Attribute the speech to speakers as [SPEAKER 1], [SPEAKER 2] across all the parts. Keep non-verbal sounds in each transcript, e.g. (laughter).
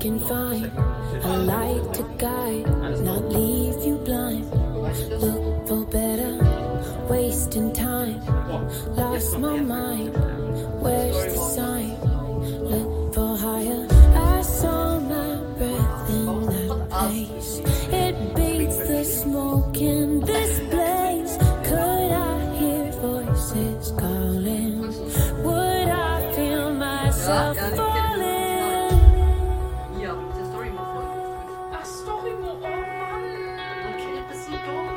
[SPEAKER 1] can find a light to guide, not leave you blind. Look for better, wasting time. Lost my mind, where's the sign? Look for higher. I saw my breath in that place. It beats the smoke in this place. Could I hear voices calling? Would I feel myself
[SPEAKER 2] Ja, ja, die
[SPEAKER 1] falling?
[SPEAKER 2] Ja, der Story muss folgen.
[SPEAKER 3] Ach, Storimo, oh Mann.
[SPEAKER 2] Okay, ein bisschen dumm.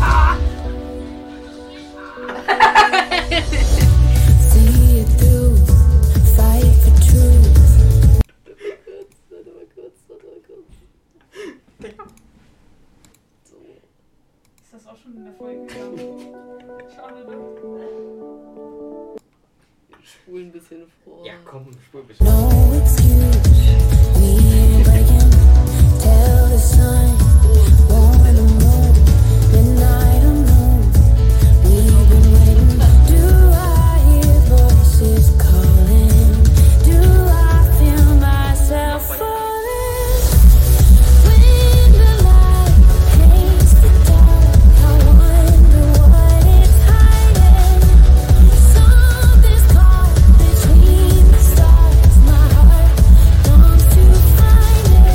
[SPEAKER 1] Yeah. See it through, fight for truth.
[SPEAKER 2] Warte mal kurz, warte mal kurz. So.
[SPEAKER 3] Ist das auch schon in der Folge? Ja. Schade, ne?
[SPEAKER 2] Wir spulen ein bisschen vor.
[SPEAKER 4] Ja, komm, spul mich.
[SPEAKER 1] No excuse. We breaking. Tell the sun, warn the moon. Midnight unknown. We've been waiting. Do I hear voices calling? Do I feel myself falling? When the light paints the dark, I wonder what it's hiding. Something's caught between the stars. My heart longs to find it.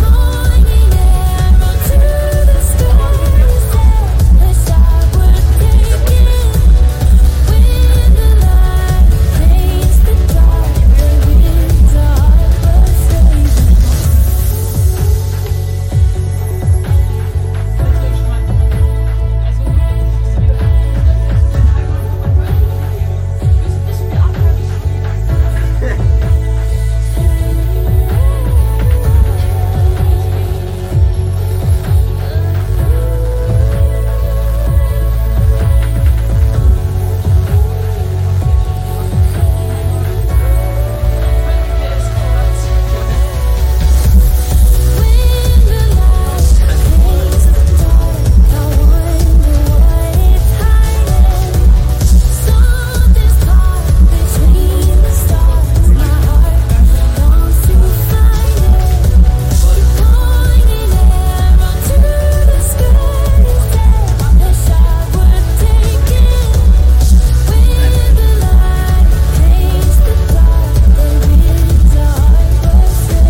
[SPEAKER 1] Pointing arrow to the sky. Wish I would take it. When the light paints the dark, the winds are forsaken.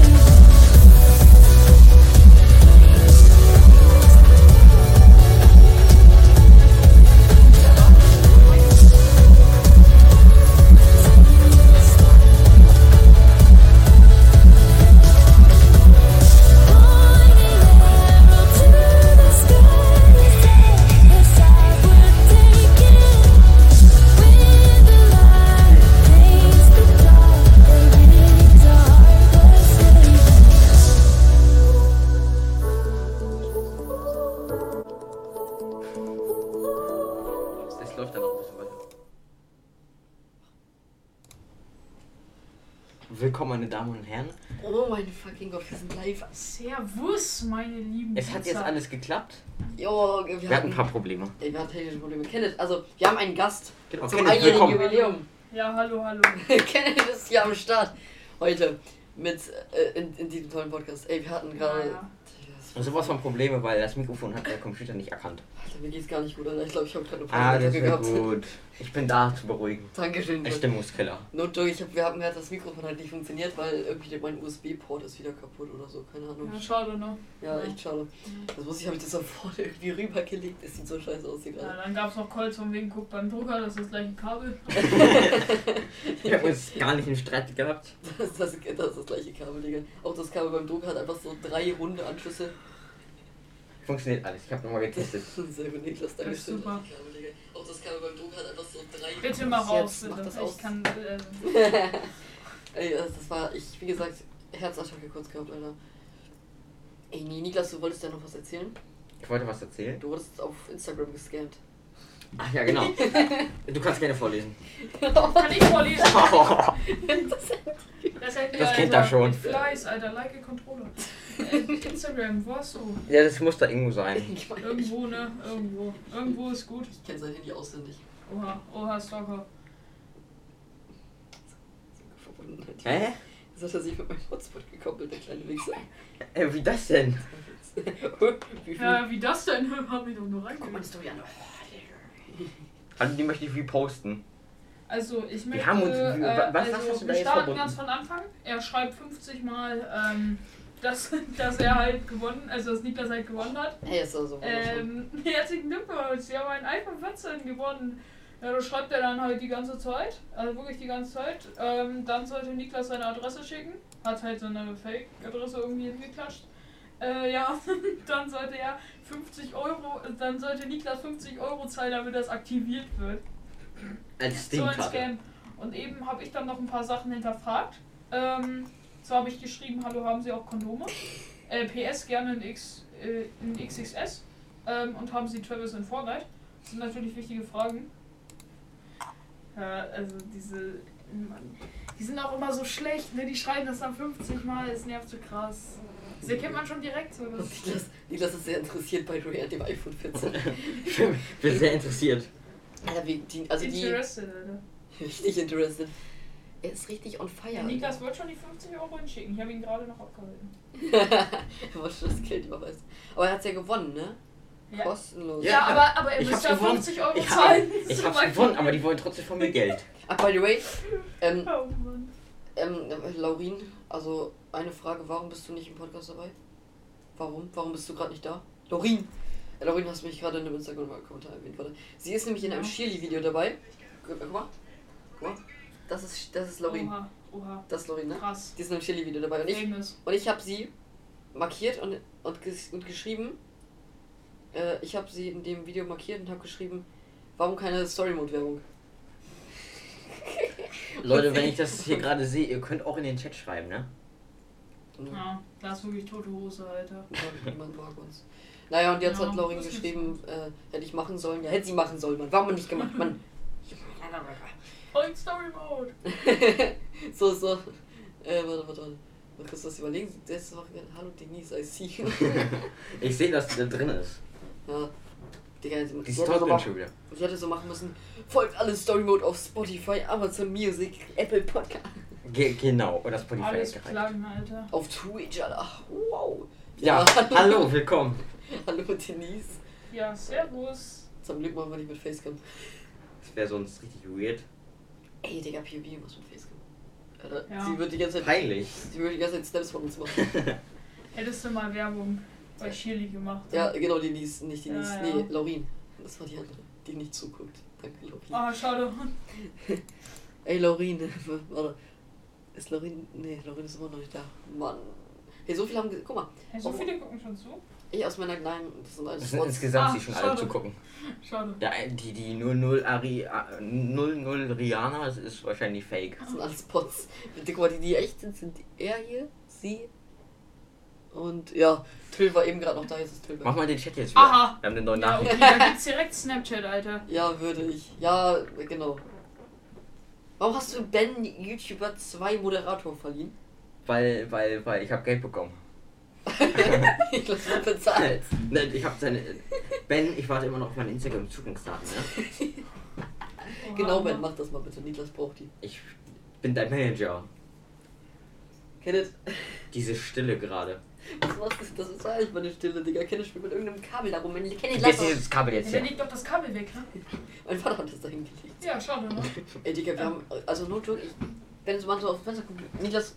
[SPEAKER 1] Thank you
[SPEAKER 4] Es läuft dann noch ein bisschen weiter. Willkommen, meine Damen und Herren.
[SPEAKER 2] Oh mein fucking Gott, wir sind live.
[SPEAKER 3] Servus, meine lieben
[SPEAKER 4] Es hat jetzt
[SPEAKER 3] Pizza.
[SPEAKER 4] alles geklappt.
[SPEAKER 2] Jo, wir,
[SPEAKER 4] Wir hatten ein paar Probleme.
[SPEAKER 2] Ey, wir hatten technische Probleme. Kenneth, also wir haben einen Gast
[SPEAKER 4] Genau,
[SPEAKER 2] zum
[SPEAKER 4] Kenneth,
[SPEAKER 2] einjährigen
[SPEAKER 4] willkommen.
[SPEAKER 2] Jubiläum. (laughs)
[SPEAKER 3] Ja, hallo, hallo.
[SPEAKER 2] Kenneth ist hier am Start heute mit äh, in, in diesem tollen Podcast. Ey, wir hatten gerade.
[SPEAKER 3] Ja.
[SPEAKER 4] Und sowas von Probleme, weil das Mikrofon hat der Computer nicht erkannt.
[SPEAKER 2] Alter, mir geht's gar nicht gut, Alter. Ich glaube, ich habe gerade eine
[SPEAKER 4] Ah, das
[SPEAKER 2] Panikattacke
[SPEAKER 4] wäre gut. Ich bin da um zu beruhigen.
[SPEAKER 2] Dankeschön.
[SPEAKER 4] Ein Stimmungskiller.
[SPEAKER 2] Notdurch, ich hab, wir haben gerade das Mikrofon halt nicht funktioniert, weil irgendwie mein USB-Port ist wieder kaputt oder so. Keine Ahnung.
[SPEAKER 3] ja, schade, ne?
[SPEAKER 2] Ja, echt schade. Das muss ich, habe ich das sofort (laughs) irgendwie rübergelegt. Es sieht so scheiße aus hier
[SPEAKER 3] Ja,
[SPEAKER 2] gerade.
[SPEAKER 3] dann gab's noch Calls von wegen, guck beim Drucker, das ist das gleiche Kabel.
[SPEAKER 4] (laughs) Wir haben uns gar nicht in Streit gehabt.
[SPEAKER 2] (laughs) Das, das, das ist das gleiche Kabel, Digga. Auch das Kabel beim Drucker hat einfach so drei runde Anschlüsse. (laughs)
[SPEAKER 4] Funktioniert alles. Ich habe nochmal getestet.
[SPEAKER 2] Selber Niklas,
[SPEAKER 3] Das ist
[SPEAKER 2] Dankeschön.
[SPEAKER 3] super.
[SPEAKER 2] Kabel, Digga. Auch das Kabel beim Drucker hat einfach so drei
[SPEAKER 3] Bitte mal raus,
[SPEAKER 2] Jetzt mach
[SPEAKER 3] bitte.
[SPEAKER 2] das
[SPEAKER 3] Ich
[SPEAKER 2] aus.
[SPEAKER 3] kann. Äh,
[SPEAKER 2] (laughs) Ey, das, das war, ich, wie gesagt, Herzattacke kurz gehabt, Alter. Ey, nee, Niklas, du wolltest ja noch was erzählen?
[SPEAKER 4] Ich wollte was erzählen.
[SPEAKER 2] Du wurdest auf Instagram
[SPEAKER 3] (laughs)
[SPEAKER 2] gescammt. (laughs)
[SPEAKER 4] Ach ja, (laughs) genau. Du kannst gerne (laughs) vorlesen.
[SPEAKER 3] Kann
[SPEAKER 4] (laughs)
[SPEAKER 3] ich vorlesen? Das, hätten wir,
[SPEAKER 4] Das kennt
[SPEAKER 3] Alter,
[SPEAKER 4] er schon.
[SPEAKER 3] mit Fleiß, Alter, like a controller. Äh, Instagram, wo hast du?
[SPEAKER 4] ja, das muss da irgendwo sein.
[SPEAKER 2] ich meine, ich
[SPEAKER 3] Irgendwo, ne? Irgendwo. Irgendwo ist gut.
[SPEAKER 2] kenne sein Handy auswendig.
[SPEAKER 3] Oha, oha, Stalker.
[SPEAKER 2] Verbunden hat.
[SPEAKER 4] Hä?
[SPEAKER 2] Jetzt hat er sich mit meinem Hotspot gekoppelt, der kleine
[SPEAKER 3] (laughs)
[SPEAKER 2] Wichser.
[SPEAKER 4] Äh, wie das denn?
[SPEAKER 2] wie viel?
[SPEAKER 3] Ja, wie das denn? (laughs) Haben wir doch
[SPEAKER 2] Guck
[SPEAKER 3] nur
[SPEAKER 2] mal,
[SPEAKER 3] reingekommen.
[SPEAKER 2] die Story an. Oh, Digga.
[SPEAKER 4] Also die möchte ich reposten.
[SPEAKER 3] Also, ich möchte.
[SPEAKER 4] haben uns-
[SPEAKER 3] äh,
[SPEAKER 4] was- was hast du da
[SPEAKER 3] also, wir
[SPEAKER 4] jetzt
[SPEAKER 3] starten
[SPEAKER 4] verbunden?
[SPEAKER 3] ganz von Anfang. Er schreibt 50 Mal, ähm, dass, (laughs) dass er halt gewonnen, also dass Niklas halt gewonnen hat.
[SPEAKER 2] Hey, ist
[SPEAKER 4] Oh,
[SPEAKER 2] also wunderschön.
[SPEAKER 3] Ähm, (laughs) herzlichen Glückwunsch, Sie haben ein iPhone 14 gewonnen. Ja, das schreibt er dann halt die ganze Zeit, also wirklich die ganze Zeit. Ähm, dann sollte Niklas seine Adresse schicken, hat halt so eine Fake-Adresse irgendwie hingeklatscht. Äh, ja, (laughs) dann sollte er 50 Euro, dann sollte Niklas 50 Euro zahlen, damit das aktiviert wird.
[SPEAKER 4] Als
[SPEAKER 3] So ein
[SPEAKER 4] Steamkarte. (laughs)
[SPEAKER 3] Scam. Und eben habe ich dann noch ein paar Sachen hinterfragt. Ähm, so habe ich geschrieben, hallo, haben Sie auch Kondome? Äh, PS gerne in, X, äh, in XXS. Ähm, und haben Sie Travis in Fortnite? Das sind natürlich wichtige Fragen. Ja, also diese... Mann. Die sind auch immer so schlecht, ne? Die schreien das dann 50 Mal, es nervt so krass. Das erkennt man schon direkt so. Das
[SPEAKER 2] Niklas, Niklas ist sehr interessiert bei Ray an dem iPhone 14.
[SPEAKER 3] (laughs)
[SPEAKER 4] ich bin sehr interessiert.
[SPEAKER 2] Alter, wie, die, also die.
[SPEAKER 3] Interested, Alter.
[SPEAKER 2] Richtig interested. Er ist richtig on fire.
[SPEAKER 3] Ja, Niklas wird schon die 50 Euro hinschicken. Ich habe ihn gerade noch abgehalten.
[SPEAKER 2] (laughs) er wollte das Geld überweisen. Aber er hat's ja gewonnen, ne?
[SPEAKER 3] Ja.
[SPEAKER 2] Kostenlos.
[SPEAKER 3] Ja,
[SPEAKER 4] Ja,
[SPEAKER 3] aber, aber ihr
[SPEAKER 4] ich
[SPEAKER 3] müsst
[SPEAKER 4] hab's
[SPEAKER 3] ja
[SPEAKER 4] gewonnen.
[SPEAKER 3] 50 Euro
[SPEAKER 4] Ich, hab,
[SPEAKER 3] zahlen.
[SPEAKER 4] ich
[SPEAKER 3] So
[SPEAKER 4] hab's
[SPEAKER 3] mein-
[SPEAKER 4] gewonnen, aber die wollen trotzdem von mir Geld.
[SPEAKER 2] Ach, Ah, by the way, ähm,
[SPEAKER 3] Oh Mann.
[SPEAKER 2] ähm, äh, Laurin, also eine Frage, warum bist du nicht im Podcast dabei? Warum? Warum bist du gerade nicht da? Laurin! Äh, Laurin hast mich gerade in einem Instagram-Kommentar erwähnt, warte. Sie ist nämlich in einem
[SPEAKER 3] Ja.
[SPEAKER 2] Shirley-Video dabei. Guck guck mal. Guck mal. Das ist, das ist Laurin.
[SPEAKER 3] Oha, oha.
[SPEAKER 2] Das ist Laurin, ne?
[SPEAKER 3] Krass.
[SPEAKER 2] Die ist in einem Shirley-Video dabei. Und ich,
[SPEAKER 3] Famous.
[SPEAKER 2] und ich habe sie markiert und, und, ges und geschrieben. Äh, ich habe sie in dem Video markiert und habe geschrieben, warum keine Story-Mode-Werbung?
[SPEAKER 4] Leute, wenn ich das hier gerade sehe, ihr könnt auch in den Chat schreiben,
[SPEAKER 3] (laughs)
[SPEAKER 4] ne?
[SPEAKER 2] Und-
[SPEAKER 3] Ja, da ist wirklich tote Hose, Alter.
[SPEAKER 2] Niemand mag uns. Naja, und jetzt
[SPEAKER 3] Ja,
[SPEAKER 2] hat Laurin
[SPEAKER 3] das ist
[SPEAKER 2] geschrieben, äh, hätte ich machen sollen. Ja, hätte sie machen sollen, Mann. Warum hat man nicht gemacht,
[SPEAKER 3] (laughs)
[SPEAKER 2] Mann?
[SPEAKER 3] Und Story Mode.
[SPEAKER 2] so, so. Äh, warte, warte, warte. Man kann das überlegen. Das ist doch- Hallo Denise, I see you. (laughs)
[SPEAKER 4] Ich sehe, dass da drin ist.
[SPEAKER 2] ja. Digga, sie,
[SPEAKER 4] Die
[SPEAKER 2] sie, hätte so
[SPEAKER 4] Story
[SPEAKER 2] machen,
[SPEAKER 4] schon wieder.
[SPEAKER 2] sie hätte so machen müssen. Folgt alle Story Mode auf Spotify, Amazon Music, Apple Podcast.
[SPEAKER 4] Ge genau, oder Spotify
[SPEAKER 3] Alles
[SPEAKER 4] gereicht.
[SPEAKER 3] Plagen, Alter.
[SPEAKER 2] Auf Twitch, Alter. Wow.
[SPEAKER 3] (laughs)
[SPEAKER 4] Ja, hallo, willkommen.
[SPEAKER 2] (laughs) Hallo Denise.
[SPEAKER 3] Ja, Servus.
[SPEAKER 2] Zum Glück machen wir nicht mit Facecam.
[SPEAKER 4] Das wäre sonst richtig weird.
[SPEAKER 2] Ey, Digga, POV muss mit Facecam. Alter,
[SPEAKER 3] Ja.
[SPEAKER 2] sie wird die ganze Zeit.
[SPEAKER 4] Peinlich.
[SPEAKER 2] Sie würde die ganze Zeit Snaps von uns machen.
[SPEAKER 3] Hättest du mal Werbung bei Shirley gemacht.
[SPEAKER 2] Ja, genau, die Nies, nicht die
[SPEAKER 3] Ja,
[SPEAKER 2] Nies.
[SPEAKER 3] ja.
[SPEAKER 2] Nee, Laurin. Das war die andere, die nicht zuguckt. Danke, Laurin.
[SPEAKER 3] Ah, schade.
[SPEAKER 2] Ey, Laurin. (laughs) Warte. Ist Laurin. Nee, Laurin ist immer noch nicht da. Mann. Hey, so viel haben. ge- Guck mal.
[SPEAKER 3] Hey, so viele gucken schon zu.
[SPEAKER 2] Ich aus meiner kleinen. Das sind alles
[SPEAKER 4] (laughs) (laughs) Das sind
[SPEAKER 2] Spots.
[SPEAKER 4] insgesamt
[SPEAKER 3] Ah,
[SPEAKER 4] die schon alle
[SPEAKER 3] schade.
[SPEAKER 4] zu gucken.
[SPEAKER 3] Schade.
[SPEAKER 4] Ja, die, die 00 Ari, A- 00 Rihanna das ist wahrscheinlich fake.
[SPEAKER 2] Das sind alles Spots. Guck mal, die, die echt sind, sind er hier, sie. Und ja, Till war eben gerade noch da, jetzt ist Till
[SPEAKER 4] Mach
[SPEAKER 2] weg.
[SPEAKER 4] mal den Chat jetzt wieder.
[SPEAKER 3] Aha.
[SPEAKER 4] Wir haben eine neue
[SPEAKER 3] Ja,
[SPEAKER 4] Nachricht.
[SPEAKER 3] okay, da gibt's direkt Snapchat, Alter.
[SPEAKER 2] Ja, würde ich. Ja, genau. Warum hast du Ben YouTuber 2 Moderator verliehen? (laughs)
[SPEAKER 4] Weil, weil, weil ich habe Geld bekommen.
[SPEAKER 2] ich lasse mal bezahlt.
[SPEAKER 4] Nein, ich habe seine. Ben, ich warte immer noch auf meine Instagram-Zugangsdaten. Ne?
[SPEAKER 3] Oha.
[SPEAKER 2] Genau, Ben, mach das mal bitte. Niklas braucht die.
[SPEAKER 4] Ich bin dein Manager.
[SPEAKER 2] Kenneth,
[SPEAKER 4] Diese Stille gerade.
[SPEAKER 2] was machst du? Das ist eigentlich meine Stille, Digga. Kenneth spielt mit irgendeinem Kabel darum. Kenneth, lass
[SPEAKER 4] Jetzt
[SPEAKER 2] doch.
[SPEAKER 4] dieses Kabel
[SPEAKER 3] Ja,
[SPEAKER 4] jetzt
[SPEAKER 3] der
[SPEAKER 4] hier.
[SPEAKER 3] legt doch das Kabel weg, ne?
[SPEAKER 2] Mein Vater hat das da hingelegt.
[SPEAKER 3] Ja, schade, ne?
[SPEAKER 4] (laughs)
[SPEAKER 2] Ey, Digga, wir haben. Also, no joke, ich. Wenn so manchmal auf dem Fenster guckt, Niklas.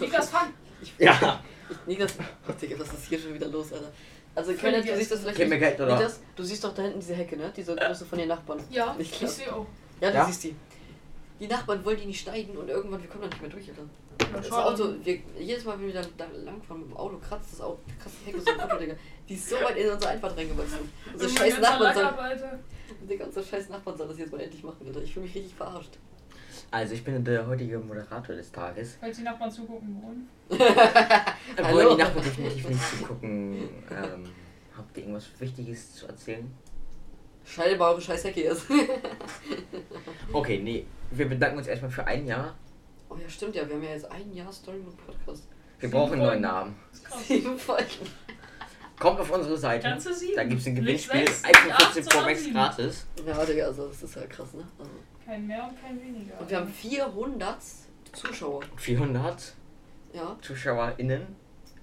[SPEAKER 3] Niklas, fang!
[SPEAKER 4] Ja.
[SPEAKER 2] Ich, Niklas. (laughs) Oh, Digga, was ist hier schon wieder los, Alter? Also,
[SPEAKER 3] Völlig
[SPEAKER 2] Kenneth, du siehst das vielleicht.
[SPEAKER 4] Gib mir Geld, oder?
[SPEAKER 2] Niklas, du siehst doch da hinten diese Hecke, ne? Diese große von den Nachbarn.
[SPEAKER 3] Ja, ich
[SPEAKER 2] Ich glaub-
[SPEAKER 3] sehe auch.
[SPEAKER 2] Ja, du
[SPEAKER 4] Ja.
[SPEAKER 2] siehst die. Die Nachbarn wollen die nicht schneiden und irgendwann, wir kommen da nicht mehr durch, Alter.
[SPEAKER 3] Ja,
[SPEAKER 2] Das
[SPEAKER 3] schade.
[SPEAKER 2] Auto, wir, jedes Mal, wenn wir da, da langfahren mit dem Auto, kratzt das Auto, kratzt die Hecke so im Auto, Digga. Die ist so weit in unsere Einfahrt reingewachsen. Unsere
[SPEAKER 3] Irgendwie
[SPEAKER 2] scheiß
[SPEAKER 3] ganzer
[SPEAKER 2] Nachbarn
[SPEAKER 3] Lack ab,
[SPEAKER 2] sollen,
[SPEAKER 3] Alter.
[SPEAKER 2] Digga, unsere scheiß Nachbarn sollen das jetzt mal endlich machen, Alter. Ich fühle mich richtig verarscht.
[SPEAKER 4] Also ich bin der heutige Moderator des Tages.
[SPEAKER 3] Falls die Nachbarn zugucken wollen.
[SPEAKER 4] Obwohl
[SPEAKER 2] Hallo.
[SPEAKER 4] die Nachbarn definitiv nicht zugucken. Ähm, habt ihr irgendwas Wichtiges zu erzählen?
[SPEAKER 2] Scheiße, eure scheiß Hecke ist.
[SPEAKER 4] Okay, nee. Wir bedanken uns erstmal für ein Jahr.
[SPEAKER 2] (laughs) oh ja, stimmt ja, wir haben ja jetzt ein Jahr Story mit Podcast.
[SPEAKER 4] Wir brauchen einen neuen Namen.
[SPEAKER 3] Das ist
[SPEAKER 4] (laughs)
[SPEAKER 2] (laughs)
[SPEAKER 3] krass.
[SPEAKER 2] Sieben Folgen.
[SPEAKER 4] Kommt auf unsere Seite.
[SPEAKER 3] Ganze sieben.
[SPEAKER 4] Da gibt es ein
[SPEAKER 3] Mit
[SPEAKER 4] Gewinnspiel.
[SPEAKER 3] sechs,
[SPEAKER 4] iPhone
[SPEAKER 3] acht,
[SPEAKER 4] 14 Pro
[SPEAKER 3] sondern
[SPEAKER 4] Max
[SPEAKER 3] sieben.
[SPEAKER 4] gratis.
[SPEAKER 2] Ja, Digga, also das ist ja krass, ne? Also,
[SPEAKER 3] Kein mehr und kein weniger.
[SPEAKER 2] und wir haben 400 Zuschauer.
[SPEAKER 4] 400
[SPEAKER 2] Ja.
[SPEAKER 4] ZuschauerInnen.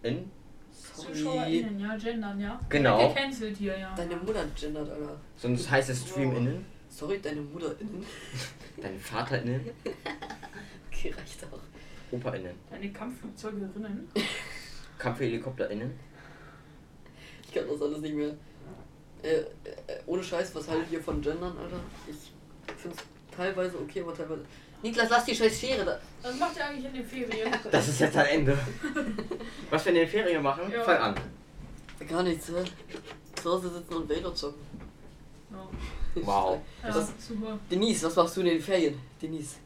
[SPEAKER 4] In.
[SPEAKER 2] Sorry.
[SPEAKER 3] ZuschauerInnen, ja, gendern, ja.
[SPEAKER 4] Genau.
[SPEAKER 3] Gecancelt hier, ja.
[SPEAKER 2] Deine Mutter gendert, Alter.
[SPEAKER 4] Sonst heißt es StreamInnen.
[SPEAKER 2] Sorry, deine Mutter innen.
[SPEAKER 4] Dein VaterInnen.
[SPEAKER 2] Okay, reicht auch.
[SPEAKER 4] OpaInnen.
[SPEAKER 3] Deine Kampfflugzeugerinnen.
[SPEAKER 4] Kampfhelikopterinnen.
[SPEAKER 2] Ich kann das alles nicht mehr. Äh, äh, ohne Scheiß, was haltet ihr von Gendern, Alter? Ich find's teilweise okay, aber teilweise. Niklas, lass die scheiß Schere da.
[SPEAKER 3] Was macht ihr eigentlich in den Ferien?
[SPEAKER 4] (laughs) Das ist jetzt ein Ende. Was wir in den Ferien machen,
[SPEAKER 3] Ja.
[SPEAKER 4] fang an.
[SPEAKER 2] Gar nichts, hä? Zu Hause sitzen und Vader zocken. (laughs)
[SPEAKER 3] Ja,
[SPEAKER 4] Wow.
[SPEAKER 3] ja
[SPEAKER 2] Das
[SPEAKER 3] super.
[SPEAKER 2] Denise, was machst du in den Ferien? Denise.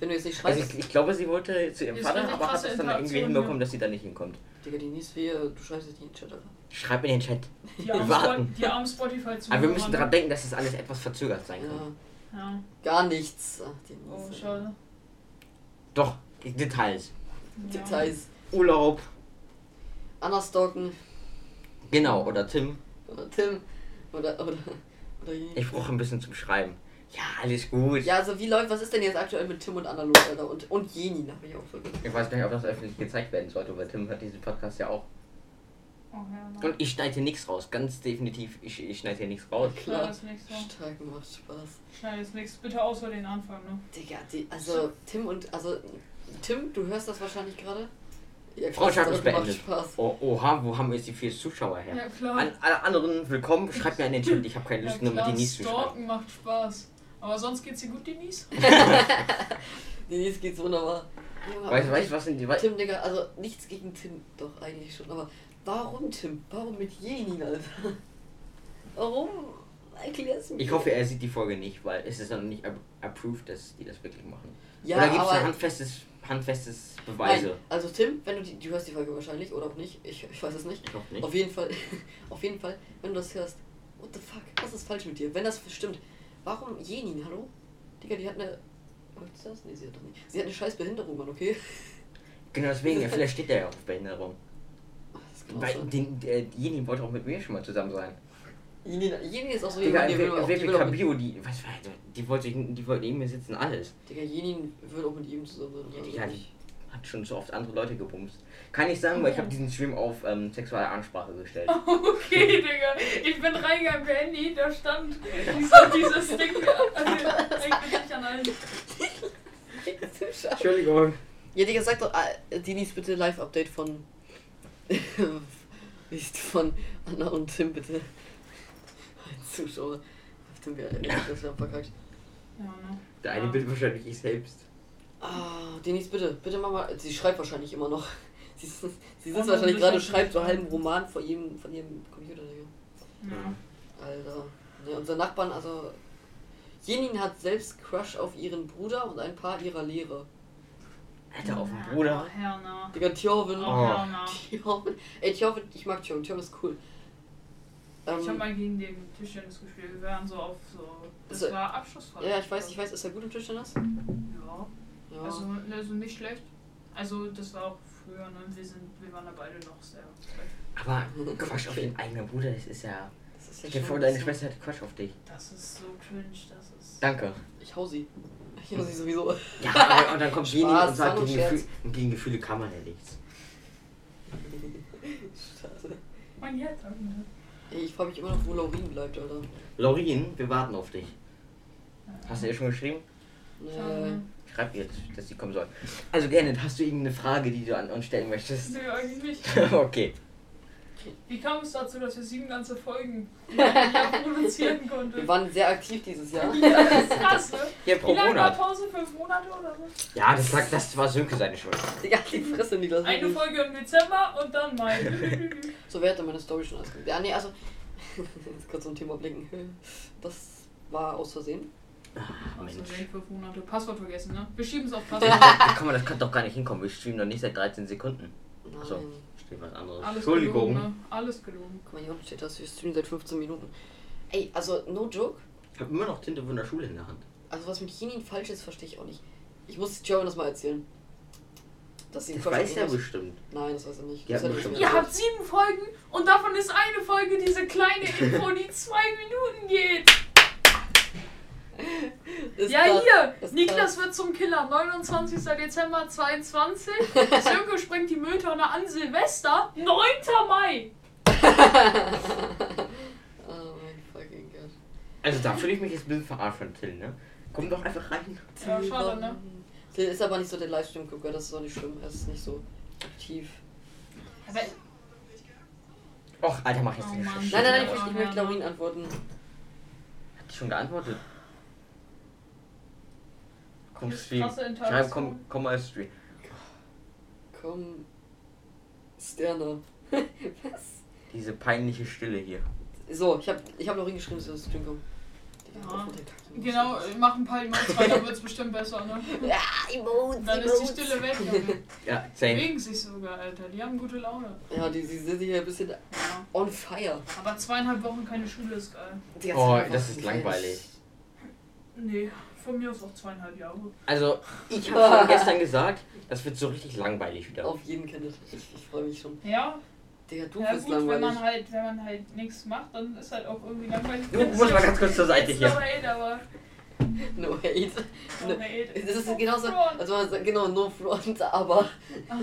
[SPEAKER 2] Wenn du jetzt nicht
[SPEAKER 4] Also
[SPEAKER 2] schreibst.
[SPEAKER 4] ich, ich glaube, sie wollte zu ihrem
[SPEAKER 3] Ist
[SPEAKER 4] Vater,
[SPEAKER 3] eine
[SPEAKER 4] aber hat
[SPEAKER 3] krasse
[SPEAKER 4] es dann irgendwie
[SPEAKER 3] Interaktion,
[SPEAKER 4] hinbekommen,
[SPEAKER 3] ja.
[SPEAKER 4] dass sie da nicht hinkommt.
[SPEAKER 2] Digga, Denise, wir, du schreibst jetzt nicht in den Chat, Alter.
[SPEAKER 4] Schreib in den Chat. (laughs)
[SPEAKER 3] Die armen,
[SPEAKER 4] warten.
[SPEAKER 3] Spo die armen spotify zu
[SPEAKER 4] Aber wir müssen daran denken, dass das alles etwas verzögert sein kann.
[SPEAKER 2] Ja,
[SPEAKER 3] Ja.
[SPEAKER 2] gar nichts. Ach, Denise.
[SPEAKER 3] Oh, schade.
[SPEAKER 4] Doch, Details.
[SPEAKER 3] Ja.
[SPEAKER 2] Details.
[SPEAKER 4] Urlaub.
[SPEAKER 2] Anna stalken.
[SPEAKER 4] Genau, oder Tim.
[SPEAKER 2] Oder Tim. Oder, oder, oder Jenny.
[SPEAKER 4] Ich brauche ein bisschen zum Schreiben. Ja, alles gut.
[SPEAKER 2] Ja, also wie läuft, was ist denn jetzt aktuell mit Tim und Anna los, Alter? Und, und Jeni, hab ich auch vergessen.
[SPEAKER 4] Ich weiß gar nicht, ob das öffentlich gezeigt werden sollte, weil Tim hat diesen Podcast ja auch.
[SPEAKER 3] Oh, ja, nein.
[SPEAKER 4] Und ich schneide hier nichts raus, ganz definitiv. Ich, ich schneide hier nichts raus.
[SPEAKER 3] Schneid das nächste.
[SPEAKER 2] Stark macht Spaß.
[SPEAKER 3] Schneid das nächste. Bitte außer den Anfang, ne?
[SPEAKER 2] Digga, die, also Tim und, also Tim, du hörst das wahrscheinlich gerade. Ja,
[SPEAKER 4] Freundschaft
[SPEAKER 2] das
[SPEAKER 4] ist
[SPEAKER 2] macht
[SPEAKER 4] beendet.
[SPEAKER 2] Spaß.
[SPEAKER 4] Oh, oha, wo haben wir jetzt die vier Zuschauer her?
[SPEAKER 3] Ja, klar.
[SPEAKER 4] An alle anderen willkommen, schreibt mir in den Chat, ich habe keine
[SPEAKER 3] Ja,
[SPEAKER 4] Lust, nur mit
[SPEAKER 3] klar,
[SPEAKER 4] Denise zu schreiben.
[SPEAKER 3] Stalken macht Spaß. Aber sonst geht's dir gut, Denise?
[SPEAKER 2] (laughs)
[SPEAKER 4] (laughs)
[SPEAKER 2] Denise geht's wunderbar. Ja,
[SPEAKER 4] Weißt du,
[SPEAKER 2] aber
[SPEAKER 4] weißt, du, was sind die. Wei
[SPEAKER 2] Tim, Digga, also nichts gegen Tim, doch eigentlich schon, aber warum Tim? Warum mit Jenin, Alter? (laughs) Warum? Erklär's mir.
[SPEAKER 4] ich hoffe, er sieht die Folge nicht, weil es ist noch nicht ab- approved, dass die das wirklich machen.
[SPEAKER 2] ja,
[SPEAKER 4] Oder gibt es
[SPEAKER 2] aber-
[SPEAKER 4] ein handfestes, handfestes Beweise?
[SPEAKER 2] Nein, also Tim, wenn du die, du hörst die Folge wahrscheinlich oder auch nicht, ich, ich weiß es nicht.
[SPEAKER 4] Ich hoffe nicht.
[SPEAKER 2] Auf jeden Fall, (laughs) auf jeden Fall, wenn du das hörst, what the fuck, was ist falsch mit dir? Wenn das stimmt, warum Jenin, hallo? Digga, die hat eine, was ist das? Nee, sie hat doch nicht. Sie hat eine scheiß Behinderung, Mann, okay? (laughs)
[SPEAKER 4] Genau deswegen, ja, vielleicht steht er ja auch auf Behinderung.
[SPEAKER 2] Ach, Das kann auch
[SPEAKER 4] Weil
[SPEAKER 2] sein.
[SPEAKER 4] den, der, Jenin wollte auch mit mir schon mal zusammen sein.
[SPEAKER 2] Jenin, Jenin ist auch so
[SPEAKER 4] Digga,
[SPEAKER 2] jemand,
[SPEAKER 4] im
[SPEAKER 2] der will auch, die will
[SPEAKER 4] WPK
[SPEAKER 2] auch mit,
[SPEAKER 4] Bio, die, was war das? die wollte, ich- die wollte neben mir sitzen, alles.
[SPEAKER 2] Digga, Jenin wird auch mit ihm zusammen sein.
[SPEAKER 4] Digga,
[SPEAKER 2] also
[SPEAKER 4] die
[SPEAKER 2] ich- (laughs)
[SPEAKER 4] hat schon so oft andere Leute gebumst. Kann ich sagen, weil ich habe diesen Stream auf ähm, sexuelle Ansprache gestellt.
[SPEAKER 3] (laughs) Okay, Digga. Ich bin reingegangen per Handy, da stand dieses, dieses (laughs) Ding. Also, ich bin nicht an allen.
[SPEAKER 4] Entschuldigung.
[SPEAKER 2] Ja, Digga, sag doch, äh, Dinis, bitte Live-Update von, (laughs) Wie ist- von Anna und Tim, bitte. Ein Zuschauer. Tim, wir, das wir haben verkackt.
[SPEAKER 3] Ja, ne?
[SPEAKER 4] Der eine
[SPEAKER 3] Ja.
[SPEAKER 4] bin wahrscheinlich ich selbst.
[SPEAKER 2] Ah, Denise, bitte, bitte mach mal. Sie schreibt wahrscheinlich immer noch. (laughs) Sie, ist- sie
[SPEAKER 3] Oh,
[SPEAKER 2] sitzt wahrscheinlich
[SPEAKER 3] das
[SPEAKER 2] gerade und
[SPEAKER 3] ist-
[SPEAKER 2] schreibt so einen halben Roman vor ihrem, von ihrem Computer. Digga.
[SPEAKER 3] Ja.
[SPEAKER 2] Alter. Ne, unser Nachbarn, also. Jenin hat selbst Crush auf ihren Bruder und ein paar ihrer Lehrer.
[SPEAKER 4] Alter, auf den
[SPEAKER 3] Ja,
[SPEAKER 4] Bruder.
[SPEAKER 3] Oh, Herna.
[SPEAKER 2] Digga, Tjorvin.
[SPEAKER 3] Oh,
[SPEAKER 4] Oh.
[SPEAKER 3] Herna.
[SPEAKER 2] Tjorvin. Ey, Tjorvin, äh, ich mag Tjorvin. Tjorvin ist cool.
[SPEAKER 3] Ich hab
[SPEAKER 2] Ähm,
[SPEAKER 3] mal gegen den Tischtennis gespielt. Wir waren so auf so. Das
[SPEAKER 2] So-
[SPEAKER 3] war Abschlussfall.
[SPEAKER 2] ja, ich weiß, ich weiß, ist er gut im Tischtennis?
[SPEAKER 3] Ja.
[SPEAKER 2] Ja.
[SPEAKER 3] Also, also nicht schlecht. Also das war auch früher, ne? Wir, sind, wir waren da beide noch sehr.
[SPEAKER 4] Aber Quatsch auf den eigenen Bruder, das ist ja.
[SPEAKER 2] das ist ja
[SPEAKER 4] Stell dir
[SPEAKER 2] schon
[SPEAKER 4] vor,
[SPEAKER 2] ein
[SPEAKER 4] deine
[SPEAKER 2] bisschen-
[SPEAKER 4] Schwester hat Quatsch auf dich.
[SPEAKER 3] Das ist so cringe, das ist.
[SPEAKER 4] Danke.
[SPEAKER 2] Ich hau sie. Ich hau sie sowieso. (laughs)
[SPEAKER 4] Ja, aber- und dann kommt Jenny
[SPEAKER 2] Spaß,
[SPEAKER 4] und sagt,
[SPEAKER 2] war nur
[SPEAKER 4] gegen,
[SPEAKER 2] Scherz.
[SPEAKER 4] Gefühl, und gegen Gefühle kann man ja nichts.
[SPEAKER 2] Schade.
[SPEAKER 3] Man jetzt ne?
[SPEAKER 2] Ey, ich frage mich immer noch, wo Laurin bleibt, Alter.
[SPEAKER 4] Laurin, wir warten auf dich. Hast du ihr schon geschrieben?
[SPEAKER 2] Äh,
[SPEAKER 4] Schreib ihr jetzt, dass sie kommen soll. Also Gernet, hast du irgendeine Frage, die du an uns stellen möchtest? (laughs)
[SPEAKER 3] Nee, eigentlich nicht.
[SPEAKER 4] okay.
[SPEAKER 3] Wie kam es dazu, dass wir sieben ganze
[SPEAKER 2] (laughs)
[SPEAKER 3] Folgen in einem Jahr produzieren konnten?
[SPEAKER 2] wir waren sehr aktiv dieses
[SPEAKER 3] (laughs)
[SPEAKER 2] Jahr. (laughs)
[SPEAKER 3] das ist krass, ne?
[SPEAKER 4] Ja, pro
[SPEAKER 3] Wie lange war
[SPEAKER 4] Monat.
[SPEAKER 3] Pause? Fünf Monate oder so?
[SPEAKER 4] Ja, das, sagt, das war Sönke seine Schuld.
[SPEAKER 2] Digga, die Fresse, Niklas.
[SPEAKER 3] Eine Folge im Dezember und
[SPEAKER 4] (laughs)
[SPEAKER 3] dann Mai.
[SPEAKER 2] So, wer hat denn meine Story schon alles (laughs) gemacht? Ja, nee, also. jetzt kurz zum Thema blicken. Das war aus Versehen.
[SPEAKER 3] Aus
[SPEAKER 4] Ah, Mensch.
[SPEAKER 3] Versehen fünf Monate. Passwort vergessen, ne? Wir schieben es auf
[SPEAKER 4] Das,
[SPEAKER 2] (laughs)
[SPEAKER 3] Passwort.
[SPEAKER 4] kann man, das kann doch gar nicht hinkommen. Wir streamen doch nicht seit 13 Sekunden.
[SPEAKER 2] Nein.
[SPEAKER 4] Achso, steht was anderes.
[SPEAKER 3] Alles
[SPEAKER 4] Entschuldigung.
[SPEAKER 3] gelogen, ne? Alles gelogen.
[SPEAKER 2] Guck mal, hier unten steht das, wir streamen seit 15 Minuten. Ey, also, no joke.
[SPEAKER 4] Ich habe immer noch Tinte von der Schule in der Hand.
[SPEAKER 2] Also, was mit Chinin falsch ist, verstehe ich auch nicht. Ich muss Joan das mal erzählen. Dass sie
[SPEAKER 4] Das
[SPEAKER 2] falsch
[SPEAKER 3] eh
[SPEAKER 4] weiß er
[SPEAKER 2] ist.
[SPEAKER 4] bestimmt.
[SPEAKER 2] Nein, das weiß er nicht.
[SPEAKER 4] Die
[SPEAKER 2] Das
[SPEAKER 4] hat
[SPEAKER 2] hat er
[SPEAKER 4] bestimmt-
[SPEAKER 2] nicht
[SPEAKER 3] Ihr habt
[SPEAKER 2] gesagt.
[SPEAKER 3] sieben Folgen und davon ist eine Folge diese kleine Info, die zwei Minuten geht.
[SPEAKER 2] Ist
[SPEAKER 3] Ja,
[SPEAKER 2] klar.
[SPEAKER 3] hier.
[SPEAKER 2] Ist
[SPEAKER 3] Niklas wird zum Killer. 29.
[SPEAKER 2] (laughs)
[SPEAKER 3] Dezember 22. Sönke sprengt die Mülltonne an Silvester. 9. Mai.
[SPEAKER 2] (laughs) Oh mein fucking Gott.
[SPEAKER 4] Also da fühle ich mich jetzt ein bisschen verarscht von Till, ne? Komm doch einfach rein.
[SPEAKER 3] Ja, schade, ne?
[SPEAKER 2] Der ist aber nicht so der Livestream-Gucker, das ist auch nicht schlimm. Er ist nicht so aktiv.
[SPEAKER 3] Aber
[SPEAKER 4] Och, Alter, mach jetzt
[SPEAKER 3] Oh
[SPEAKER 4] nicht.
[SPEAKER 3] Mann.
[SPEAKER 4] Scheiße.
[SPEAKER 2] Nein, nein, nein, ich
[SPEAKER 3] Ja.
[SPEAKER 2] möchte, ich möchte Laurin antworten.
[SPEAKER 4] Hat die schon geantwortet? Komm,
[SPEAKER 3] Das ist
[SPEAKER 4] stream.
[SPEAKER 3] krasse
[SPEAKER 4] Schreib,
[SPEAKER 3] Interaktion.
[SPEAKER 4] komm, komm mal stream.
[SPEAKER 2] Komm. Sterne. (laughs) Was?
[SPEAKER 4] Diese peinliche Stille hier.
[SPEAKER 2] So, ich hab, ich hab Laurin geschrieben, dass wir ins Stream kommen.
[SPEAKER 3] Ja.
[SPEAKER 2] auf mit der Kacke.
[SPEAKER 3] genau, mach ein paar Emotes rein,
[SPEAKER 4] (laughs)
[SPEAKER 3] dann wird's bestimmt besser, ne?
[SPEAKER 2] Ah, Emotes,
[SPEAKER 3] Dann ist die
[SPEAKER 2] Emotes.
[SPEAKER 3] Stille weg, Junge.
[SPEAKER 4] Ja, same.
[SPEAKER 3] Bewegen sich sogar, Alter. Die haben gute Laune.
[SPEAKER 2] Ja, die, die sind hier ein bisschen
[SPEAKER 3] Ja.
[SPEAKER 2] on fire.
[SPEAKER 3] Aber zweieinhalb Wochen keine Schule ist geil.
[SPEAKER 2] Die ganze
[SPEAKER 4] Oh,
[SPEAKER 2] Zeit
[SPEAKER 4] das
[SPEAKER 2] auf
[SPEAKER 4] ist
[SPEAKER 2] fire.
[SPEAKER 4] langweilig.
[SPEAKER 3] Nee, von mir aus auch zweieinhalb Jahre.
[SPEAKER 4] Also, ich habe schon gestern gesagt, das wird so richtig langweilig wieder.
[SPEAKER 2] Auf jeden kennt ich. Ich, ich freue mich schon.
[SPEAKER 3] Ja,
[SPEAKER 2] Digga, du
[SPEAKER 3] ja
[SPEAKER 2] bist
[SPEAKER 3] gut, wenn man
[SPEAKER 2] langweilig.
[SPEAKER 3] halt, wenn man halt nichts macht, dann ist halt auch irgendwie langweilig.
[SPEAKER 4] Du musst mal ganz kurz zur Seite
[SPEAKER 3] Jetzt noch
[SPEAKER 4] hier. Ne,
[SPEAKER 3] Hate, aber eh
[SPEAKER 2] No hate.
[SPEAKER 3] halt No hate.
[SPEAKER 2] Das ist genauso,
[SPEAKER 3] Front.
[SPEAKER 2] also man sagt, genau, no front,
[SPEAKER 3] (laughs)
[SPEAKER 2] aber.
[SPEAKER 3] Ah.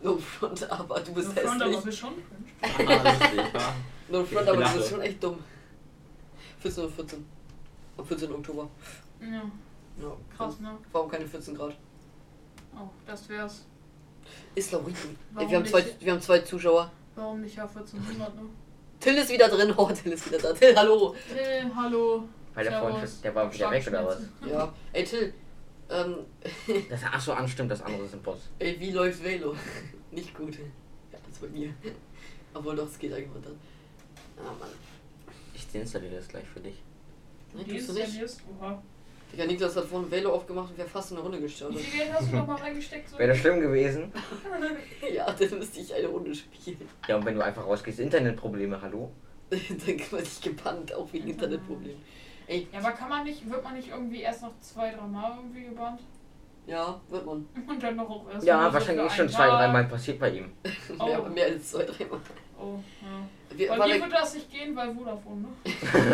[SPEAKER 2] No front, aber du bist
[SPEAKER 3] so Front, aber
[SPEAKER 2] hässlich.
[SPEAKER 3] wir schon cringe.
[SPEAKER 4] Ah, lustig, ja.
[SPEAKER 2] No front,
[SPEAKER 4] Ich
[SPEAKER 2] aber du
[SPEAKER 4] lache.
[SPEAKER 2] bist schon echt dumm. 14 Uhr 14. Am 14. Oktober.
[SPEAKER 3] Ja,
[SPEAKER 2] Ja.
[SPEAKER 3] krass, ne?
[SPEAKER 2] Warum keine 14 Grad?
[SPEAKER 3] Oh, das wär's.
[SPEAKER 2] Ist Lauriten. Ey,
[SPEAKER 3] Warum
[SPEAKER 2] wir, haben zwei,
[SPEAKER 3] nicht?
[SPEAKER 2] wir haben zwei Zuschauer.
[SPEAKER 3] Warum nicht Jahr 1400, ne?
[SPEAKER 2] Till ist wieder drin. Oh, Till ist wieder da. Till,
[SPEAKER 3] (laughs)
[SPEAKER 2] hallo.
[SPEAKER 3] Till, hallo.
[SPEAKER 4] Weil der
[SPEAKER 3] Servus.
[SPEAKER 4] vorhin schon- der war wieder weg, oder was?
[SPEAKER 2] Ja. Ey, Till. Ähm,
[SPEAKER 4] Das, ach so, anstimmt, das andere ist ein Boss.
[SPEAKER 2] Ey, wie läuft Velo? (laughs) Nicht gut. Ja, das bei mir. Obwohl doch, es geht irgendwann dann. Ah, Mann.
[SPEAKER 4] Ich installiere das gleich für dich.
[SPEAKER 2] Nein,
[SPEAKER 3] Die
[SPEAKER 2] tust du
[SPEAKER 3] ist
[SPEAKER 2] nicht.
[SPEAKER 3] seriös? Oha.
[SPEAKER 2] Digga, Niklas hat vorhin Velo aufgemacht und wir haben fast eine Runde
[SPEAKER 3] Wie
[SPEAKER 4] Also
[SPEAKER 2] gestartet.
[SPEAKER 3] (laughs) viel Geld hast du nochmal reingesteckt? So?
[SPEAKER 4] Wäre das schlimm gewesen?
[SPEAKER 2] ja, dann müsste ich eine Runde spielen. (laughs)
[SPEAKER 4] Ja, und wenn du einfach rausgehst, Internetprobleme, hallo?
[SPEAKER 2] dann kann man sich gebannt, auch wegen Internetproblemen. Ey,
[SPEAKER 3] Ja, aber kann man nicht, wird man nicht irgendwie erst noch zwei, drei Mal irgendwie gebannt? (laughs)
[SPEAKER 2] ja, wird man.
[SPEAKER 3] Und dann noch auch erst mal
[SPEAKER 4] Ja,
[SPEAKER 3] so
[SPEAKER 4] wahrscheinlich
[SPEAKER 3] für
[SPEAKER 4] ist schon
[SPEAKER 3] einen
[SPEAKER 4] zwei,
[SPEAKER 3] Tag.
[SPEAKER 4] dreimal passiert bei ihm.
[SPEAKER 3] Oh.
[SPEAKER 2] Ja, aber mehr als zwei, dreimal.
[SPEAKER 3] Oh, ja.
[SPEAKER 2] Wir-
[SPEAKER 3] Bei
[SPEAKER 2] war
[SPEAKER 3] mir
[SPEAKER 2] der-
[SPEAKER 3] würde das nicht gehen, weil Vodafone, ne?
[SPEAKER 2] (laughs)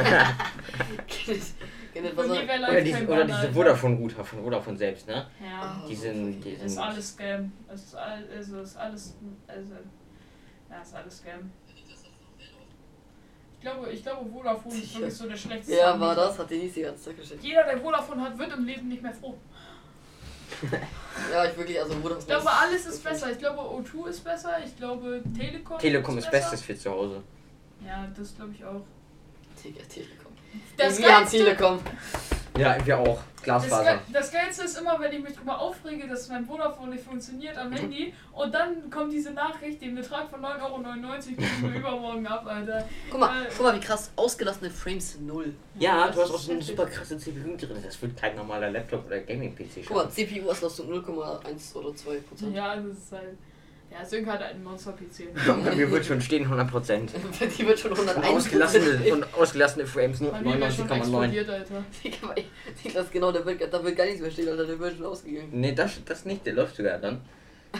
[SPEAKER 2] Kenneth- Kenneth,
[SPEAKER 3] Bei
[SPEAKER 2] was
[SPEAKER 3] mir
[SPEAKER 2] er-
[SPEAKER 3] wäre
[SPEAKER 4] Oder diese,
[SPEAKER 3] Lifetime
[SPEAKER 4] oder
[SPEAKER 3] Bann,
[SPEAKER 4] diese
[SPEAKER 3] Alter.
[SPEAKER 4] Vodafone-Router von Vodafone selbst, ne?
[SPEAKER 3] Ja,
[SPEAKER 2] Ah,
[SPEAKER 4] Die sind, die
[SPEAKER 3] ist
[SPEAKER 4] sind
[SPEAKER 3] alles Scam. Es ist, all, also ist alles. Also, ja, ist alles Scam. Ich glaube, ich glaube, Vodafone
[SPEAKER 4] (laughs)
[SPEAKER 3] ist wirklich so der schlechteste.
[SPEAKER 2] Ja, war
[SPEAKER 3] Anbieter.
[SPEAKER 2] das, hat Denise die ganze Zeit geschickt.
[SPEAKER 3] Jeder, der Vodafone hat, wird im Leben nicht mehr froh.
[SPEAKER 2] Ja, ich wirklich, also wurde
[SPEAKER 3] Ich glaube, alles ist besser. Ich glaube, O2 ist besser. Ich glaube, Telekom.
[SPEAKER 4] Telekom ist
[SPEAKER 3] besser.
[SPEAKER 4] bestes für zu Hause.
[SPEAKER 3] Ja, das glaube ich auch.
[SPEAKER 2] Digga, Telekom.
[SPEAKER 3] Das
[SPEAKER 2] wir haben
[SPEAKER 3] Geilste,
[SPEAKER 2] Telekom.
[SPEAKER 4] Ja, wir auch.
[SPEAKER 3] das, Ge
[SPEAKER 4] Glasfaser.
[SPEAKER 3] das Geilste ist immer, wenn ich mich drüber aufrege, dass mein Vodafone nicht funktioniert am Handy und dann kommt diese Nachricht, den Betrag von 9,99 Euro geben wir übermorgen ab, Alter.
[SPEAKER 2] Guck mal, guck mal, wie krass ausgelassene Frames 0.
[SPEAKER 4] Ja, du
[SPEAKER 3] das
[SPEAKER 4] hast auch
[SPEAKER 3] ist
[SPEAKER 4] so eine
[SPEAKER 3] heftig.
[SPEAKER 4] super krasse CPU drin. Das wird kein normaler Laptop oder Gaming-PC
[SPEAKER 2] Guck mal,
[SPEAKER 4] schaffen.
[SPEAKER 2] CPU-Auslastung 0,1 oder 2 Prozent.
[SPEAKER 3] Ja, das ist halt. Ja, Sönke hat halt
[SPEAKER 4] (laughs)
[SPEAKER 3] einen Monster-PC.
[SPEAKER 4] Bei mir wird schon stehen 100%.
[SPEAKER 2] (laughs) Die wird schon
[SPEAKER 4] Und
[SPEAKER 2] 101
[SPEAKER 4] ausgelassene, und ausgelassene Frames nur
[SPEAKER 3] Bei mir wäre schon
[SPEAKER 4] 99,9.
[SPEAKER 3] explodiert, Alter.
[SPEAKER 2] (laughs) Niklas, genau, da wird, da wird gar nichts mehr stehen, Alter, der wird schon ausgegangen. (laughs)
[SPEAKER 4] Nee, das, das nicht, der läuft sogar dann.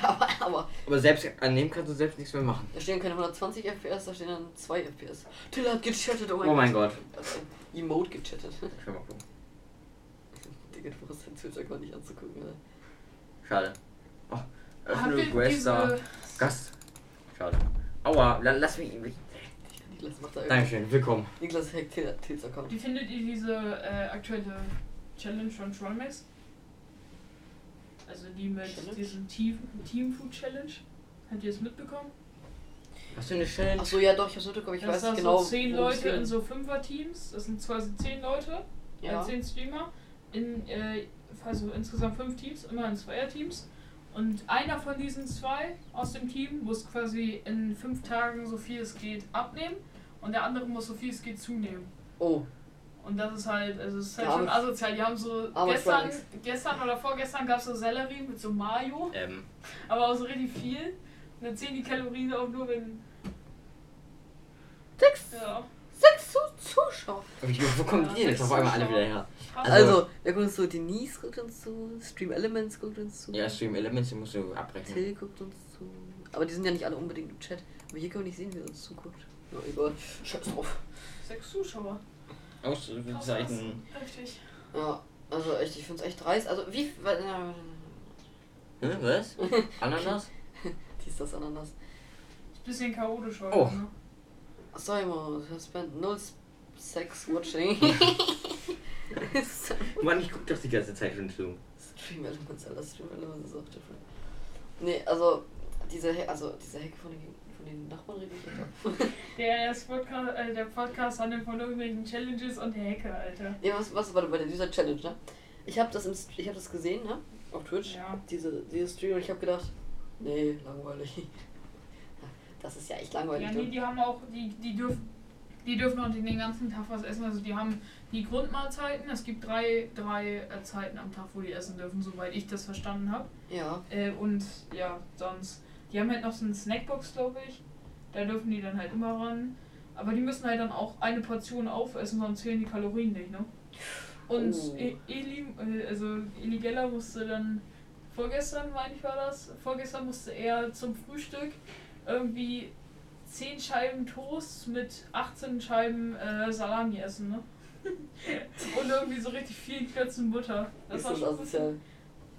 [SPEAKER 2] Aber, aber,
[SPEAKER 4] Aber selbst an dem kannst du selbst nichts mehr machen.
[SPEAKER 2] da stehen keine 120 FPS, da stehen dann 2 FPS. Till hat gechattet, oh mein,
[SPEAKER 4] Oh mein
[SPEAKER 2] Gott.
[SPEAKER 4] Gott.
[SPEAKER 2] Also, Emote gechattet. (laughs)
[SPEAKER 4] Ich will mal gucken.
[SPEAKER 2] Digga, du brauchst dein Twitch-Account nicht anzugucken, Alter.
[SPEAKER 4] Schade. Oh,
[SPEAKER 3] Habt
[SPEAKER 4] öffne
[SPEAKER 3] ihr
[SPEAKER 4] Request da.
[SPEAKER 3] diese-
[SPEAKER 4] Gast. Schade. Aua, la- lass mich. mich-
[SPEAKER 2] Digga, Niklas macht da irgendwas.
[SPEAKER 4] Dankeschön, willkommen.
[SPEAKER 2] Niklas hackt Till, Tills Account.
[SPEAKER 3] Wie findet ihr diese äh, aktuelle Challenge von Trollmax? Also die mit
[SPEAKER 2] Challenge?
[SPEAKER 3] diesem Team, Team Food Challenge. Habt ihr es mitbekommen?
[SPEAKER 4] Hast du eine Challenge?
[SPEAKER 2] Achso, ja doch, ich hab's mitbekommen, ich
[SPEAKER 3] das
[SPEAKER 2] weiß
[SPEAKER 3] sind
[SPEAKER 2] genau.
[SPEAKER 3] so zehn
[SPEAKER 2] worum es
[SPEAKER 3] Leute
[SPEAKER 2] geht.
[SPEAKER 3] in so Fünfer-Teams. Das sind quasi zehn Leute,
[SPEAKER 2] ja.
[SPEAKER 3] äh, zehn Streamer. In, äh, also insgesamt fünf Teams, immer in Zweier-Teams. Und einer von diesen zwei aus dem Team muss quasi in fünf Tagen so viel es geht abnehmen und der andere muss so viel es geht zunehmen.
[SPEAKER 2] Oh,
[SPEAKER 3] Und das ist halt, also es ist halt
[SPEAKER 2] Ja,
[SPEAKER 3] schon
[SPEAKER 2] aber-
[SPEAKER 3] asozial. Die haben so
[SPEAKER 2] aber
[SPEAKER 3] gestern,
[SPEAKER 2] Fridays.
[SPEAKER 3] gestern oder vorgestern gab es so Sellerie mit so Mayo,
[SPEAKER 4] Ähm,
[SPEAKER 3] aber auch so richtig viel. Und dann zählen die Kalorien auch nur, wenn.
[SPEAKER 2] Sechs,
[SPEAKER 3] Ja.
[SPEAKER 2] sechs Zu- Zuschauer.
[SPEAKER 4] wie- wo kommen die
[SPEAKER 3] Ja,
[SPEAKER 4] denn jetzt auf einmal alle
[SPEAKER 3] Zuschauer.
[SPEAKER 4] wieder her?
[SPEAKER 3] Krass.
[SPEAKER 4] Also-
[SPEAKER 2] Also, wer guckt uns zu? Denise guckt uns zu, Stream Elements guckt uns zu,
[SPEAKER 4] Ja, Stream Elements, den musst du abbrechen.
[SPEAKER 2] Till guckt uns zu. Aber die sind ja nicht alle unbedingt im Chat. Aber hier können wir nicht sehen, wer uns zuguckt. Ja, egal. Scheiß drauf.
[SPEAKER 3] Sechs Zuschauer. Krass, krass.
[SPEAKER 4] Ausrufezeichen.
[SPEAKER 3] Heftig.
[SPEAKER 2] Ja, also echt, ich find's echt dreist. Also, wie. wa- na,
[SPEAKER 4] Hä,
[SPEAKER 3] (laughs)
[SPEAKER 4] was? Ananas?
[SPEAKER 2] Die ist das Ananas.
[SPEAKER 3] Ist bisschen chaotisch heute.
[SPEAKER 4] Oh.
[SPEAKER 3] Ne?
[SPEAKER 2] Sorry, Mann, ich spend null S- Sex (laughs) watching.
[SPEAKER 4] Mann, ich guck doch die ganze Zeit schon zu.
[SPEAKER 2] Stream Elements, Alter, Stream Elements ist auch different. Nee, also, diese, He- also, diese Hecke von den, von den Nachbarn rede ich nicht.
[SPEAKER 3] Der, das Podcast, äh, der Podcast handelt von irgendwelchen Challenges und der Hecke, Alter.
[SPEAKER 2] Ja, was, was war bei der dieser Challenge, ne? Ich habe das, im St- ich hab das gesehen, ne? Auf Twitch.
[SPEAKER 3] Ja.
[SPEAKER 2] Diese, diese Stream und ich habe gedacht, nee, langweilig. (laughs) Das ist ja echt langweilig.
[SPEAKER 3] Ja,
[SPEAKER 2] ne?
[SPEAKER 3] nee, die haben auch, die, die dürfen. Die dürfen auch nicht den ganzen Tag was essen. Also die haben die Grundmahlzeiten. Es gibt drei, drei äh, Zeiten am Tag, wo die essen dürfen, soweit ich das verstanden habe.
[SPEAKER 2] Ja,
[SPEAKER 3] Äh, und ja, sonst. Die haben halt noch so eine Snackbox, glaube ich. Da dürfen die dann halt immer ran. Aber die müssen halt dann auch eine Portion aufessen, sonst zählen die Kalorien nicht, ne? Und
[SPEAKER 2] Oh.
[SPEAKER 3] E- Eli, äh, also Eli Geller musste dann, vorgestern meine ich war das, vorgestern musste er zum Frühstück irgendwie 10 Scheiben Toast mit 18 Scheiben äh, Salami essen, ne? (laughs) Und irgendwie so richtig vielen Klötzen Butter.
[SPEAKER 2] ist
[SPEAKER 3] war
[SPEAKER 2] das
[SPEAKER 3] schon ein bisschen-
[SPEAKER 2] asozial.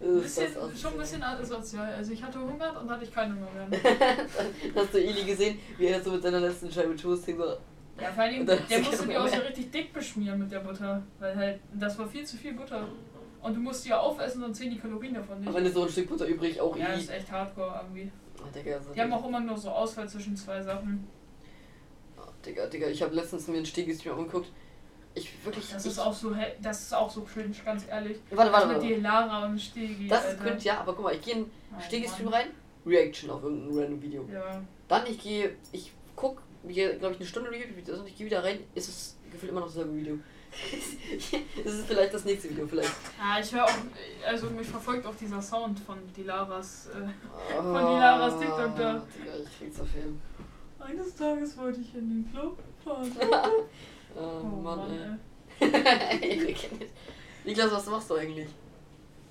[SPEAKER 2] Ist
[SPEAKER 3] bisschen,
[SPEAKER 2] das asozial.
[SPEAKER 3] schon ein bisschen asozial. Also ich hatte Hunger und hatte ich keinen Hunger mehr.
[SPEAKER 2] (laughs) Hast du Eli gesehen, wie er so mit seiner letzten Scheibe Toast hing? So,
[SPEAKER 3] Ja, vor allem,
[SPEAKER 2] Und dann
[SPEAKER 3] der
[SPEAKER 2] hast du
[SPEAKER 3] musste
[SPEAKER 2] keinen
[SPEAKER 3] die auch so
[SPEAKER 2] Hunger
[SPEAKER 3] richtig dick beschmieren mit der Butter. Weil halt, das war viel zu viel Butter. Und du musst die ja aufessen, sonst zählen die Kalorien davon
[SPEAKER 2] am
[SPEAKER 3] nicht.
[SPEAKER 2] Ende so ein Stück Butter übrig, auch
[SPEAKER 3] Ja, das
[SPEAKER 2] Eli.
[SPEAKER 3] ist echt hardcore irgendwie.
[SPEAKER 2] Oh, Digga, also,
[SPEAKER 3] Die haben auch immer nur so Auswahl zwischen zwei Sachen.
[SPEAKER 2] oh, Digga, Digga, ich habe letztens mir einen Stegi-Stream angeguckt. Ich wirklich.
[SPEAKER 3] Das
[SPEAKER 2] ich,
[SPEAKER 3] ist auch so, hä- das ist auch so cringe, ganz ehrlich.
[SPEAKER 2] Warte,
[SPEAKER 3] Das
[SPEAKER 2] warte,
[SPEAKER 3] mit
[SPEAKER 2] warte.
[SPEAKER 3] die Lara und Stegi.
[SPEAKER 2] Das ist
[SPEAKER 3] Alter.
[SPEAKER 2] cringe, ja, aber guck mal, ich gehe in
[SPEAKER 3] Oh,
[SPEAKER 2] einen Stegi-Stream
[SPEAKER 3] Mann.
[SPEAKER 2] rein, Reaction auf irgendein random Video.
[SPEAKER 3] Ja.
[SPEAKER 2] Dann, ich gehe, ich guck mir, glaube ich, eine Stunde YouTube-Videos und ich gehe wieder rein, ist es gefühlt immer noch dasselbe Video. (laughs) es ist vielleicht das nächste Video, vielleicht.
[SPEAKER 3] ja, ich höre auch, also mich verfolgt auch dieser Sound von die Laras. Äh,
[SPEAKER 2] Von
[SPEAKER 3] Dilaras TikTok da.
[SPEAKER 2] Ah, Digga, ich krieg's auf jeden
[SPEAKER 3] Eines Tages wollte ich in den Club fahren.
[SPEAKER 2] (laughs) Oh,
[SPEAKER 3] Oh,
[SPEAKER 2] Mann,
[SPEAKER 3] Mann, ey.
[SPEAKER 2] (laughs) ey. Erik, Niklas, was machst du eigentlich?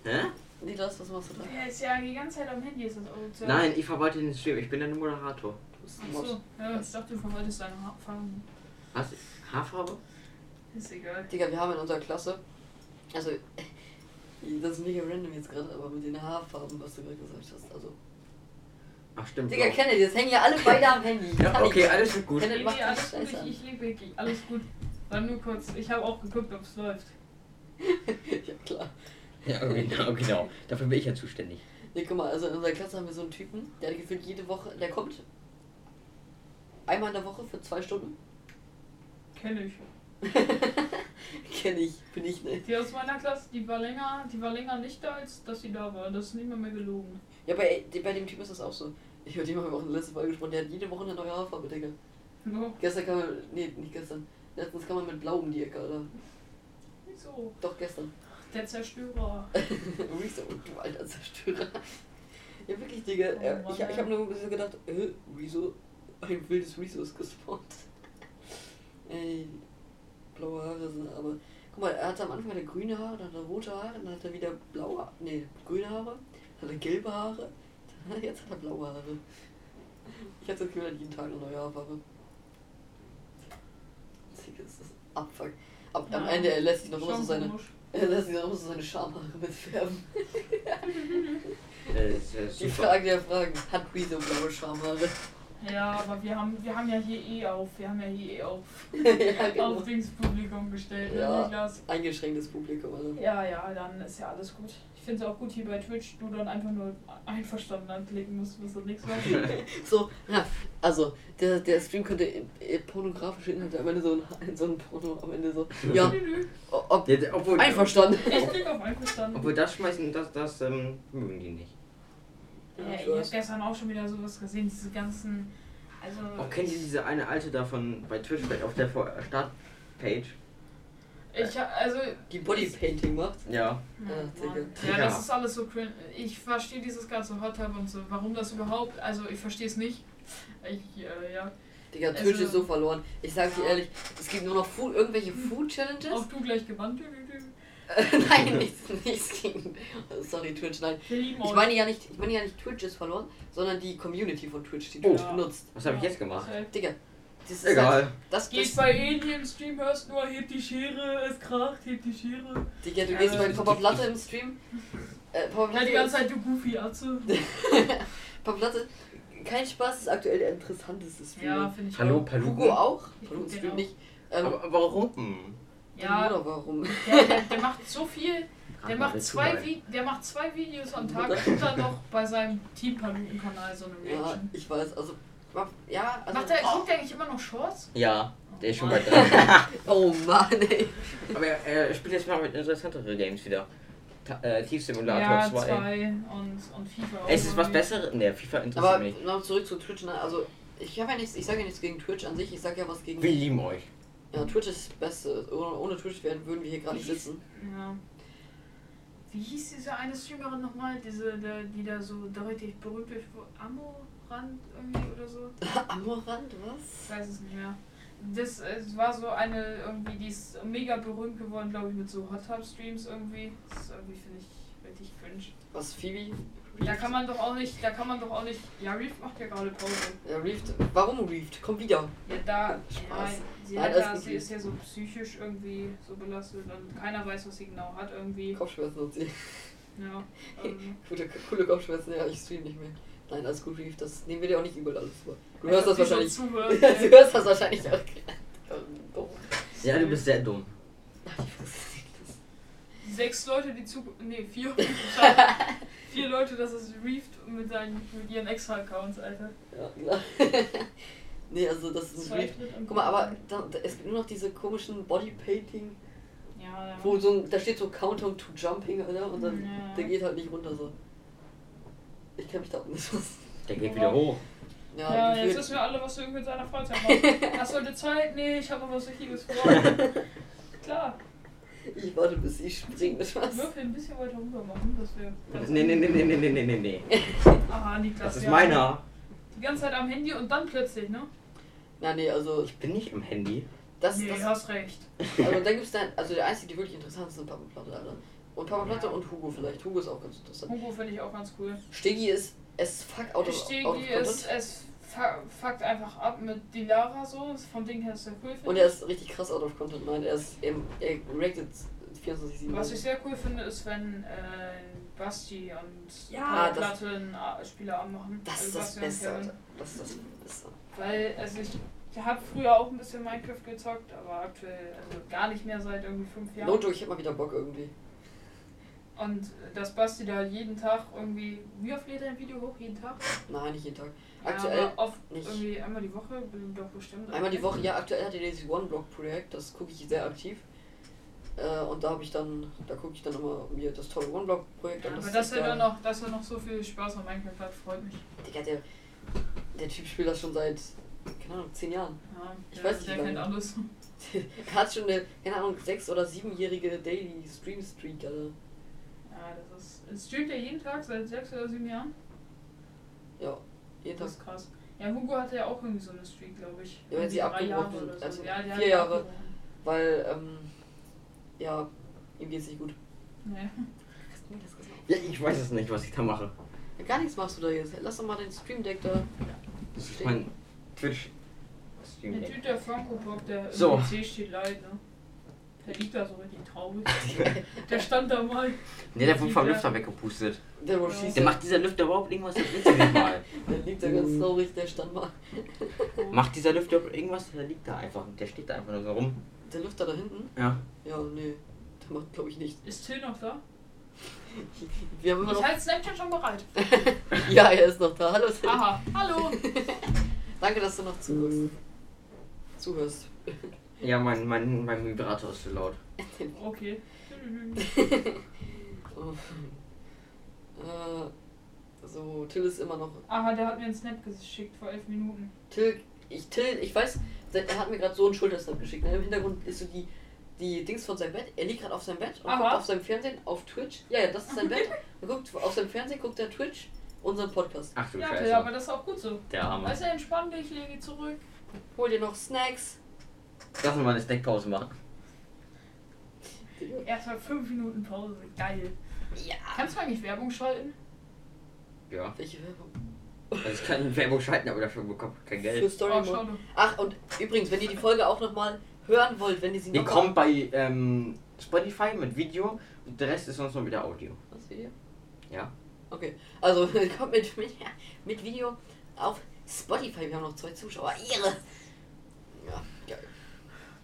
[SPEAKER 4] Hä?
[SPEAKER 2] Niklas, was machst du da?
[SPEAKER 3] Der ist ja die ganze Zeit am Handy, ist das auch so.
[SPEAKER 4] Nein, ich verwalte den Stream. Ich bin der Moderator.
[SPEAKER 2] Du bist ein Mod.
[SPEAKER 3] Achso, ja, ich dachte, du verwaltest deine Haarfarben.
[SPEAKER 4] Was? Haarfarbe?
[SPEAKER 3] Ist egal.
[SPEAKER 2] Digga, wir haben in unserer Klasse, also, das ist mega random jetzt gerade, aber mit den Haarfarben, was du gerade gesagt hast, also.
[SPEAKER 4] Ach, stimmt.
[SPEAKER 2] Digga,
[SPEAKER 4] doch.
[SPEAKER 2] Kennedy, das hängen ja alle beide am Handy.
[SPEAKER 4] ja,
[SPEAKER 2] Kann
[SPEAKER 4] okay,
[SPEAKER 2] ich-
[SPEAKER 4] alles ist gut.
[SPEAKER 2] Kennedy,
[SPEAKER 3] Nee,
[SPEAKER 2] mach
[SPEAKER 3] nee,
[SPEAKER 2] die
[SPEAKER 3] alles gut,
[SPEAKER 2] Scheiße an.
[SPEAKER 3] ich, ich lieg wirklich. Alles gut. War nur kurz. Ich habe auch geguckt, ob es läuft.
[SPEAKER 2] (laughs) Ja, klar.
[SPEAKER 4] (laughs) Ja, genau, genau. Dafür bin ich ja zuständig.
[SPEAKER 2] Ne, guck mal, also in unserer Klasse haben wir so einen Typen, der hat gefühlt jede Woche, der kommt einmal in der Woche für zwei Stunden. (laughs)
[SPEAKER 3] Kenne ich.
[SPEAKER 2] Kenn ich, bin ich, ne?
[SPEAKER 3] Die aus meiner Klasse, die war länger, die war länger nicht da, als dass sie da war. Das ist nicht mehr, mehr gelogen.
[SPEAKER 2] Ja, bei, bei dem Typen ist das auch so. Ich über den haben wir auch in der letzten Folge gesprochen, der hat jede Woche eine neue Haarfarbe, Digga.
[SPEAKER 3] No.
[SPEAKER 2] Gestern kam er, nee, nicht gestern. Letztens kam er mit blau um die Ecke, oder?
[SPEAKER 3] Wieso?
[SPEAKER 2] Doch, gestern.
[SPEAKER 3] Der Zerstörer.
[SPEAKER 2] (laughs) Rezo, oh, du alter Zerstörer. Ja, wirklich, Digga.
[SPEAKER 3] Oh
[SPEAKER 2] äh,
[SPEAKER 3] Mann,
[SPEAKER 2] ich ich
[SPEAKER 3] ey.
[SPEAKER 2] habe nur so gedacht, äh, Rezo, ein wildes Rezo ist gespawnt. Ey, blaue Haare sind aber. Guck mal, er hatte am Anfang hatte er grüne Haare, dann hat er rote Haare, dann hat er wieder blaue Haare. Nee, grüne Haare, dann hat er gelbe Haare, (laughs) dann hat er, jetzt hat er blaue Haare. Ich hatte das Gefühl, er hat jeden Tag eine neue Haarfarbe. Digga, ist das Abfuck. Ab, am
[SPEAKER 3] Ja.
[SPEAKER 2] Ende er lässt sich noch immer so
[SPEAKER 3] Schon
[SPEAKER 2] seine.
[SPEAKER 3] komisch.
[SPEAKER 2] Er lässt sich Äh, auch immer so seine Schamhaare mitfärben.
[SPEAKER 4] Äh, ist ja
[SPEAKER 2] Die
[SPEAKER 4] super.
[SPEAKER 2] Frage der Fragen. Hat Rezo blaue Schamhaare? (laughs)
[SPEAKER 3] Ja, aber wir haben, wir haben ja hier eh auf. Wir haben ja hier eh auf.
[SPEAKER 2] ja, genau.
[SPEAKER 3] Auf ins Publikum gestellt,
[SPEAKER 2] Ja.
[SPEAKER 3] ne, Niklas?
[SPEAKER 2] Eingeschränktes Publikum, also.
[SPEAKER 3] Ja, ja, dann ist ja alles gut. Ich finde es auch gut hier bei Twitch, du dann einfach nur einverstanden anklicken musst, bis du nichts mehr.
[SPEAKER 4] (laughs)
[SPEAKER 2] So, ja, also, der, der Stream könnte in- äh, pornografische Inhalte am Ende so ein, (laughs) so ein Porno am Ende so. Ja,
[SPEAKER 3] Nö,
[SPEAKER 2] o- ob,
[SPEAKER 4] Ja, obwohl,
[SPEAKER 2] einverstanden.
[SPEAKER 3] nö. Ich klicke auf einverstanden.
[SPEAKER 4] Obwohl das schmeißen, das, das ähm, mögen die nicht.
[SPEAKER 3] Ja, ich habe gestern auch schon wieder sowas gesehen, diese ganzen. Also.
[SPEAKER 4] Oh, Auch kennt ihr diese eine alte davon bei Twitch, auf der Vor- äh, Startpage?
[SPEAKER 3] Ich, ha- also,
[SPEAKER 2] (laughs) Die Bodypainting macht.
[SPEAKER 4] Ja.
[SPEAKER 3] Mann.
[SPEAKER 2] Digga.
[SPEAKER 3] ja,
[SPEAKER 4] Ja.
[SPEAKER 3] das ist alles so cringe. Ich verstehe dieses ganze Hot Tub und so. Warum das überhaupt? Also, ich verstehe es nicht. Ich, äh, ja.
[SPEAKER 2] Digga,
[SPEAKER 3] Also-
[SPEAKER 2] Twitch ist so verloren. Ich sag's dir ehrlich, es gibt nur noch Food, irgendwelche Food-Challenges.
[SPEAKER 3] Auch du gleich gewandt. Dü, dü, dü.
[SPEAKER 2] (laughs) nein, nichts, nichts gegen. Sorry, Twitch, nein.
[SPEAKER 3] Wir lieben
[SPEAKER 2] Ich
[SPEAKER 3] euch.
[SPEAKER 2] meine ja nicht, ich meine ja nicht Twitch ist verloren, sondern die Community von Twitch, die
[SPEAKER 4] Oh.
[SPEAKER 2] Twitch benutzt.
[SPEAKER 4] Was habe ich jetzt gemacht?
[SPEAKER 3] Äh,
[SPEAKER 2] Digga, das ist Halt,
[SPEAKER 4] Egal.
[SPEAKER 2] das,
[SPEAKER 3] Geht
[SPEAKER 2] das,
[SPEAKER 3] bei Alien im Stream, hörst nur, hebt die Schere, es kracht, hebt die Schere.
[SPEAKER 2] Digga, du gehst
[SPEAKER 3] Äh,
[SPEAKER 2] bei Papa Platte im Stream. Äh, Papa
[SPEAKER 3] Ja,
[SPEAKER 2] Platte,
[SPEAKER 3] halt die ganze Zeit, du
[SPEAKER 4] (laughs)
[SPEAKER 3] goofy Atze.
[SPEAKER 2] Papa Platte, kein Spaß, ist aktuell der interessanteste
[SPEAKER 3] Ja,
[SPEAKER 2] Stream.
[SPEAKER 3] finde ich.
[SPEAKER 4] Hallo,
[SPEAKER 2] Hugo
[SPEAKER 3] auch.
[SPEAKER 4] Palugo?
[SPEAKER 2] auch?
[SPEAKER 3] Ich
[SPEAKER 2] Von uns
[SPEAKER 3] guck den
[SPEAKER 2] Stream
[SPEAKER 3] auch.
[SPEAKER 2] nicht. Ähm,
[SPEAKER 4] Aber warum?
[SPEAKER 3] Ja,
[SPEAKER 2] Oder warum?
[SPEAKER 3] der, der, der macht so viel. Der
[SPEAKER 4] Ach,
[SPEAKER 3] macht,
[SPEAKER 4] das ist
[SPEAKER 3] zwei
[SPEAKER 4] geil.
[SPEAKER 3] Vi der macht zwei Videos am
[SPEAKER 4] (laughs)
[SPEAKER 3] Tag und dann noch bei seinem Team Paluten-Kanal so eine
[SPEAKER 2] Ja,
[SPEAKER 3] Reaction.
[SPEAKER 2] ich weiß, also. Ja, also.
[SPEAKER 3] Macht er,
[SPEAKER 4] oh.
[SPEAKER 3] guckt er eigentlich immer noch Shorts?
[SPEAKER 4] Ja, der ist schon bei
[SPEAKER 3] (laughs) Mann.
[SPEAKER 4] drei.
[SPEAKER 2] oh Mann, ey.
[SPEAKER 4] Aber er, er spielt jetzt mal mit interessanteren Games wieder. Ta äh, Thief
[SPEAKER 3] Ja,
[SPEAKER 4] Simulator 2.
[SPEAKER 3] zwei und, und FIFA. auch
[SPEAKER 4] Es ist was
[SPEAKER 3] irgendwie.
[SPEAKER 4] Besseres. Ne, FIFA interessiert
[SPEAKER 2] Aber
[SPEAKER 4] mich nicht.
[SPEAKER 2] noch zurück zu Twitch, ne? Also, ich habe ja nichts, ich sage ja nichts gegen Twitch an sich, ich sage ja was gegen.
[SPEAKER 4] Wir lieben euch.
[SPEAKER 2] Ja, Twitch ist das Beste. Ohne, ohne Twitch werden, würden wir hier gerade nicht sitzen.
[SPEAKER 3] Ja. Wie hieß diese eine Streamerin nochmal? Diese, der, die da so da richtig berühmt durch Amorant irgendwie oder so?
[SPEAKER 2] Amorant, was?
[SPEAKER 3] Ich weiß es nicht mehr. Das es war so eine irgendwie, die ist mega berühmt geworden, glaube ich, mit so Hot Tub Streams irgendwie. Das ist irgendwie, finde ich, richtig cringe.
[SPEAKER 2] Was, Phoebe?
[SPEAKER 3] Da kann man doch auch nicht, da kann man doch auch nicht. Ja, Reef macht ja gerade Pause.
[SPEAKER 2] Ja, Reefed. Äh, Warum Reefed? Komm wieder.
[SPEAKER 3] Ja, da.
[SPEAKER 2] Spaß.
[SPEAKER 3] Ja, sie,
[SPEAKER 2] Nein,
[SPEAKER 3] hat
[SPEAKER 2] alles
[SPEAKER 3] da,
[SPEAKER 2] gut.
[SPEAKER 3] sie ist ja so psychisch irgendwie so belastet und keiner weiß, was sie genau hat irgendwie.
[SPEAKER 2] Kopfschmerzen und sie.
[SPEAKER 3] Ja. Ähm,
[SPEAKER 2] (laughs) Gute, coole Kopfschmerzen, ja, ich stream nicht mehr. Nein, alles gut, Reefed. Das nehmen wir dir auch nicht übel alles vor. (laughs) Du hörst das
[SPEAKER 3] als ob sie (laughs)
[SPEAKER 2] wahrscheinlich.
[SPEAKER 3] also
[SPEAKER 2] (laughs) du
[SPEAKER 3] so zuhört, ey.
[SPEAKER 2] hörst das wahrscheinlich auch. Oh.
[SPEAKER 4] Ja, du bist sehr dumm.
[SPEAKER 3] Sechs Leute, die zu. Nee,
[SPEAKER 2] (laughs)
[SPEAKER 3] vier. Scheiße. vier Leute, das ist Reefed mit, seinen, mit ihren Extra-Accounts, Alter.
[SPEAKER 2] Ja, klar. (laughs) nee, also das ist ein
[SPEAKER 3] Zwei
[SPEAKER 2] Reefed.
[SPEAKER 3] Schritt am
[SPEAKER 2] Guck mal, aber
[SPEAKER 3] Kuchen.
[SPEAKER 2] da, da, es gibt nur noch diese komischen Bodypainting,
[SPEAKER 3] Ja, ja.
[SPEAKER 2] wo so ein, da steht so Countdown to Jumping, oder? Und dann
[SPEAKER 3] Ja.
[SPEAKER 2] der geht halt nicht runter so. Ich kenn mich da auch nicht aus.
[SPEAKER 4] Der geht wieder hoch.
[SPEAKER 2] Ja,
[SPEAKER 3] Ja,
[SPEAKER 2] gefühlt.
[SPEAKER 3] jetzt wissen wir alle, was du irgendwie in seiner Freizeit
[SPEAKER 2] (laughs)
[SPEAKER 3] machst. Hast du heute Zeit? Nee, ich habe was Wichtiges vor. Klar,
[SPEAKER 2] ich warte bis ich springe. Spaß.
[SPEAKER 3] Würfel ein bisschen weiter rüber machen, dass wir.
[SPEAKER 4] Nee, nee, nee, nee, nee, nee, nee, nee, nee.
[SPEAKER 3] Aha, Niklas.
[SPEAKER 4] Das ist
[SPEAKER 3] ja.
[SPEAKER 4] meiner.
[SPEAKER 3] Die ganze Zeit am Handy und dann plötzlich, ne?
[SPEAKER 2] Ja, nee, also
[SPEAKER 4] Ich bin nicht im Handy.
[SPEAKER 2] das,
[SPEAKER 3] nee,
[SPEAKER 2] das
[SPEAKER 3] hast recht.
[SPEAKER 4] (laughs)
[SPEAKER 2] also, dann gibt's dann, also der einzige, die wirklich interessant ist, sind Papa Platte, Alter. Und Papa Platte
[SPEAKER 3] Ja.
[SPEAKER 2] und Hugo vielleicht. Hugo ist auch ganz interessant.
[SPEAKER 3] Hugo finde ich auch ganz cool.
[SPEAKER 2] Stegi ist es fuck out of, out of
[SPEAKER 3] Stegi ist,
[SPEAKER 2] content.
[SPEAKER 3] es fa- fuckt einfach ab mit Dilara so. Vom Ding her ist er cool. finde
[SPEAKER 2] Und er ist richtig krass out of content. Nein, er ist eben, er reacted 24-7.
[SPEAKER 3] Was ich sehr cool finde, ist, wenn äh, Basti und
[SPEAKER 2] Ja,
[SPEAKER 3] ja,
[SPEAKER 2] das-
[SPEAKER 3] Platte einen A- Spieler anmachen.
[SPEAKER 2] Das ist
[SPEAKER 3] Also
[SPEAKER 2] das
[SPEAKER 3] Basti und
[SPEAKER 2] Beste,
[SPEAKER 3] Kevin.
[SPEAKER 2] Alter. Das ist das Beste.
[SPEAKER 3] Weil, also ich habe früher auch ein bisschen Minecraft gezockt, aber aktuell also gar nicht mehr seit irgendwie fünf Jahren.
[SPEAKER 2] Noto, ich hab mal wieder Bock irgendwie.
[SPEAKER 3] Und äh, dass Basti da jeden Tag irgendwie, wie oft lädt er ein Video hoch? Jeden Tag?
[SPEAKER 2] Nein, nicht jeden Tag.
[SPEAKER 3] Ja,
[SPEAKER 2] Aktuell
[SPEAKER 3] aber oft
[SPEAKER 2] nicht.
[SPEAKER 3] irgendwie einmal die Woche, bin doch bestimmt.
[SPEAKER 2] einmal die Woche, ja, aktuell hat er dieses One-Block-Projekt, das gucke ich sehr aktiv. Äh, und da habe ich dann, da gucke ich dann immer mir das tolle One-Block-Projekt
[SPEAKER 3] Ja,
[SPEAKER 2] an.
[SPEAKER 3] aber
[SPEAKER 2] ist
[SPEAKER 3] dass er,
[SPEAKER 2] geil.
[SPEAKER 3] dann noch, dass er noch so viel Spaß an Minecraft hat, freut mich.
[SPEAKER 2] Digga, der, der Typ spielt das schon seit, keine Ahnung, zehn Jahren. (laughs)
[SPEAKER 3] Ja,
[SPEAKER 2] Ich
[SPEAKER 3] der,
[SPEAKER 2] weiß nicht,
[SPEAKER 3] der
[SPEAKER 2] wie lange.
[SPEAKER 3] kennt alles.
[SPEAKER 2] er hat schon eine, keine Ahnung, sechs- oder siebenjährige Daily-Stream-Streak, Alter.
[SPEAKER 3] Ja, das ist. Streamt er jeden Tag seit sechs oder sieben Jahren?
[SPEAKER 2] Ja, jeden Tag.
[SPEAKER 3] Das ist krass. Ja, Hugo hatte ja auch irgendwie so eine Streak, glaube ich.
[SPEAKER 2] Ja, weil sie
[SPEAKER 3] Irgendwie drei
[SPEAKER 2] abgebrochen
[SPEAKER 3] Jahre
[SPEAKER 2] sind.
[SPEAKER 3] oder so.
[SPEAKER 2] Also
[SPEAKER 3] ja, die
[SPEAKER 2] vier
[SPEAKER 3] hat die
[SPEAKER 2] Jahre.
[SPEAKER 3] abgebrochen.
[SPEAKER 2] Weil, ähm, ja, ihm geht's nicht gut.
[SPEAKER 3] Nee.
[SPEAKER 4] Ja, ich weiß es nicht, was ich da mache.
[SPEAKER 2] Ja, Gar nichts machst du da jetzt. Lass doch mal den Stream-Deck
[SPEAKER 3] (laughs)
[SPEAKER 2] da.
[SPEAKER 4] Das ist mein Twitch. Stream
[SPEAKER 3] Der Typ, der Funko-Pop, der im
[SPEAKER 4] So.
[SPEAKER 3] PC steht leid, ne? Der liegt da so richtig traurig. der stand da mal.
[SPEAKER 4] Ne, der wurde vom Lüfter weggepustet.
[SPEAKER 2] Der wurde
[SPEAKER 3] Ja.
[SPEAKER 4] Der
[SPEAKER 2] schießen.
[SPEAKER 4] macht Mhm. dieser Lüfter überhaupt irgendwas? Das willst du nicht (laughs) mal.
[SPEAKER 2] Der liegt da ganz traurig, der stand mal.
[SPEAKER 4] Macht dieser Lüfter überhaupt irgendwas? Der liegt da einfach. Der steht da einfach nur so rum.
[SPEAKER 2] Der Lüfter da hinten?
[SPEAKER 4] Ja.
[SPEAKER 2] Ja, nee. Der macht, glaube ich, nichts.
[SPEAKER 3] Ist Till noch da?
[SPEAKER 2] Wir haben immer
[SPEAKER 3] Ich
[SPEAKER 2] noch.
[SPEAKER 3] halte Snapchat schon bereit.
[SPEAKER 2] (laughs) Ja, er ist noch da. Hallo, Tim.
[SPEAKER 3] Aha. Hallo.
[SPEAKER 2] (laughs) Danke, dass du noch zuhörst. Zuhörst. (laughs)
[SPEAKER 4] Ja, mein, mein, mein Vibrator ist zu laut.
[SPEAKER 3] Okay.
[SPEAKER 2] Oh. Äh, so, Till ist immer noch.
[SPEAKER 3] Aha, der hat mir einen Snap geschickt vor elf Minuten.
[SPEAKER 2] Till, ich, Till, ich weiß, seit- er hat mir gerade so einen Schulterstab geschickt. Ne? Im Hintergrund ist so die die Dings von seinem Bett. Er liegt gerade auf seinem Bett und
[SPEAKER 3] Aha.
[SPEAKER 2] guckt auf seinem Fernsehen auf Twitch. Ja, ja, das ist sein Bett. Er guckt auf seinem Fernsehen, guckt er Twitch, unseren Podcast.
[SPEAKER 4] Ach du
[SPEAKER 3] Ja,
[SPEAKER 4] Scheiße.
[SPEAKER 3] Till, aber das ist auch gut so.
[SPEAKER 4] Der Arme.
[SPEAKER 3] Also entspann dich, lege zurück.
[SPEAKER 2] Hol dir noch Snacks.
[SPEAKER 4] Lass uns mal eine Snackpause machen.
[SPEAKER 3] Erstmal 5 Minuten Pause. Geil.
[SPEAKER 2] Ja.
[SPEAKER 3] Kannst du eigentlich Werbung schalten?
[SPEAKER 4] Ja.
[SPEAKER 2] Welche Werbung?
[SPEAKER 4] Also ich kann Werbung schalten, aber dafür bekommt man kein
[SPEAKER 2] Für
[SPEAKER 4] Geld.
[SPEAKER 2] Story
[SPEAKER 3] Oh,
[SPEAKER 2] Mode.
[SPEAKER 3] schade.
[SPEAKER 2] Ach, und übrigens, wenn ihr die Folge auch nochmal hören wollt, wenn ihr sie
[SPEAKER 4] Ihr
[SPEAKER 2] noch
[SPEAKER 4] kommt bei ähm, Spotify mit Video und der Rest ist sonst nur wieder Audio.
[SPEAKER 2] Was, Video?
[SPEAKER 4] Ja.
[SPEAKER 2] Okay, also (laughs) kommt mit, mit, mit Video auf Spotify. Wir haben noch zwei Zuschauer. Ehre! Ja, geil.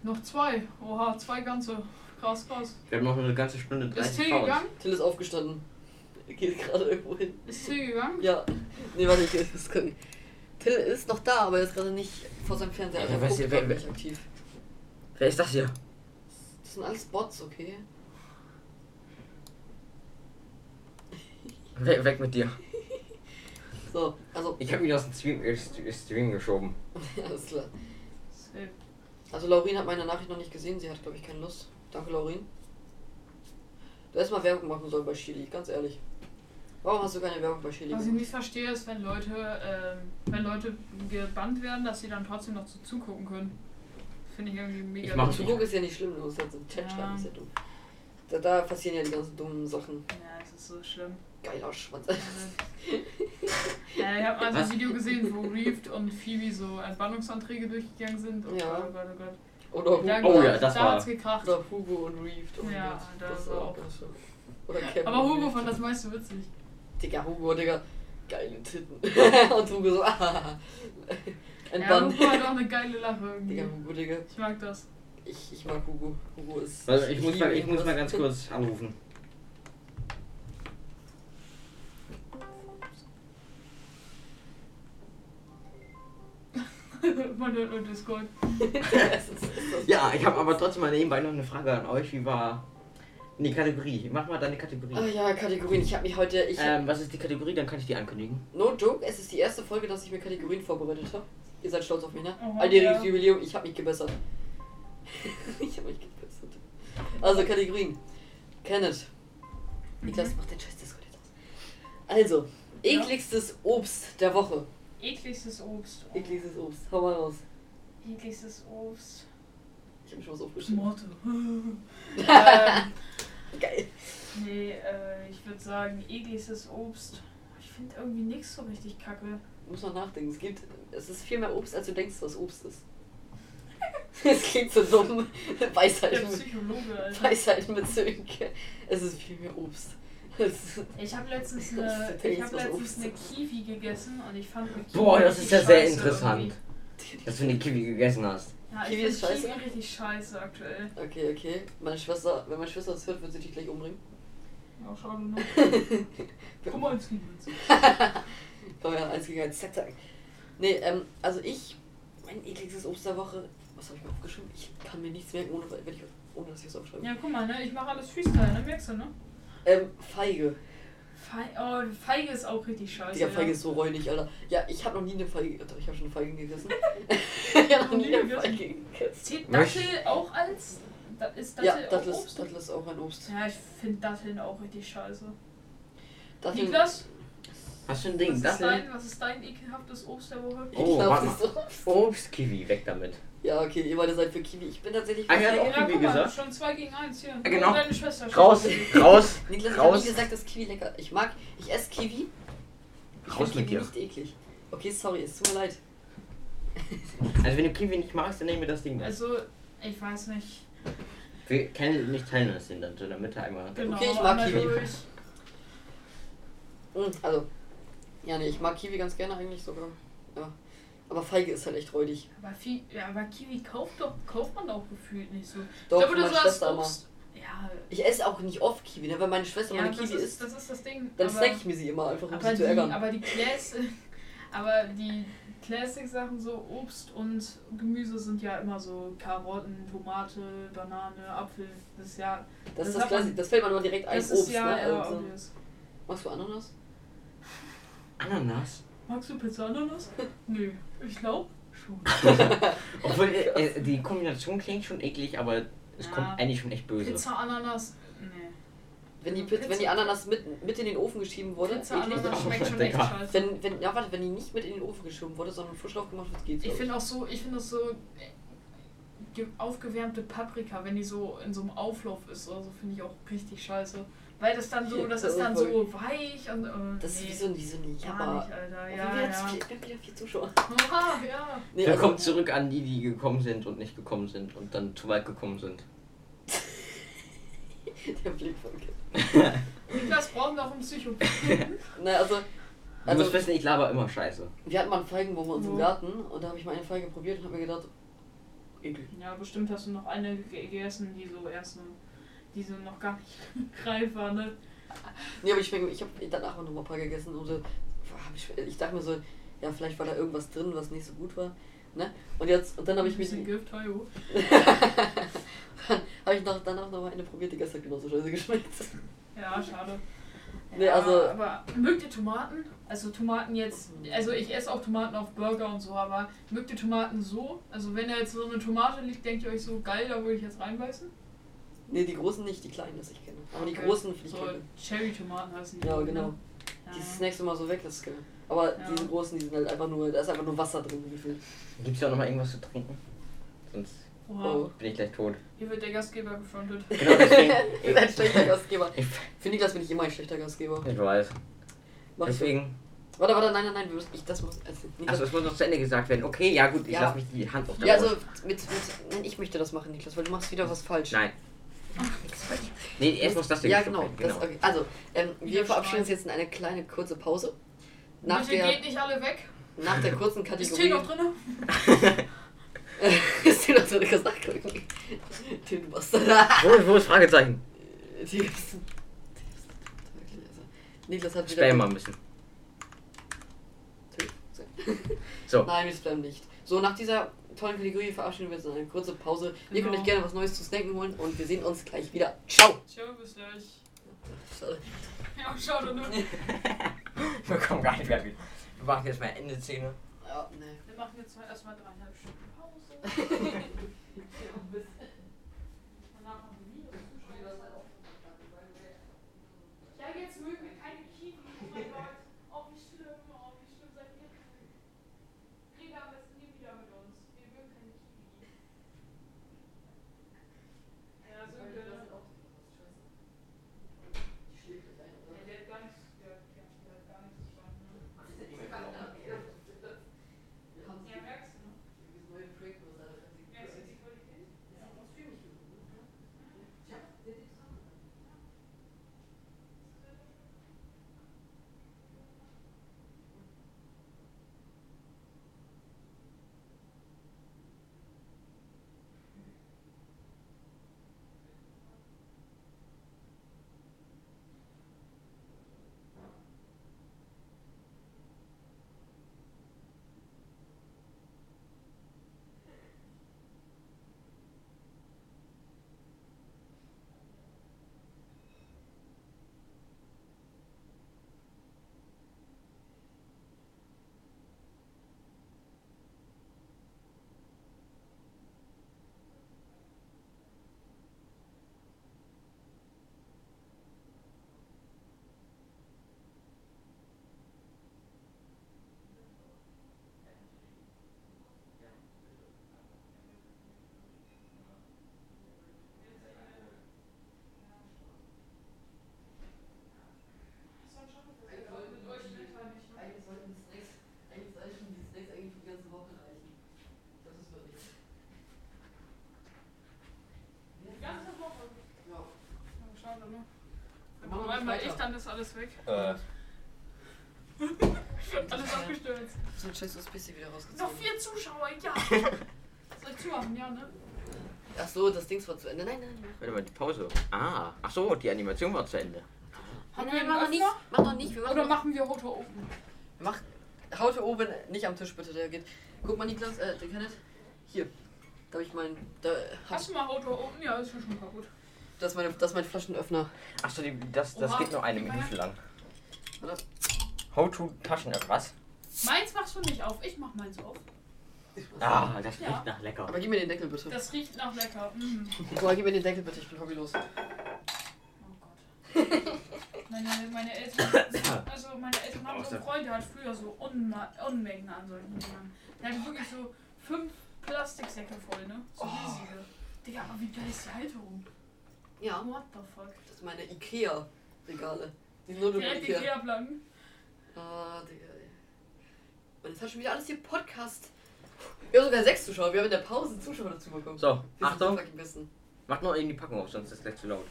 [SPEAKER 3] Noch zwei. Oha, zwei ganze. Krass, krass.
[SPEAKER 4] Wir haben noch eine ganze Stunde
[SPEAKER 3] Ist
[SPEAKER 4] 30
[SPEAKER 3] Till
[SPEAKER 4] vor uns.
[SPEAKER 3] gegangen?
[SPEAKER 2] Till ist aufgestanden. Er Geht gerade irgendwo hin.
[SPEAKER 3] Ist Till gegangen?
[SPEAKER 2] Ja. Nee, warte, ich muss gucken. Till ist noch da, aber er ist gerade nicht vor seinem Fernseher. Also
[SPEAKER 4] Ja,
[SPEAKER 2] er
[SPEAKER 4] weißt
[SPEAKER 2] guckt
[SPEAKER 4] du,
[SPEAKER 2] gerade
[SPEAKER 4] wer-
[SPEAKER 2] nicht aktiv.
[SPEAKER 4] Wer ist das hier?
[SPEAKER 2] Das sind alles Bots, okay?
[SPEAKER 4] We weg mit dir.
[SPEAKER 2] So, also,
[SPEAKER 4] Ich habe ihn aus dem Stream, äh, St- Stream geschoben.
[SPEAKER 2] (laughs) alles klar.
[SPEAKER 3] Safe.
[SPEAKER 2] Also Laurin hat meine Nachricht noch nicht gesehen, sie hat glaube ich keine Lust. Danke Laurin. Du hättest mal Werbung machen sollen bei Chili, ganz ehrlich. Warum hast du keine Werbung bei Chili
[SPEAKER 3] Was ich
[SPEAKER 2] gemacht?
[SPEAKER 3] nicht verstehe, ist, wenn Leute, ähm, wenn Leute gebannt werden, dass sie dann trotzdem noch so zugucken können. Finde ich irgendwie mega.
[SPEAKER 4] Ich mach-
[SPEAKER 3] dumm.
[SPEAKER 2] Zu gucken ist ja nicht schlimm, du musst halt so einen Chat
[SPEAKER 3] Ja.
[SPEAKER 2] schreiben, ist ja dumm. Da, da passieren ja die ganzen dummen Sachen.
[SPEAKER 3] Ja, es ist so schlimm. Also,
[SPEAKER 2] Geiler Schwanz. (laughs)
[SPEAKER 3] (laughs) Ja, ich habe mal so
[SPEAKER 4] Was?
[SPEAKER 3] ein Video gesehen, wo Reeved und Phoebe so Entbannungsanträge durchgegangen sind. Oh
[SPEAKER 2] Ja.
[SPEAKER 3] Gott, oh Gott, oh Gott.
[SPEAKER 2] Oder, Hugo,
[SPEAKER 3] Da-
[SPEAKER 4] Oh ja, das
[SPEAKER 3] da
[SPEAKER 4] war-
[SPEAKER 3] hat's gekracht.
[SPEAKER 2] oder Hugo und Reeved. Oh
[SPEAKER 3] Ja,
[SPEAKER 2] Gott,
[SPEAKER 3] da
[SPEAKER 2] das
[SPEAKER 3] war
[SPEAKER 2] war
[SPEAKER 3] auch-
[SPEAKER 2] auch ganz schön. Oder Kevin.
[SPEAKER 3] Aber
[SPEAKER 2] und
[SPEAKER 3] Hugo
[SPEAKER 2] Reeved.
[SPEAKER 3] fand das meiste witzig.
[SPEAKER 2] Digga, Hugo, Digga. Geile Titten. (laughs) und Hugo so, (laughs) ah.
[SPEAKER 3] Ja,
[SPEAKER 2] Entbannt.
[SPEAKER 3] Hugo hat auch eine geile Lache irgendwie.
[SPEAKER 2] Digga, Hugo, Digga.
[SPEAKER 3] Ich mag das. (laughs)
[SPEAKER 2] Ich, ich mag Hugo. Hugo ist.
[SPEAKER 4] Also ich muss,
[SPEAKER 2] liebe
[SPEAKER 4] mal, ich
[SPEAKER 2] ihn,
[SPEAKER 4] muss
[SPEAKER 2] das-
[SPEAKER 4] mal ganz kurz anrufen.
[SPEAKER 3] Man hört nur Discord.
[SPEAKER 2] (laughs) Es ist- es ist-
[SPEAKER 4] Ja, ich habe aber trotzdem mal nebenbei noch eine Frage an euch. Wie war die Kategorie? Mach mal deine Kategorie.
[SPEAKER 3] Oh,
[SPEAKER 2] Ah ja, Kategorien. Ich habe mich heute. Ich,
[SPEAKER 4] Ähm, was ist die Kategorie? Dann kann ich die ankündigen.
[SPEAKER 2] no joke, es ist die erste Folge, dass ich mir Kategorien vorbereitet habe. Ihr seid stolz auf mich, ne?
[SPEAKER 3] Aha,
[SPEAKER 2] Alljähriges
[SPEAKER 3] Oh, ja.
[SPEAKER 2] Jubiläum, ich habe mich gebessert. (laughs) ich habe mich gebessert. Also Kategorien. Kenneth. Niklas, mach den scheiß Discord jetzt aus. Also,
[SPEAKER 3] Mhm. Ja.
[SPEAKER 2] ekligstes Obst der Woche.
[SPEAKER 3] Ekligstes Obst. Oh.
[SPEAKER 2] Ekligstes Obst. Hau mal raus.
[SPEAKER 3] Ekligstes Obst.
[SPEAKER 2] Ich habe schon was aufgeschrieben. (laughs)
[SPEAKER 3] (laughs) Tomate. ähm,
[SPEAKER 2] Geil.
[SPEAKER 3] nee, äh, ich würde sagen, ekligstes Obst. Ich finde irgendwie nichts so richtig kacke.
[SPEAKER 2] Muss man nachdenken. Es gibt. Es ist viel mehr Obst, als du denkst, was Obst ist. (laughs) Es klingt so dumm. (laughs) Weisheit.
[SPEAKER 3] Der Psychologe,
[SPEAKER 2] (laughs)
[SPEAKER 3] Alter.
[SPEAKER 2] Weisheiten mit Sönke. Es ist viel mehr Obst. Es ist-
[SPEAKER 3] Ich habe letztens, eine,
[SPEAKER 2] Das ist
[SPEAKER 3] ich hab
[SPEAKER 2] was
[SPEAKER 3] letztens
[SPEAKER 2] Obst.
[SPEAKER 3] eine Kiwi gegessen und ich fand eine Kiwi
[SPEAKER 4] Boah, das
[SPEAKER 3] richtig
[SPEAKER 4] ist ja sehr
[SPEAKER 3] scheiße
[SPEAKER 4] interessant,
[SPEAKER 3] irgendwie.
[SPEAKER 4] dass du den Kiwi gegessen hast.
[SPEAKER 3] Ja, ich
[SPEAKER 2] Kiwi
[SPEAKER 3] finde
[SPEAKER 2] ist scheiße?
[SPEAKER 3] Kiwi richtig scheiße aktuell.
[SPEAKER 2] Okay, okay. Meine Schwester, wenn meine Schwester das hört, wird sie dich gleich umbringen. (laughs)
[SPEAKER 3] Ja, schade noch.
[SPEAKER 4] (laughs)
[SPEAKER 2] (laughs)
[SPEAKER 3] Guck mal ins Kiwi.
[SPEAKER 2] Euer einziger als Zack, zack. Nee, ähm, also ich, mein ekligstes Obst der Woche, was habe ich mir aufgeschrieben? Ich kann mir nichts merken, ohne, wenn ich, ohne dass ich es aufschreibe.
[SPEAKER 3] Ja, guck mal, ne? ich mache alles Freestyle, ne? Merkst du, ne?
[SPEAKER 2] Ähm, Feige.
[SPEAKER 3] Fei oh, Feige ist auch richtig scheiße.
[SPEAKER 2] Digga, Feige
[SPEAKER 3] ja.
[SPEAKER 2] ist so räudig, Alter. Ja, ich habe noch nie eine Feige, Alter, ich habe schon Feige
[SPEAKER 3] (laughs)
[SPEAKER 2] gegessen. (laughs) ich habe noch nie eine Feige gegessen.
[SPEAKER 3] Zählt
[SPEAKER 4] Möcht-
[SPEAKER 3] Dattel auch als. Da, ist Dattel
[SPEAKER 2] Ja,
[SPEAKER 3] auch
[SPEAKER 2] das ist,
[SPEAKER 3] Obst?
[SPEAKER 2] das ist auch ein Obst.
[SPEAKER 3] Ja, ich finde Datteln auch richtig scheiße.
[SPEAKER 2] Das sind-
[SPEAKER 3] Niklas,
[SPEAKER 4] Hast du ein
[SPEAKER 3] was
[SPEAKER 4] Ding?
[SPEAKER 3] ist,
[SPEAKER 4] Datteln?
[SPEAKER 3] dein, was ist dein ekelhaftes Obst der Woche?
[SPEAKER 2] Ich
[SPEAKER 4] Oh,
[SPEAKER 2] glaube,
[SPEAKER 4] warte
[SPEAKER 2] das ist so.
[SPEAKER 4] Obstkiwi, weg damit.
[SPEAKER 2] Ja, okay, ihr beide seid für Kiwi. Ich bin tatsächlich für
[SPEAKER 4] Ah, ja,
[SPEAKER 2] Feige.
[SPEAKER 4] doch.
[SPEAKER 3] Ja,
[SPEAKER 4] wie
[SPEAKER 3] guck mal,
[SPEAKER 4] gesagt.
[SPEAKER 3] schon 2 gegen 1 hier.
[SPEAKER 4] genau.
[SPEAKER 3] Deine Schwester schon.
[SPEAKER 4] Raus, raus,
[SPEAKER 2] (laughs) Niklas, ich habe nie
[SPEAKER 4] raus.
[SPEAKER 2] gesagt, dass Kiwi lecker Ich mag, ich esse Kiwi. Ich
[SPEAKER 4] Raus
[SPEAKER 2] find
[SPEAKER 4] mit
[SPEAKER 2] Kiwi
[SPEAKER 4] dir.
[SPEAKER 2] nicht eklig. Okay, sorry, es tut mir leid.
[SPEAKER 4] Also wenn du Kiwi nicht magst, dann nehmen wir das Ding. weg.
[SPEAKER 3] Also, ich weiß nicht.
[SPEAKER 4] Wir können nicht teilen das Ding dann so in der Mitte einmal.
[SPEAKER 3] Genau,
[SPEAKER 2] Okay, ich mag
[SPEAKER 3] einmal
[SPEAKER 2] Kiwi.
[SPEAKER 3] durch.
[SPEAKER 2] Mm, Also, ja, nee, ich mag Kiwi ganz gerne eigentlich sogar. Ja. Aber Feige ist halt echt räudig.
[SPEAKER 3] Aber, Fi- ja, aber Kiwi kauft, doch, kauft man doch gefühlt nicht so.
[SPEAKER 2] Doch,
[SPEAKER 3] ich glaube,
[SPEAKER 2] meine
[SPEAKER 3] das war
[SPEAKER 2] Schwester
[SPEAKER 3] das
[SPEAKER 2] immer.
[SPEAKER 3] Obst. Ja,
[SPEAKER 2] Ich esse auch nicht oft Kiwi, ne? Wenn meine Schwester
[SPEAKER 3] ja
[SPEAKER 2] meine
[SPEAKER 3] das,
[SPEAKER 2] Kiwi
[SPEAKER 3] ist,
[SPEAKER 2] isst,
[SPEAKER 3] das ist das Ding.
[SPEAKER 2] dann
[SPEAKER 3] aber-
[SPEAKER 2] snack ich mir sie immer einfach, um
[SPEAKER 3] Aber
[SPEAKER 2] sie zu
[SPEAKER 3] die,
[SPEAKER 2] ärgern.
[SPEAKER 3] aber die Class, (laughs) aber die Classic-Sachen, so Obst und Gemüse sind ja immer so Karotten, Tomate, Banane, Apfel. Das ist ja,
[SPEAKER 2] Das ist
[SPEAKER 3] das
[SPEAKER 2] das
[SPEAKER 3] hat man-
[SPEAKER 2] Klassik. Das fällt man immer direkt ein.
[SPEAKER 3] das
[SPEAKER 2] Obst,
[SPEAKER 3] ist ja
[SPEAKER 2] ne?
[SPEAKER 3] eher
[SPEAKER 2] Also,
[SPEAKER 3] obvious.
[SPEAKER 2] magst du Ananas?
[SPEAKER 4] Ananas?
[SPEAKER 3] Magst du
[SPEAKER 2] (laughs)
[SPEAKER 3] Pizza Ananas? Nö, ich glaube schon.
[SPEAKER 4] Obwohl, äh, äh, die Kombination klingt schon eklig, aber Es
[SPEAKER 3] Ja.
[SPEAKER 4] kommt eigentlich schon echt böse.
[SPEAKER 3] Pizza Ananas. Nee.
[SPEAKER 2] Wenn die, Pizza, wenn die Ananas mit, mit in den Ofen geschrieben wurde,
[SPEAKER 3] Pizza
[SPEAKER 2] eklig.
[SPEAKER 3] Ananas schmeckt schon echt
[SPEAKER 4] Digga.
[SPEAKER 3] scheiße.
[SPEAKER 2] Wenn, wenn, ja, warte, wenn die nicht mit in den Ofen geschoben wurde, sondern frisch aufgemacht wird, geht's
[SPEAKER 3] Ich
[SPEAKER 2] glaub
[SPEAKER 3] finde auch so, ich finde das so äh, ge- aufgewärmte Paprika, wenn die so in so einem Auflauf ist oder so, finde ich auch richtig scheiße. Weil das dann
[SPEAKER 2] (laughs)
[SPEAKER 3] so,
[SPEAKER 2] Hier,
[SPEAKER 3] das
[SPEAKER 2] das
[SPEAKER 3] ist dann
[SPEAKER 2] ist voll-
[SPEAKER 3] so weich und äh,
[SPEAKER 2] Das ist
[SPEAKER 3] nee,
[SPEAKER 2] wie so, ein- wie so eine
[SPEAKER 3] gar
[SPEAKER 2] Jammer.
[SPEAKER 3] nicht, Alter.
[SPEAKER 2] Oh,
[SPEAKER 3] Ja,
[SPEAKER 2] wir, haben
[SPEAKER 3] ja.
[SPEAKER 2] jetzt Viel, wir haben wieder vier Zuschauer.
[SPEAKER 3] Oha, ja.
[SPEAKER 2] Nee, also-
[SPEAKER 4] Willkommen zurück an die, die gekommen sind und nicht gekommen sind und dann zu weit gekommen sind.
[SPEAKER 2] (laughs) Der Blick von Kim.
[SPEAKER 3] Niklas braucht noch einen
[SPEAKER 2] (laughs)
[SPEAKER 3] Psychopathen.
[SPEAKER 2] Na, also,
[SPEAKER 4] Du
[SPEAKER 2] also
[SPEAKER 4] musst wissen, ich laber immer scheiße.
[SPEAKER 2] wir hatten mal einen Feigen bei uns im
[SPEAKER 3] Mhm.
[SPEAKER 2] Garten und da habe ich mal eine Feige probiert und habe mir gedacht, ekel.
[SPEAKER 3] ja, bestimmt hast du noch eine ge- gegessen, die so erst so, die so noch gar nicht (laughs) reif war, ne?
[SPEAKER 2] Nee, aber ich, schmeck- ich habe danach auch noch mal ein paar gegessen und so, boah, hab ich, ich dachte mir so, ja, vielleicht war da irgendwas drin, was nicht so gut war. Ne? Und jetzt, und dann habe ich mich. (laughs)
[SPEAKER 3] Bisschen Gift, hallo.
[SPEAKER 2] habe ich noch, danach noch mal eine probiert, die gestern genauso scheiße geschmeckt. (laughs)
[SPEAKER 3] Ja, schade.
[SPEAKER 2] Nee,
[SPEAKER 3] ja,
[SPEAKER 2] also-
[SPEAKER 3] aber mögt ihr Tomaten? Also Tomaten jetzt, also ich esse auch Tomaten auf Burger und so, aber mögt ihr Tomaten so? Also wenn da jetzt so eine Tomate liegt, denkt ihr euch so, geil, da würde ich jetzt reinbeißen?
[SPEAKER 2] Nee, die großen nicht, die kleinen, das ich kenne. Aber die
[SPEAKER 3] Okay.
[SPEAKER 2] großen finde ich
[SPEAKER 3] So
[SPEAKER 2] kacke.
[SPEAKER 3] Cherry-Tomaten heißen die.
[SPEAKER 2] Ja,
[SPEAKER 3] ne?
[SPEAKER 2] genau.
[SPEAKER 3] Ja.
[SPEAKER 2] Die snackst du mal so weg, das ist kacke. Aber
[SPEAKER 3] Ja.
[SPEAKER 2] diese großen, die sind halt einfach nur, da ist einfach nur Wasser drin gefühlt.
[SPEAKER 4] Gibt es da auch nochmal irgendwas zu trinken? Sonst
[SPEAKER 3] Oha.
[SPEAKER 2] Oh.
[SPEAKER 4] bin ich gleich tot.
[SPEAKER 3] Hier wird der Gastgeber gefrontet.
[SPEAKER 4] Genau deswegen.
[SPEAKER 2] ist ein schlechter Gastgeber.
[SPEAKER 4] ich,
[SPEAKER 2] Für Niklas bin ich immer ein schlechter Gastgeber.
[SPEAKER 4] ich weiß.
[SPEAKER 2] Mach ich so.
[SPEAKER 4] Deswegen.
[SPEAKER 2] Warte, warte, nein, nein, nein, wir müssen, ich, das muss. Also, Niklas,
[SPEAKER 4] Achso, es muss noch zu Ende gesagt werden. Okay, ja gut, ich
[SPEAKER 2] Ja.
[SPEAKER 4] lass mich die Hand auf der
[SPEAKER 2] ja,
[SPEAKER 4] Brust.
[SPEAKER 2] also, mit, mit, nein, ich möchte das machen, Niklas, weil du machst wieder was falsch.
[SPEAKER 4] Nein. Nee, erst muss das hier
[SPEAKER 2] Ja,
[SPEAKER 4] gestoppt
[SPEAKER 2] genau.
[SPEAKER 4] werden,
[SPEAKER 2] Das, okay. Also, ähm, wir
[SPEAKER 3] Wieder
[SPEAKER 2] verabschieden
[SPEAKER 3] schreien.
[SPEAKER 2] uns jetzt in eine kleine kurze Pause. (laughs) Nach
[SPEAKER 3] Bitte
[SPEAKER 2] der,
[SPEAKER 3] geht nicht alle weg.
[SPEAKER 2] nach der kurzen
[SPEAKER 3] Ist Tee
[SPEAKER 2] Kategorie.
[SPEAKER 3] noch drinne?
[SPEAKER 2] (laughs) Ist dir noch so eine Kasachrücken? Tim, du Bastard.
[SPEAKER 4] (laughs) Wo, wo ist Fragezeichen?
[SPEAKER 2] (laughs) Die ganzen- Niklas hat wieder.
[SPEAKER 4] Spam mal ein bisschen. So.
[SPEAKER 2] Nein, wir spammen nicht. So, nach dieser tollen Kategorie verabschieden wir uns in eine kurze Pause. Ihr
[SPEAKER 3] Genau.
[SPEAKER 2] könnt euch gerne was Neues zu snacken holen und wir sehen uns gleich wieder. Ciao!
[SPEAKER 3] Ciao, bis gleich.
[SPEAKER 2] Schade.
[SPEAKER 3] Ja, schade, ne?
[SPEAKER 4] (laughs) Wir kommen gar nicht mehr wieder. Wir machen jetzt mal Ende-Szene.
[SPEAKER 2] Ja, nee.
[SPEAKER 3] Wir machen jetzt mal erstmal dreieinhalb Stunden
[SPEAKER 2] (laughs)
[SPEAKER 3] Pause. Danach haben wir wieder Zuschauer. Ja, jetzt mögen wir keine Kiefen. Oh mein Gott. Auch nicht schlimm, auch nicht schlimm. Seid ihr cool. Reda, am besten nie wieder mit uns. Wir mögen keine Kiefen. Ja, so ja, der hat gar nichts, der, der, der hat gar nichts verstanden. ne? Ja, merkst du, ne? Merkst du die Qualität?
[SPEAKER 2] Eigentlich sollten die Snacks, eigentlich sollten die Snacks eigentlich für die ganze Woche reichen. Das ist wirklich.
[SPEAKER 3] Die ganze Woche.
[SPEAKER 2] Ja.
[SPEAKER 3] Ja, Schade, ne?
[SPEAKER 2] Dann
[SPEAKER 3] Wenn
[SPEAKER 2] machen wir
[SPEAKER 3] auf einmal
[SPEAKER 2] weiter.
[SPEAKER 3] ich, dann ist alles weg.
[SPEAKER 2] (laughs)
[SPEAKER 4] Äh.
[SPEAKER 3] Alles abgestürzt.
[SPEAKER 2] So ein scheiß USB-C wieder rausgezogen.
[SPEAKER 3] Noch vier Zuschauer,
[SPEAKER 2] (laughs)
[SPEAKER 3] ja! Soll ich zuhaben, ja, ne?
[SPEAKER 2] Ach so, das Ding war zu Ende. Nein, nein, nein.
[SPEAKER 4] Warte mal, die Pause. Ah, ach so, die Animation war zu Ende.
[SPEAKER 3] Haben wir
[SPEAKER 2] nein
[SPEAKER 3] einen
[SPEAKER 2] mach noch nicht.
[SPEAKER 3] Öffner?
[SPEAKER 2] Mach noch nicht. Wir machen
[SPEAKER 3] Oder machen wir Hoto Open?
[SPEAKER 2] Mach. Haut hier oben nicht am Tisch, bitte. Der geht. Guck mal, Niklas, äh, der kann nicht. Hier. Da hab ich meinen. Da, hab,
[SPEAKER 3] Hast du mal Hoto Open? Ja, ist ja schon kaputt.
[SPEAKER 2] das, ist meine, das ist mein Flaschenöffner.
[SPEAKER 4] Ach so, die, das, das
[SPEAKER 3] Oha.
[SPEAKER 4] geht nur eine Minute lang.
[SPEAKER 2] Warte.
[SPEAKER 4] How to Taschen was?
[SPEAKER 3] Meins machst du nicht auf, ich mach meins auf.
[SPEAKER 4] Ah, das
[SPEAKER 3] Ja.
[SPEAKER 4] riecht nach lecker.
[SPEAKER 2] Aber gib mir den Deckel bitte.
[SPEAKER 3] Das riecht nach lecker.
[SPEAKER 4] (laughs)
[SPEAKER 3] Mm.
[SPEAKER 2] Boah, gib mir den Deckel bitte, ich bin hobbylos.
[SPEAKER 3] Oh Gott. Meine, meine Eltern, also meine Eltern haben so einen Freund, der hat früher so Unma Unmengen an solchen Dingern. Der hatte wirklich so fünf Plastiksäcke voll, ne?
[SPEAKER 4] Oh.
[SPEAKER 3] So riesige. Digga, aber wie geil ist die Halterung?
[SPEAKER 4] Ah.
[SPEAKER 2] Ja,
[SPEAKER 3] What the fuck?
[SPEAKER 2] das sind meine Ikea-Regale. Die sind nur durch
[SPEAKER 3] Direkt die
[SPEAKER 2] Ikea.
[SPEAKER 3] Kehrplanken.
[SPEAKER 2] Ah, Digga, ey. Und jetzt hat schon wieder alles hier Podcast. Wir haben sogar sechs Zuschauer. Wir haben in der Pause Zuschauer dazu bekommen.
[SPEAKER 4] So,
[SPEAKER 2] Wir sind
[SPEAKER 4] Achtung,
[SPEAKER 2] fucking Besten.
[SPEAKER 4] macht noch irgendwie die Packung auf, sonst ist gleich zu laut.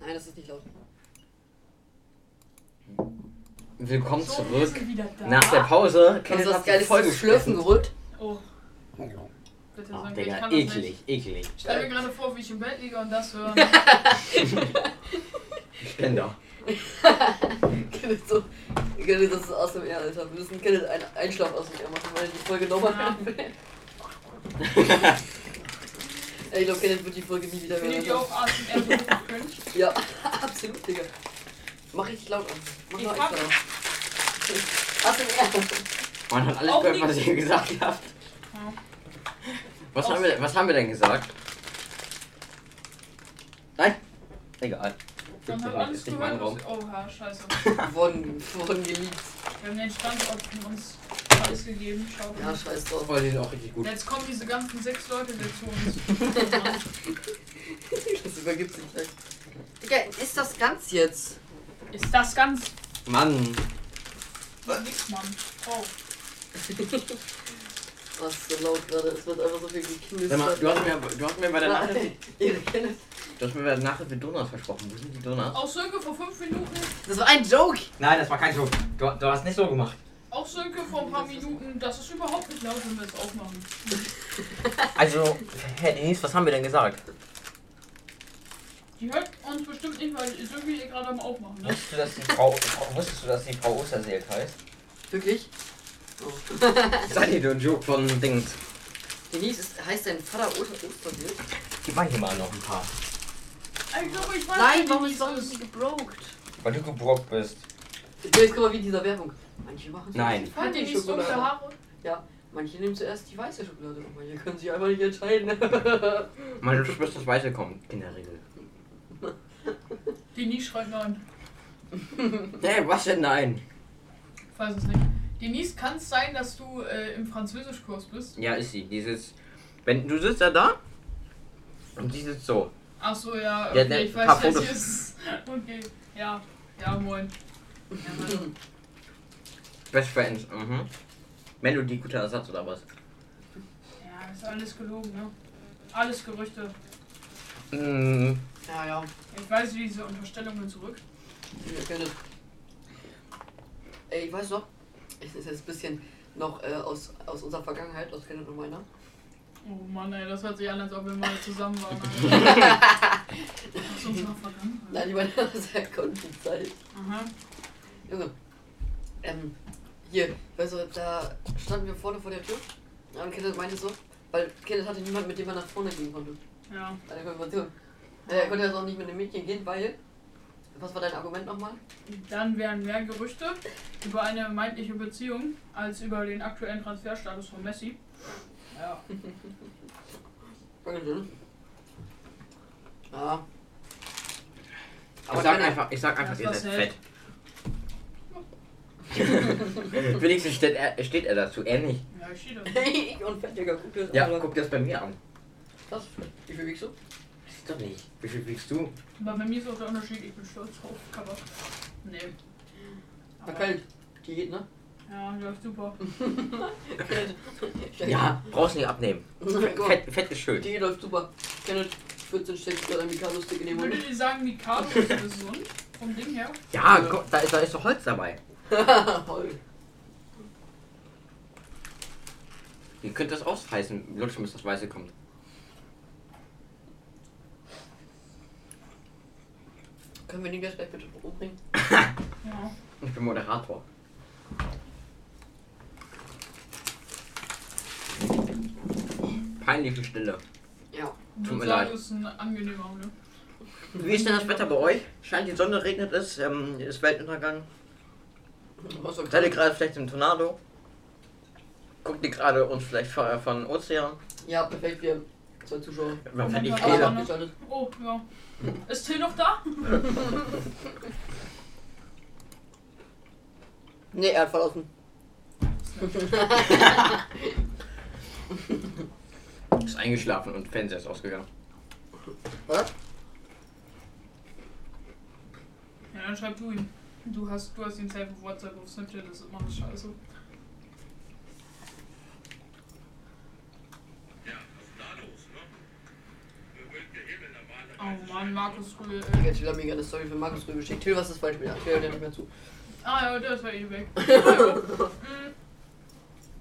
[SPEAKER 2] Nein, das ist nicht laut.
[SPEAKER 4] Willkommen
[SPEAKER 3] So, wir
[SPEAKER 4] zurück.
[SPEAKER 3] sind wieder da.
[SPEAKER 4] Nach der Pause.
[SPEAKER 2] Hast
[SPEAKER 4] Kenneth
[SPEAKER 2] du
[SPEAKER 4] hat
[SPEAKER 2] das
[SPEAKER 4] sich
[SPEAKER 2] Geiles
[SPEAKER 4] voll
[SPEAKER 2] zum Schlürfen
[SPEAKER 4] geschlürft.
[SPEAKER 2] geholt?
[SPEAKER 3] Oh. Bitte
[SPEAKER 4] Ach,
[SPEAKER 3] sagen, wir, ich
[SPEAKER 4] Ah, Digga,
[SPEAKER 3] kann das nicht.
[SPEAKER 4] eklig, eklig.
[SPEAKER 3] Ich stelle mir gerade vor, wie ich im Bett liege und das
[SPEAKER 4] (laughs)
[SPEAKER 3] höre.
[SPEAKER 4] Ständer.
[SPEAKER 2] Kenneth so. Kenneth, das ist aus dem R, Alter. Wir müssen Kenneth ein, einen Schlaf aus dem R machen, weil die Folge nochmal
[SPEAKER 3] Ja.
[SPEAKER 2] hören will. (laughs) Ey, ich glaube, Kenneth wird die Folge nie wieder hören.
[SPEAKER 3] Findet ihr
[SPEAKER 2] Alter.
[SPEAKER 3] auch
[SPEAKER 2] (laughs)
[SPEAKER 3] ASMR so könnt?
[SPEAKER 2] Ja, absolut, Digga. Mach richtig laut an. Mach
[SPEAKER 3] Ich
[SPEAKER 2] laut
[SPEAKER 3] hab-
[SPEAKER 2] extra laut. Hast du mehr?
[SPEAKER 4] (laughs) Man hat alles
[SPEAKER 3] Auch
[SPEAKER 4] gehört, was
[SPEAKER 3] nicht.
[SPEAKER 4] ihr gesagt habt.
[SPEAKER 3] Ja.
[SPEAKER 4] Was
[SPEAKER 3] Aus-
[SPEAKER 4] haben, wir, was haben wir denn gesagt? Nein? Egal.
[SPEAKER 3] Man
[SPEAKER 4] Gibt's
[SPEAKER 3] hat
[SPEAKER 4] doch nicht,
[SPEAKER 3] alles
[SPEAKER 4] ist nicht mein
[SPEAKER 3] gehört.
[SPEAKER 4] Raum.
[SPEAKER 3] was- Oha, oh,
[SPEAKER 2] (laughs)
[SPEAKER 3] scheiße.
[SPEAKER 2] Wurden, wurden geliebt.
[SPEAKER 3] Wir haben den Standort von uns alles gegeben. Schau.
[SPEAKER 2] Ja, scheiß (laughs) drauf.
[SPEAKER 4] Oh, die sind auch richtig gut.
[SPEAKER 3] Jetzt kommen diese ganzen sechs Leute wieder zu uns.
[SPEAKER 2] Das übergibt sich gleich. Digga, ist das ganz jetzt?
[SPEAKER 3] Ist das ganz
[SPEAKER 4] Mann.
[SPEAKER 3] nix, Mann? Oh,
[SPEAKER 2] Was ist so laut gerade? Es wird einfach so viel geknistert.
[SPEAKER 4] Sag mal, du hast mir, du hast mir bei der Nachhilfe,
[SPEAKER 2] Nein, (laughs) ihr kennt-
[SPEAKER 4] du hast mir bei der Nachhilfe Donuts versprochen. Wo sind die Donuts?
[SPEAKER 3] auch Sönke vor fünf Minuten,
[SPEAKER 2] Das war ein Joke!
[SPEAKER 4] Oh. Nein, das war kein Joke. Du, du hast nicht so gemacht.
[SPEAKER 3] auch Sönke vor ein paar Minuten. Das ist überhaupt nicht laut, wenn wir es aufmachen.
[SPEAKER 4] Also, Herr Denise, was haben wir denn gesagt?
[SPEAKER 3] Die hört uns bestimmt nicht, weil Sönke ihr gerade am Aufmachen ne?
[SPEAKER 4] Wusstest du, dass die Frau, wusstest du, dass die Frau Osterseelt heißt?
[SPEAKER 2] Wirklich?
[SPEAKER 4] Sunny, du ein Joke von Dings.
[SPEAKER 2] Denise, ist, heißt dein Vater Oster Osterwild?
[SPEAKER 4] Ich mach hier mal noch ein paar.
[SPEAKER 3] Ich glaube, ich weiß
[SPEAKER 2] Nein,
[SPEAKER 3] nicht,
[SPEAKER 2] warum
[SPEAKER 3] wie
[SPEAKER 2] ist
[SPEAKER 3] es
[SPEAKER 2] warum ist sie gebroked?
[SPEAKER 4] Weil du gebrockt bist.
[SPEAKER 2] Jetzt guck mal, wie in dieser Werbung. Manche machen
[SPEAKER 4] Nein.
[SPEAKER 2] zuerst die
[SPEAKER 3] Hat die
[SPEAKER 2] fettige
[SPEAKER 3] nicht dunkle
[SPEAKER 2] Schokolade.
[SPEAKER 3] Haare?
[SPEAKER 2] Ja, manche nehmen zuerst die weiße Schokolade. Und manche können sich einfach nicht entscheiden. (laughs)
[SPEAKER 4] Meine Schwester ist weitergekommen. Kinderregel.
[SPEAKER 3] Die nie schreit nein.
[SPEAKER 4] Hey, was denn nein?
[SPEAKER 3] Ich weiß es nicht. Denise, kann es sein, dass du äh, im Französischkurs bist?
[SPEAKER 4] Ja, ist sie. Dieses. Wenn du sitzt ja da und die sitzt so.
[SPEAKER 3] Ach so, ja, okay,
[SPEAKER 4] Ja, ne,
[SPEAKER 3] ich
[SPEAKER 4] ein paar
[SPEAKER 3] weiß, wer
[SPEAKER 4] Fotos.
[SPEAKER 3] hier ist. (laughs) Okay, ja, ja, moin. Ja, hallo.
[SPEAKER 4] Best Friends. Mhm. Melodie, guter Ersatz oder was?
[SPEAKER 3] ja, ist alles gelogen, ne? Alles Gerüchte.
[SPEAKER 4] Mhm.
[SPEAKER 2] ja, ja.
[SPEAKER 3] Ich weise diese Unterstellungen zurück.
[SPEAKER 2] Ihr kennt es. Ey, ich weiß noch, es ist jetzt ein bisschen noch äh, aus, aus unserer Vergangenheit, aus Kenneth und meiner.
[SPEAKER 3] Oh Mann, ey, das hört sich an, als ob wir mal zusammen waren. Alter. Aus unserer Vergangenheit.
[SPEAKER 2] Nein, ich meine (laughs) aus der Konfizeit.
[SPEAKER 3] Aha.
[SPEAKER 2] Junge, ähm, hier, weißt du, da standen wir vorne vor der Tür. Ja, und Kenneth meinte so, weil Kenneth hatte niemanden, mit dem er nach vorne gehen konnte.
[SPEAKER 3] Ja.
[SPEAKER 2] An der Konfrontation. Äh, Er konnte ja auch nicht mit einem Mädchen gehen, weil. Was war dein Argument nochmal?
[SPEAKER 3] Dann wären mehr Gerüchte über eine vermeintliche Beziehung als über den aktuellen Transferstatus von Messi. Ja.
[SPEAKER 2] Dankeschön. Ja.
[SPEAKER 4] Ich sag einfach, ich sag einfach,
[SPEAKER 3] Das
[SPEAKER 4] ihr
[SPEAKER 3] war's
[SPEAKER 4] seid
[SPEAKER 3] halt.
[SPEAKER 4] fett. (laughs) Wenigstens steht er, steht er dazu, er nicht.
[SPEAKER 3] Ja, ich stehe
[SPEAKER 2] (laughs)
[SPEAKER 3] da.
[SPEAKER 2] ich und Fettjäger, guck dir das
[SPEAKER 4] Ja,
[SPEAKER 2] an.
[SPEAKER 4] guck dir das bei mir an.
[SPEAKER 2] Das, wie viel wiegst du?
[SPEAKER 4] Ist doch nicht. Wie viel wiegst du?
[SPEAKER 3] Aber bei mir ist auch der Unterschied, ich bin stolz drauf. Cover. Nee.
[SPEAKER 2] Na, kalt. Die geht, (laughs) ne?
[SPEAKER 3] Ja, läuft super.
[SPEAKER 2] Kenneth.
[SPEAKER 4] Ja, brauchst nicht abnehmen.
[SPEAKER 2] Guck mal,
[SPEAKER 4] Fett, fett ist schön.
[SPEAKER 2] Die läuft super. Kenneth, 14 steckt gerade ein Mikado-Stick in den Mund. (laughs)
[SPEAKER 3] Würdet ihr sagen, Mikado ist gesund? Vom Ding her?
[SPEAKER 4] Ja, guck, da, ist- da ist doch Holz dabei.
[SPEAKER 2] Voll.
[SPEAKER 4] Ihr könnt das ausreißen, lutschen, bis das Weiße kommt.
[SPEAKER 2] Können wir den gleich gleich bitte umbringen?
[SPEAKER 3] Ja.
[SPEAKER 4] Ich bin Moderator. Peinliche Stille.
[SPEAKER 2] Ja.
[SPEAKER 3] Ich
[SPEAKER 4] Tut mir
[SPEAKER 3] würde sagen,
[SPEAKER 4] leid.
[SPEAKER 3] das ist ein angenehmer Auge.
[SPEAKER 4] Wie ist denn das Wetter bei euch? Scheint die Sonne, regnet es, ähm, ist Weltuntergang.
[SPEAKER 2] Was
[SPEAKER 4] Seid ihr gerade vielleicht im Tornado? guckt ihr gerade uns vielleicht von, von Ozean?
[SPEAKER 2] Ja, perfekt, wir haben zwei Zuschauer.
[SPEAKER 4] Man hat nicht
[SPEAKER 3] Ja.
[SPEAKER 2] Aber
[SPEAKER 3] ne?
[SPEAKER 4] Fehler.
[SPEAKER 2] abgeschaltet.
[SPEAKER 3] Oh, ja.
[SPEAKER 4] Hm.
[SPEAKER 3] Ist Till noch da?
[SPEAKER 2] Nee, er hat verlassen.
[SPEAKER 4] (laughs) Ist eingeschlafen und Fernseher ist ausgegangen.
[SPEAKER 2] Was?
[SPEAKER 3] Ja, dann schreib du ihm. Du hast, du hast ihn safe auf WhatsApp, auf Snapchat, das ist immer eine Scheiße. Oh Mann, Markus äh. Rühl. ey.
[SPEAKER 2] Digga, Till hat mir gerade eine Story für Markus Rühl geschickt. Till, was ist falsch mit dir? Till hört ja nicht mehr zu.
[SPEAKER 3] Ah ja, der ist bei ihm weg. Ja. Mm.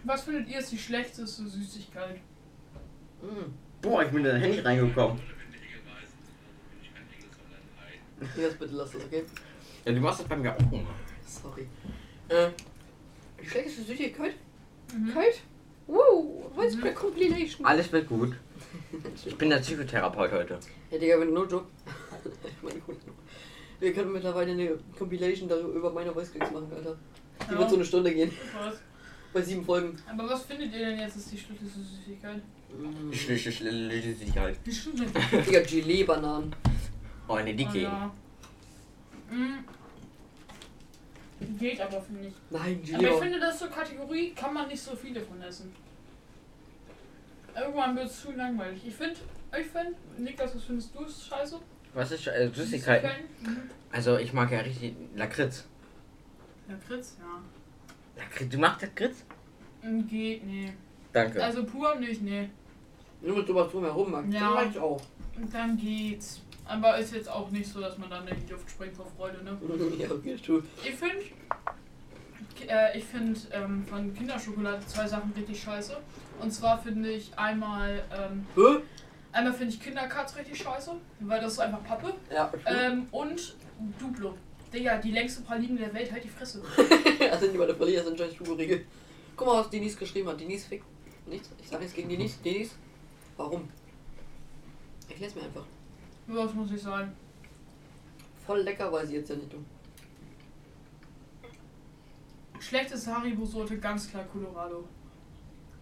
[SPEAKER 3] Was findet ihr ist die schlechteste Süßigkeit?
[SPEAKER 2] Mhm.
[SPEAKER 4] Boah, ich bin in dein Handy reingekommen.
[SPEAKER 2] Jetzt bitte lass das, okay?
[SPEAKER 4] Ja, du machst das bei mir auch immer.
[SPEAKER 2] Sorry. Äh, die schlechteste Süßigkeit?
[SPEAKER 3] Mhm.
[SPEAKER 2] Kalt? Wow, was
[SPEAKER 3] Mhm.
[SPEAKER 2] für eine Compilation?
[SPEAKER 4] Alles wird gut. Ich bin der Psychotherapeut heute.
[SPEAKER 2] Ja, Digga, wenn no joke. (laughs) Meine Kunde. Wir können mittlerweile eine Compilation darüber über meine Voice Cracks machen, Alter. Die
[SPEAKER 3] Ja.
[SPEAKER 2] wird so eine Stunde gehen. (laughs)
[SPEAKER 3] Was?
[SPEAKER 2] Bei sieben Folgen.
[SPEAKER 3] Aber was findet ihr denn jetzt ist die schlechteste Süßigkeit?
[SPEAKER 2] Mm.
[SPEAKER 4] Ich ich- ich- ich- ich- ich- halt.
[SPEAKER 3] Die stimmt
[SPEAKER 2] Digga, Gelee-Bananen.
[SPEAKER 4] Oh, ne, die gehen.
[SPEAKER 3] Ja. Mm. Geht aber, finde ich.
[SPEAKER 2] Nein,
[SPEAKER 3] Aber ich
[SPEAKER 2] Gelee.
[SPEAKER 3] finde, das ist so Kategorie, kann man nicht so viele von essen. Irgendwann wird es zu langweilig. Ich finde, ich finde, Niklas, was findest du ist scheiße?
[SPEAKER 4] Was ist äh, Süßigkeiten?
[SPEAKER 3] Mhm.
[SPEAKER 4] Also, ich mag ja richtig Lakritz.
[SPEAKER 3] Ja, Kritz, ja.
[SPEAKER 4] Lakritz, du magst Lakritz?
[SPEAKER 3] Mm, Geht, nee.
[SPEAKER 4] Danke.
[SPEAKER 3] Also pur nicht, nee.
[SPEAKER 2] Nur mit sowas drumherum, Max.
[SPEAKER 3] Ja.
[SPEAKER 2] Das mag ich auch. (laughs)
[SPEAKER 3] Und Dann geht's. Aber ist jetzt auch nicht so, dass man dann in die Luft springt vor Freude, ne?
[SPEAKER 2] ja, okay, true.
[SPEAKER 3] Ich finde, äh, ich finde ähm, von Kinderschokolade zwei Sachen richtig scheiße. Und zwar finde ich einmal, ähm,
[SPEAKER 2] Hä?
[SPEAKER 3] einmal finde ich Kinderkatz richtig scheiße, weil das ist einfach Pappe.
[SPEAKER 2] Ja, true.
[SPEAKER 3] Ähm, und Duplo. Digga, die längste Praline der Welt, halt die Fresse.
[SPEAKER 2] (laughs) das sind die meine Verlierer, sind scheiß Schuhregel. Guck mal, was Denise geschrieben hat. Denise fickt nichts. Ich sag nichts gegen Denise. Denise, warum? Erklär's mir einfach.
[SPEAKER 3] Was muss ich sagen?
[SPEAKER 2] Voll lecker weiß ich jetzt ja nicht. Du.
[SPEAKER 3] Schlechteste Haribo-Sorte, ganz klar Colorado.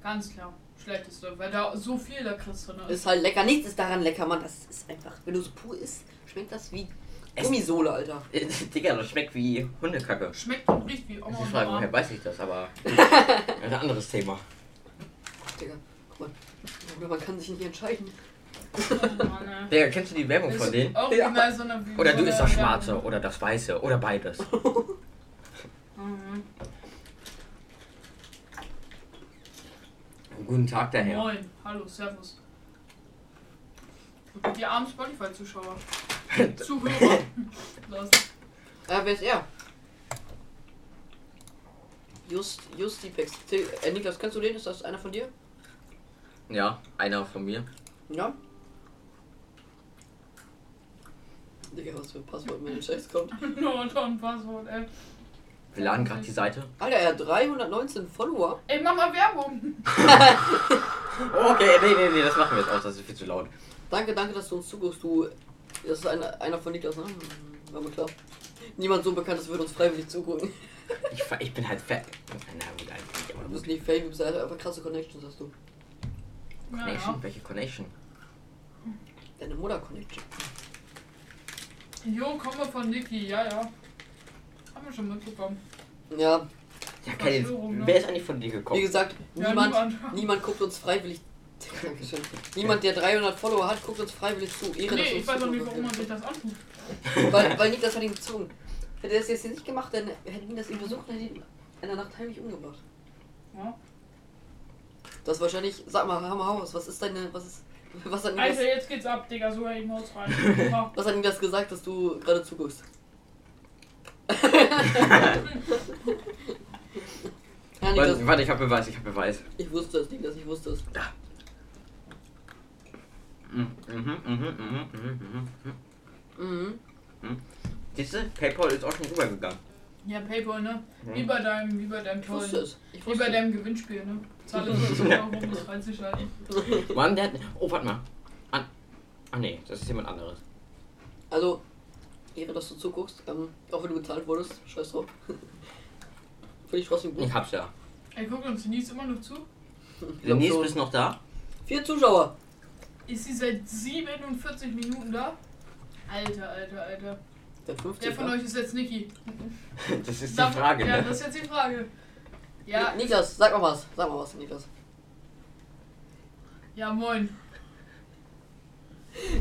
[SPEAKER 3] Ganz klar. Schlechteste, weil da so viel Lakritz drin ist.
[SPEAKER 2] Ist halt lecker. Nichts ist daran lecker, Mann. Das ist einfach. Wenn du es pur isst, schmeckt das wie Gummisohle, Alter.
[SPEAKER 4] (laughs) Digga, das schmeckt wie Hundekacke.
[SPEAKER 3] Schmeckt und riecht wie Oma
[SPEAKER 4] Das ist die
[SPEAKER 3] und
[SPEAKER 4] Frage,
[SPEAKER 3] Oh, Mama.
[SPEAKER 4] woher weiß ich das,
[SPEAKER 3] (laughs)
[SPEAKER 4] aber. ein anderes Thema.
[SPEAKER 2] Digga, guck mal. Oder man kann sich nicht entscheiden.
[SPEAKER 3] Oh Mann, ey.
[SPEAKER 4] Digga, kennst du die Werbung von
[SPEAKER 3] Ist
[SPEAKER 4] denen?
[SPEAKER 3] Auch
[SPEAKER 2] Ja.
[SPEAKER 3] immer so eine,
[SPEAKER 4] Oder
[SPEAKER 3] so
[SPEAKER 4] du
[SPEAKER 3] eine
[SPEAKER 4] isst das
[SPEAKER 3] Werbung.
[SPEAKER 4] Schwarze oder das Weiße oder beides.
[SPEAKER 3] (laughs) Mhm.
[SPEAKER 4] Guten Tag daher.
[SPEAKER 3] Moin, hallo, servus. Die armen Spotify-Zuschauer. Zuhörer. Lass.
[SPEAKER 2] Äh, wer ist er? Just, Just die Pex. Till- Äh, Niklas, kennst du den? Ist das einer von dir?
[SPEAKER 4] (laughs) Ja, einer von mir.
[SPEAKER 2] Ja. Digga, was für ein Passwort mit dem Scheiß kommt.
[SPEAKER 3] Nur unter ein Passwort, ey.
[SPEAKER 4] Wir laden gerade die Seite.
[SPEAKER 2] Alter, er hat 319 Follower.
[SPEAKER 3] Ey, mach mal Werbung.
[SPEAKER 4] Okay, nee, nee, nee, das machen wir jetzt aus, das ist viel zu laut.
[SPEAKER 2] Danke, danke, dass du uns zuguckst. Du. Das ist einer, einer von Niklas, ne? War mir klar. Niemand so bekannt, das würde uns freiwillig zugucken.
[SPEAKER 4] Ich, fa- ich bin halt fett. Na gut, eigentlich nicht, aber
[SPEAKER 2] Du
[SPEAKER 4] du bist
[SPEAKER 2] bist nicht fame, du bist einfach krasse Connections, hast du.
[SPEAKER 3] Ja,
[SPEAKER 4] Connection.
[SPEAKER 3] ja.
[SPEAKER 4] Welche Connection?
[SPEAKER 2] Deine Mutter Connection.
[SPEAKER 3] Jo, komme von Niki, ja, ja. Haben wir schon mitbekommen.
[SPEAKER 2] Ja,
[SPEAKER 4] Ja, keine.
[SPEAKER 3] Verschwörung, ne?
[SPEAKER 4] Wer ist eigentlich von dir gekommen?
[SPEAKER 2] wie gesagt,
[SPEAKER 3] Ja,
[SPEAKER 2] niemand, niemand.
[SPEAKER 3] niemand.
[SPEAKER 2] guckt uns freiwillig. (laughs) Dankeschön. Niemand, der 300 Follower hat, guckt uns freiwillig zu. Ehre, dass
[SPEAKER 3] Nee,
[SPEAKER 2] du
[SPEAKER 3] ich
[SPEAKER 2] uns
[SPEAKER 3] weiß auch nicht,
[SPEAKER 2] zuguckst.
[SPEAKER 3] warum man sich das
[SPEAKER 4] (laughs)
[SPEAKER 3] antut.
[SPEAKER 2] Weil, weil Niklas hat ihn gezwungen. Hätte er das jetzt nicht gemacht, dann hätte ihn das ihm versucht und hätte ihn in der Nacht heimlich umgebracht.
[SPEAKER 3] Ja.
[SPEAKER 2] Das ist wahrscheinlich. Sag mal, Hammer Haus, was ist deine. Was ist. Was hat Niklas,
[SPEAKER 3] Also, jetzt geht's ab, Digga, so eben haut's rein.
[SPEAKER 4] (laughs)
[SPEAKER 3] Ja.
[SPEAKER 2] was hat Niklas gesagt, dass du gerade zuguckst? ja, Niklas,
[SPEAKER 4] Warte, warte, ich hab Beweis, ich hab Beweis.
[SPEAKER 2] ich wusste es, Niklas, ich wusste es.
[SPEAKER 4] Mhm, mhm, mhm, mhm, mhm, mhm.
[SPEAKER 2] Mhm.
[SPEAKER 4] Siehst du, PayPal ist auch schon rübergegangen.
[SPEAKER 3] ja, Paypal, ne?
[SPEAKER 4] Mhm.
[SPEAKER 3] Wie bei deinem, wie bei deinem
[SPEAKER 2] Ich wusste
[SPEAKER 3] tollen.
[SPEAKER 2] es. Ich
[SPEAKER 3] Wie
[SPEAKER 2] wusste
[SPEAKER 3] bei
[SPEAKER 2] es.
[SPEAKER 3] deinem Gewinnspiel, ne?
[SPEAKER 4] (laughs)
[SPEAKER 3] Zahle nur 10 Euro, um das reinzuschalten.
[SPEAKER 4] Mann, der hat. Oh, warte mal. An ah, nee, das ist jemand anderes.
[SPEAKER 2] (laughs) Also, Ehre, dass du zuguckst. Ähm, auch wenn du bezahlt wurdest, scheiß drauf. (laughs) Finde ich trotzdem gut.
[SPEAKER 4] Ich hab's ja.
[SPEAKER 3] Er guckt uns Denise immer noch zu.
[SPEAKER 4] Denise,
[SPEAKER 2] schon.
[SPEAKER 4] bist du noch
[SPEAKER 3] (laughs)
[SPEAKER 4] da?
[SPEAKER 2] Vier Zuschauer.
[SPEAKER 3] Ist sie seit 47 Minuten da? Alter, alter, alter.
[SPEAKER 2] Der 50.
[SPEAKER 3] Wer von euch ist jetzt Niki?
[SPEAKER 4] Das ist die
[SPEAKER 3] Darf-
[SPEAKER 4] Frage,
[SPEAKER 3] Ja,
[SPEAKER 4] ne?
[SPEAKER 3] das ist jetzt die Frage.
[SPEAKER 2] Ja.
[SPEAKER 3] Ja,
[SPEAKER 2] Niklas, sag mal was. Sag mal was,
[SPEAKER 3] (laughs)
[SPEAKER 2] Niklas.
[SPEAKER 3] ja moin.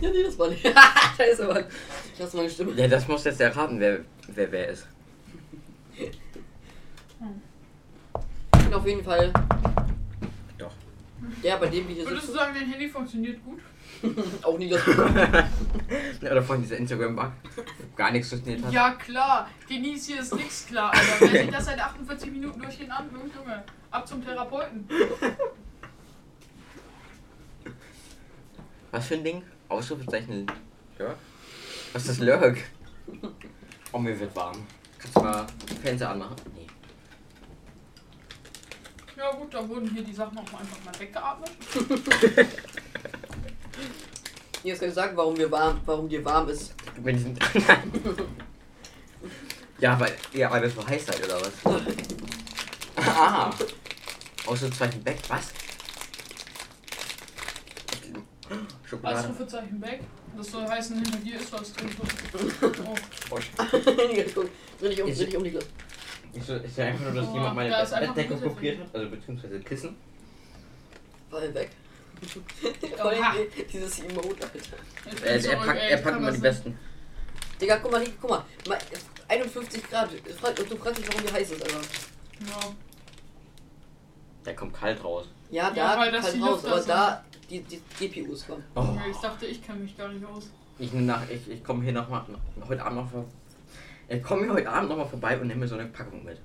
[SPEAKER 2] Ja, nee, das war nicht. (laughs) Scheiße, Mann. Ich hasse meine Stimme.
[SPEAKER 4] Ja, das muss jetzt erraten, wer wer, wer ist.
[SPEAKER 2] Ich bin auf jeden Fall
[SPEAKER 4] Doch.
[SPEAKER 2] der, bei dem wir hier
[SPEAKER 3] Würdest du
[SPEAKER 2] sitzen.
[SPEAKER 3] sagen, dein Handy funktioniert gut?
[SPEAKER 2] Auch Niklas.
[SPEAKER 4] Ja, Oder von dieser Instagram-Bug. Gar nichts funktioniert hat.
[SPEAKER 3] Ja klar, Denise hier ist nix klar, Alter.
[SPEAKER 4] (laughs)
[SPEAKER 3] Wer sich das seit 48 Minuten durchgehend anwirkt, Junge. Ab zum Therapeuten.
[SPEAKER 4] Was für ein Ding? Ausrufezeichen Lurk? Was ist das Lurk? Oh, mir wird warm. Kannst du mal Fenster anmachen? Nee.
[SPEAKER 3] Ja gut, da wurden hier die Sachen auch mal einfach mal weggeatmet.
[SPEAKER 2] Niklas kann ich sagen, warum, wir warm, warum dir warm ist. (laughs)
[SPEAKER 4] Wenn die sind. (laughs) Nein. Ja, weil. Ja, weil das so heiß seid, oder was? Aha. Ausrufezeichen weg, was? Schokolade.
[SPEAKER 3] Ausrufezeichen weg. Das soll heißen, hinter dir ist
[SPEAKER 4] (laughs)
[SPEAKER 3] was drin. Oh,
[SPEAKER 4] Äh,
[SPEAKER 2] Niklas, guck. Dreh dich um, dreh dich um, Niklas.
[SPEAKER 4] Ist so- ist ja einfach nur, dass
[SPEAKER 3] Oh,
[SPEAKER 4] jemand meine
[SPEAKER 3] da ist einfach
[SPEAKER 4] Bettdecke
[SPEAKER 3] ein Kissen.
[SPEAKER 4] kopiert hat, also beziehungsweise Kissen.
[SPEAKER 2] Fall
[SPEAKER 3] (laughs)
[SPEAKER 2] weg. Vor allem dieses Emote, Alter.
[SPEAKER 3] ich
[SPEAKER 4] Er,
[SPEAKER 3] bin
[SPEAKER 4] Äh, er
[SPEAKER 3] zurück,
[SPEAKER 4] packt,
[SPEAKER 3] ey,
[SPEAKER 4] er
[SPEAKER 3] ich
[SPEAKER 4] packt
[SPEAKER 3] kann
[SPEAKER 4] immer
[SPEAKER 3] das
[SPEAKER 4] die
[SPEAKER 3] nicht.
[SPEAKER 4] besten.
[SPEAKER 2] Digga, guck mal, Nick, guck mal. Mal- 51 Grad. Es fragt- Und du fragst dich, warum dir heiß ist, Alter.
[SPEAKER 3] Ja.
[SPEAKER 4] Der kommt kalt raus.
[SPEAKER 2] Ja,
[SPEAKER 3] Ja,
[SPEAKER 2] da
[SPEAKER 3] weil das
[SPEAKER 2] halt
[SPEAKER 3] die
[SPEAKER 2] raus,
[SPEAKER 3] Luft
[SPEAKER 2] aber
[SPEAKER 3] ist.
[SPEAKER 2] da die, die GPUs waren.
[SPEAKER 4] Oh.
[SPEAKER 3] Junge, Ich dachte, ich kenne mich gar nicht aus.
[SPEAKER 4] Ich, nehm nach, ich, ich komme hier noch mal, heute Abend noch vor, ich komme hier heute Abend noch mal vorbei und nehme mir so eine Packung mit.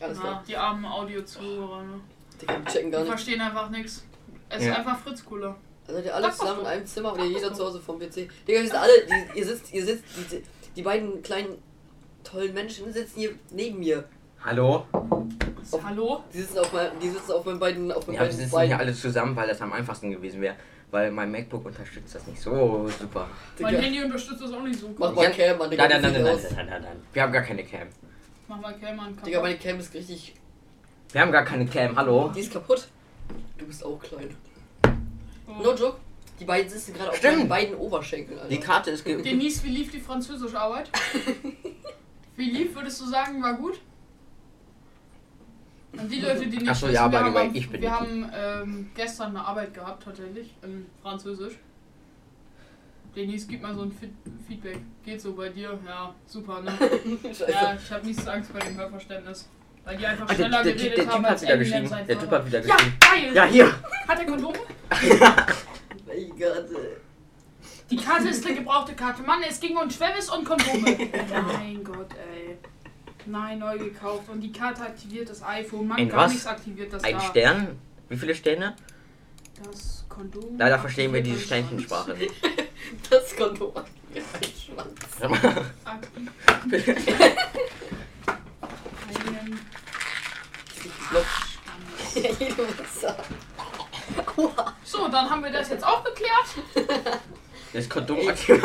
[SPEAKER 2] Alles
[SPEAKER 3] Na,
[SPEAKER 2] klar.
[SPEAKER 3] die armen Audio-Zuhörer, ne?
[SPEAKER 2] Digga, die checken gar
[SPEAKER 3] Die
[SPEAKER 2] nicht.
[SPEAKER 3] verstehen einfach nichts. Es ist
[SPEAKER 4] Ja.
[SPEAKER 3] einfach Fritz Cola.
[SPEAKER 2] Also ihr alle
[SPEAKER 3] Mach
[SPEAKER 2] zusammen in
[SPEAKER 3] das doch.
[SPEAKER 2] einem Zimmer oder
[SPEAKER 3] Mach das
[SPEAKER 2] jeder
[SPEAKER 3] doch.
[SPEAKER 2] zu Hause vom PC. Digga, wir sind alle, die, ihr sitzt, ihr sitzt, die, die beiden kleinen tollen Menschen sitzen hier neben mir.
[SPEAKER 4] Hallo?
[SPEAKER 2] Oh.
[SPEAKER 3] Hallo?
[SPEAKER 2] Die sitzen auf meinem, die sitzen auf meinen beiden, auf meinen
[SPEAKER 4] Ja, wir
[SPEAKER 2] beiden
[SPEAKER 4] sitzen hier
[SPEAKER 2] Beinen.
[SPEAKER 4] alle zusammen, weil das am einfachsten gewesen wäre. Weil mein MacBook unterstützt das nicht so super.
[SPEAKER 3] Mein
[SPEAKER 2] Digga,
[SPEAKER 3] Handy unterstützt das auch nicht so
[SPEAKER 2] mach
[SPEAKER 3] gut.
[SPEAKER 4] Ich
[SPEAKER 2] mal
[SPEAKER 4] hab-
[SPEAKER 2] Cam an, Digga.
[SPEAKER 4] Nein, nein,
[SPEAKER 2] die
[SPEAKER 4] nein, nein,
[SPEAKER 2] sieht
[SPEAKER 4] nein,
[SPEAKER 2] aus.
[SPEAKER 4] nein, nein, nein. Wir haben gar keine Cam.
[SPEAKER 3] Mach mal Kellmann.
[SPEAKER 2] Digga, meine Cam ist richtig,
[SPEAKER 4] Wir haben gar keine Cam, hallo?
[SPEAKER 2] die ist kaputt. Du bist auch klein.
[SPEAKER 3] Oh.
[SPEAKER 2] No
[SPEAKER 3] Hm.
[SPEAKER 2] joke, die beiden sitzen gerade auf
[SPEAKER 4] Stimmt.
[SPEAKER 2] meinen beiden Oberschenkeln, Alter.
[SPEAKER 4] Die Karte ist ge
[SPEAKER 3] Denise, wie lief
[SPEAKER 2] (laughs)
[SPEAKER 3] die Französischarbeit? wie lief, würdest du sagen, war gut? Und die Leute, die nicht
[SPEAKER 4] Ach so, ja,
[SPEAKER 3] wissen, wir
[SPEAKER 4] by the way,
[SPEAKER 3] haben,
[SPEAKER 4] ich bin
[SPEAKER 3] wir
[SPEAKER 4] Niki.
[SPEAKER 3] haben ähm, gestern eine Arbeit gehabt, tatsächlich, in Französisch. Denise, gib mal so ein Fit Feedback. Geht so bei dir? Ja, super, ne?
[SPEAKER 2] Scheiße.
[SPEAKER 3] Ja, ich habe nichts Angst bei dem Hörverständnis. Weil die einfach
[SPEAKER 4] Also Ah, der,
[SPEAKER 3] schneller
[SPEAKER 4] der, der,
[SPEAKER 3] geredet
[SPEAKER 4] Typ- der
[SPEAKER 3] haben
[SPEAKER 4] Typ hat
[SPEAKER 3] als
[SPEAKER 4] wieder
[SPEAKER 3] Eminem
[SPEAKER 4] geschrieben.
[SPEAKER 3] sein
[SPEAKER 4] Der Typ
[SPEAKER 3] Vater.
[SPEAKER 4] hat wieder
[SPEAKER 3] Ja,
[SPEAKER 4] geschrieben.
[SPEAKER 3] geil!
[SPEAKER 4] Ja, hier!
[SPEAKER 3] Hat er Kondome?
[SPEAKER 2] Ey, Gott, ey.
[SPEAKER 3] Die Karte ist eine gebrauchte Karte. Mann, es ging um Schwemmes und Kondome.
[SPEAKER 4] (laughs)
[SPEAKER 3] mein Gott, ey. Nein, neu gekauft. Und die Karte aktiviert das iPhone. Mann,
[SPEAKER 4] Ein
[SPEAKER 3] gar
[SPEAKER 4] was?
[SPEAKER 3] nichts aktiviert das
[SPEAKER 4] Ein
[SPEAKER 3] da.
[SPEAKER 4] Stern? Wie viele Sterne?
[SPEAKER 3] Das Kondom.
[SPEAKER 4] Leider verstehen wir diese
[SPEAKER 3] aktiviert das
[SPEAKER 4] Sternchensprache.
[SPEAKER 2] Das Konto war Schwanz.
[SPEAKER 3] Aktiv- Keinen
[SPEAKER 2] Ich (laughs) glaub,
[SPEAKER 3] Schwanz.
[SPEAKER 2] jeder muss
[SPEAKER 3] Ah,
[SPEAKER 2] sagen. Aua.
[SPEAKER 3] So, dann haben wir das jetzt auch geklärt.
[SPEAKER 4] (laughs) Das Kondom
[SPEAKER 2] Ey.
[SPEAKER 4] aktiv.
[SPEAKER 2] Der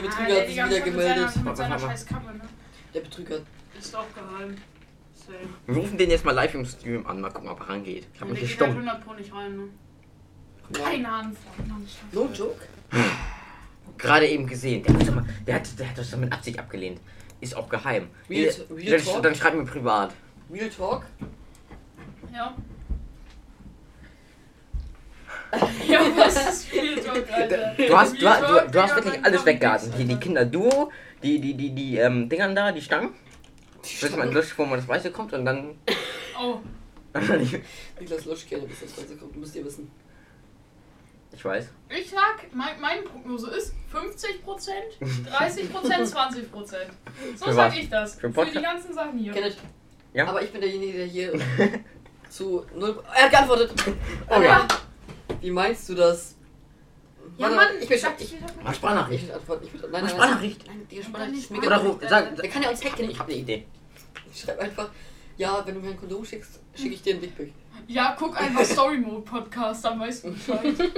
[SPEAKER 2] Betrüger hat sich wieder
[SPEAKER 3] Ah, Digga, mit seiner-
[SPEAKER 2] gemeldet.
[SPEAKER 3] Mit seiner
[SPEAKER 4] Warte, warte.
[SPEAKER 3] scheiß Kappe, ne?
[SPEAKER 2] Der Betrüger
[SPEAKER 3] Ist auch geheim. Same.
[SPEAKER 4] Wir rufen den jetzt mal live im Stream an, mal gucken, ob er rangeht. Ich hab
[SPEAKER 3] Der
[SPEAKER 4] mich
[SPEAKER 3] geht halt
[SPEAKER 4] gestummt.
[SPEAKER 3] 100 Pro nicht rein, ne?
[SPEAKER 2] Ja.
[SPEAKER 3] Keine Ahnung von. Mann, Scheiße.
[SPEAKER 2] No joke?
[SPEAKER 4] Gerade eben gesehen. Der hat, doch mal, der, hat, der hat das doch mit Absicht abgelehnt. Ist auch geheim.
[SPEAKER 2] Real-
[SPEAKER 4] Ihr-
[SPEAKER 2] Real
[SPEAKER 4] dann,
[SPEAKER 2] Talk?
[SPEAKER 4] dann schreibt mir privat.
[SPEAKER 2] Real Talk?
[SPEAKER 3] (laughs) Ja. ja, was ist Real Talk, Alter?
[SPEAKER 4] Du hast, du,
[SPEAKER 3] Real
[SPEAKER 4] du,
[SPEAKER 3] Talk,
[SPEAKER 4] du hast
[SPEAKER 3] Digga,
[SPEAKER 4] wirklich
[SPEAKER 3] dann
[SPEAKER 4] alles
[SPEAKER 3] kommt
[SPEAKER 4] weggehalten.
[SPEAKER 3] nichts,
[SPEAKER 4] Die, die
[SPEAKER 3] Alter.
[SPEAKER 4] Kinder, du, die, die, die, die ähm, Dingern da, die Stangen. Bis man lustig, wo man das Weiße kommt und dann. (laughs)
[SPEAKER 3] Oh,
[SPEAKER 2] Niklas Lusch gerne, bis das Ganze kommt. Müsst ihr wissen.
[SPEAKER 4] ich weiß.
[SPEAKER 3] ich sag, mein, meine Prognose ist 50%, 30%,
[SPEAKER 4] (laughs)
[SPEAKER 3] 20%. So
[SPEAKER 4] Für
[SPEAKER 3] sag
[SPEAKER 4] was?
[SPEAKER 3] ich das.
[SPEAKER 4] Für
[SPEAKER 3] Für,
[SPEAKER 4] den
[SPEAKER 3] die
[SPEAKER 4] Podcast?
[SPEAKER 3] ganzen Sachen hier.
[SPEAKER 2] Kenneth.
[SPEAKER 4] Ja?
[SPEAKER 2] Aber ich bin derjenige, der hier (laughs) zu null. Er hat geantwortet!
[SPEAKER 4] Oh ja.
[SPEAKER 2] Wie meinst du das?
[SPEAKER 3] Ja,
[SPEAKER 2] Warte,
[SPEAKER 3] Mann,
[SPEAKER 2] ich bin
[SPEAKER 3] sag
[SPEAKER 2] ich,
[SPEAKER 3] ich wieder-
[SPEAKER 4] Mach
[SPEAKER 2] ich
[SPEAKER 4] Sprachnachricht.
[SPEAKER 2] will antworten. Ich will, nein,
[SPEAKER 4] Mach
[SPEAKER 2] nein, nein.
[SPEAKER 4] Sprachnachricht.
[SPEAKER 2] Nein, die Sprache ist
[SPEAKER 4] Oder
[SPEAKER 2] mega.
[SPEAKER 4] ruf, sag,
[SPEAKER 2] Der kann ja uns hacken.
[SPEAKER 4] ich hab eine Idee.
[SPEAKER 2] Ich schreib einfach, ja, wenn du mir ein Kondom schickst, schicke ich dir ein Dickpick.
[SPEAKER 3] Ja, guck einfach Story Mode Podcast, dann weißt du Bescheid.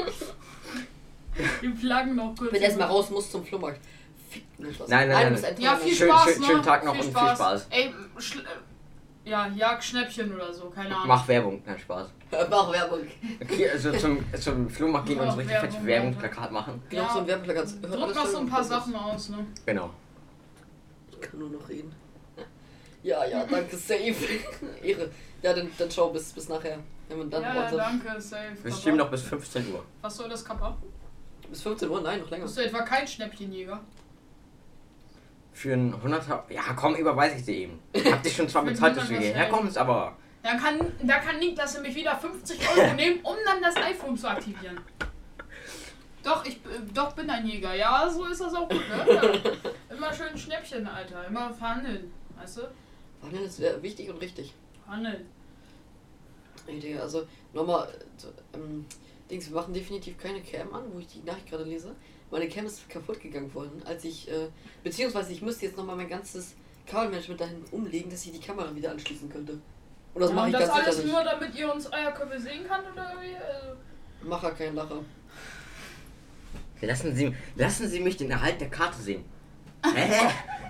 [SPEAKER 3] Wir plagen noch kurz.
[SPEAKER 2] Wenn er erstmal raus muss zum Flohmarkt. Fick, Niklas.
[SPEAKER 4] Nein, nein,
[SPEAKER 2] du
[SPEAKER 4] nein.
[SPEAKER 2] bist ein
[SPEAKER 3] Ja,
[SPEAKER 2] (laughs) toller
[SPEAKER 3] viel
[SPEAKER 4] Schön-
[SPEAKER 3] Spaß.
[SPEAKER 4] schön-
[SPEAKER 3] ne?
[SPEAKER 4] schönen Tag noch
[SPEAKER 3] viel
[SPEAKER 4] und viel Spaß.
[SPEAKER 3] Ey, schl- äh, Ja, Jagdschnäppchen oder so, keine Ahnung.
[SPEAKER 4] Mach Werbung, nein, Spaß.
[SPEAKER 2] Mach Werbung.
[SPEAKER 4] Okay, also zum, zum Flohmarkt gehen und so
[SPEAKER 3] Ja,
[SPEAKER 4] richtig fett
[SPEAKER 3] Werbung,
[SPEAKER 4] Werbungsplakat machen.
[SPEAKER 2] Genau,
[SPEAKER 3] Ja.
[SPEAKER 2] so ein Werbeplakat. Hört
[SPEAKER 3] Druck
[SPEAKER 2] alles
[SPEAKER 3] noch
[SPEAKER 2] voll
[SPEAKER 3] so ein
[SPEAKER 2] gut
[SPEAKER 3] paar
[SPEAKER 2] aus.
[SPEAKER 3] Sachen aus, ne?
[SPEAKER 4] Genau.
[SPEAKER 2] Ich kann nur noch reden. Ja, ja, danke, safe. (laughs) Ehre. Ja, dann, dann schau, bis, bis nachher. Wenn man dann
[SPEAKER 3] ja,
[SPEAKER 2] Orte-
[SPEAKER 3] danke, safe.
[SPEAKER 4] Wir
[SPEAKER 3] Kappa.
[SPEAKER 4] streamen noch bis 15 Uhr.
[SPEAKER 3] Was soll das, Kappa?
[SPEAKER 2] Bis 15 Uhr? Nein, noch länger.
[SPEAKER 3] Bist du etwa kein Schnäppchenjäger?
[SPEAKER 4] Für einen 100er. Ja, komm, überweise ich dir eben. Hab dich schon zwar
[SPEAKER 3] Wenn
[SPEAKER 4] bezahlt, dass du
[SPEAKER 3] niemand was
[SPEAKER 4] hierher
[SPEAKER 3] hält.
[SPEAKER 4] kommst, aber.
[SPEAKER 3] Da kann, da kann Niklas nämlich wieder 50
[SPEAKER 4] (laughs)
[SPEAKER 3] Euro nehmen, um dann das iPhone zu aktivieren. Doch, ich äh, doch bin ein Jäger. Ja, so ist das auch gut, ne? Ja. Immer schön Schnäppchen, Alter. Immer verhandeln. Weißt du?
[SPEAKER 2] Wandeln ist wär- wichtig und richtig.
[SPEAKER 3] Verhandeln.
[SPEAKER 2] Ey, Digga, also nochmal, äh, so, ähm, Dings, wir machen definitiv keine Cam an, wo ich die Nachricht gerade lese. Meine Cam ist kaputt gegangen vorhin, als ich, äh, beziehungsweise ich müsste jetzt nochmal mein ganzes Kabelmanagement dahin umlegen, dass ich die Kamera wieder anschließen könnte. Und das
[SPEAKER 3] Ja,
[SPEAKER 2] mache
[SPEAKER 3] und
[SPEAKER 2] ich
[SPEAKER 3] das
[SPEAKER 2] ganz
[SPEAKER 3] alles
[SPEAKER 2] sicher nicht.
[SPEAKER 3] nur, damit ihr uns Eierköpfe sehen kann oder irgendwie? Also,
[SPEAKER 2] Macher kein Lacher.
[SPEAKER 4] Lassen Sie, lassen Sie mich den Erhalt der Karte sehen. Hä?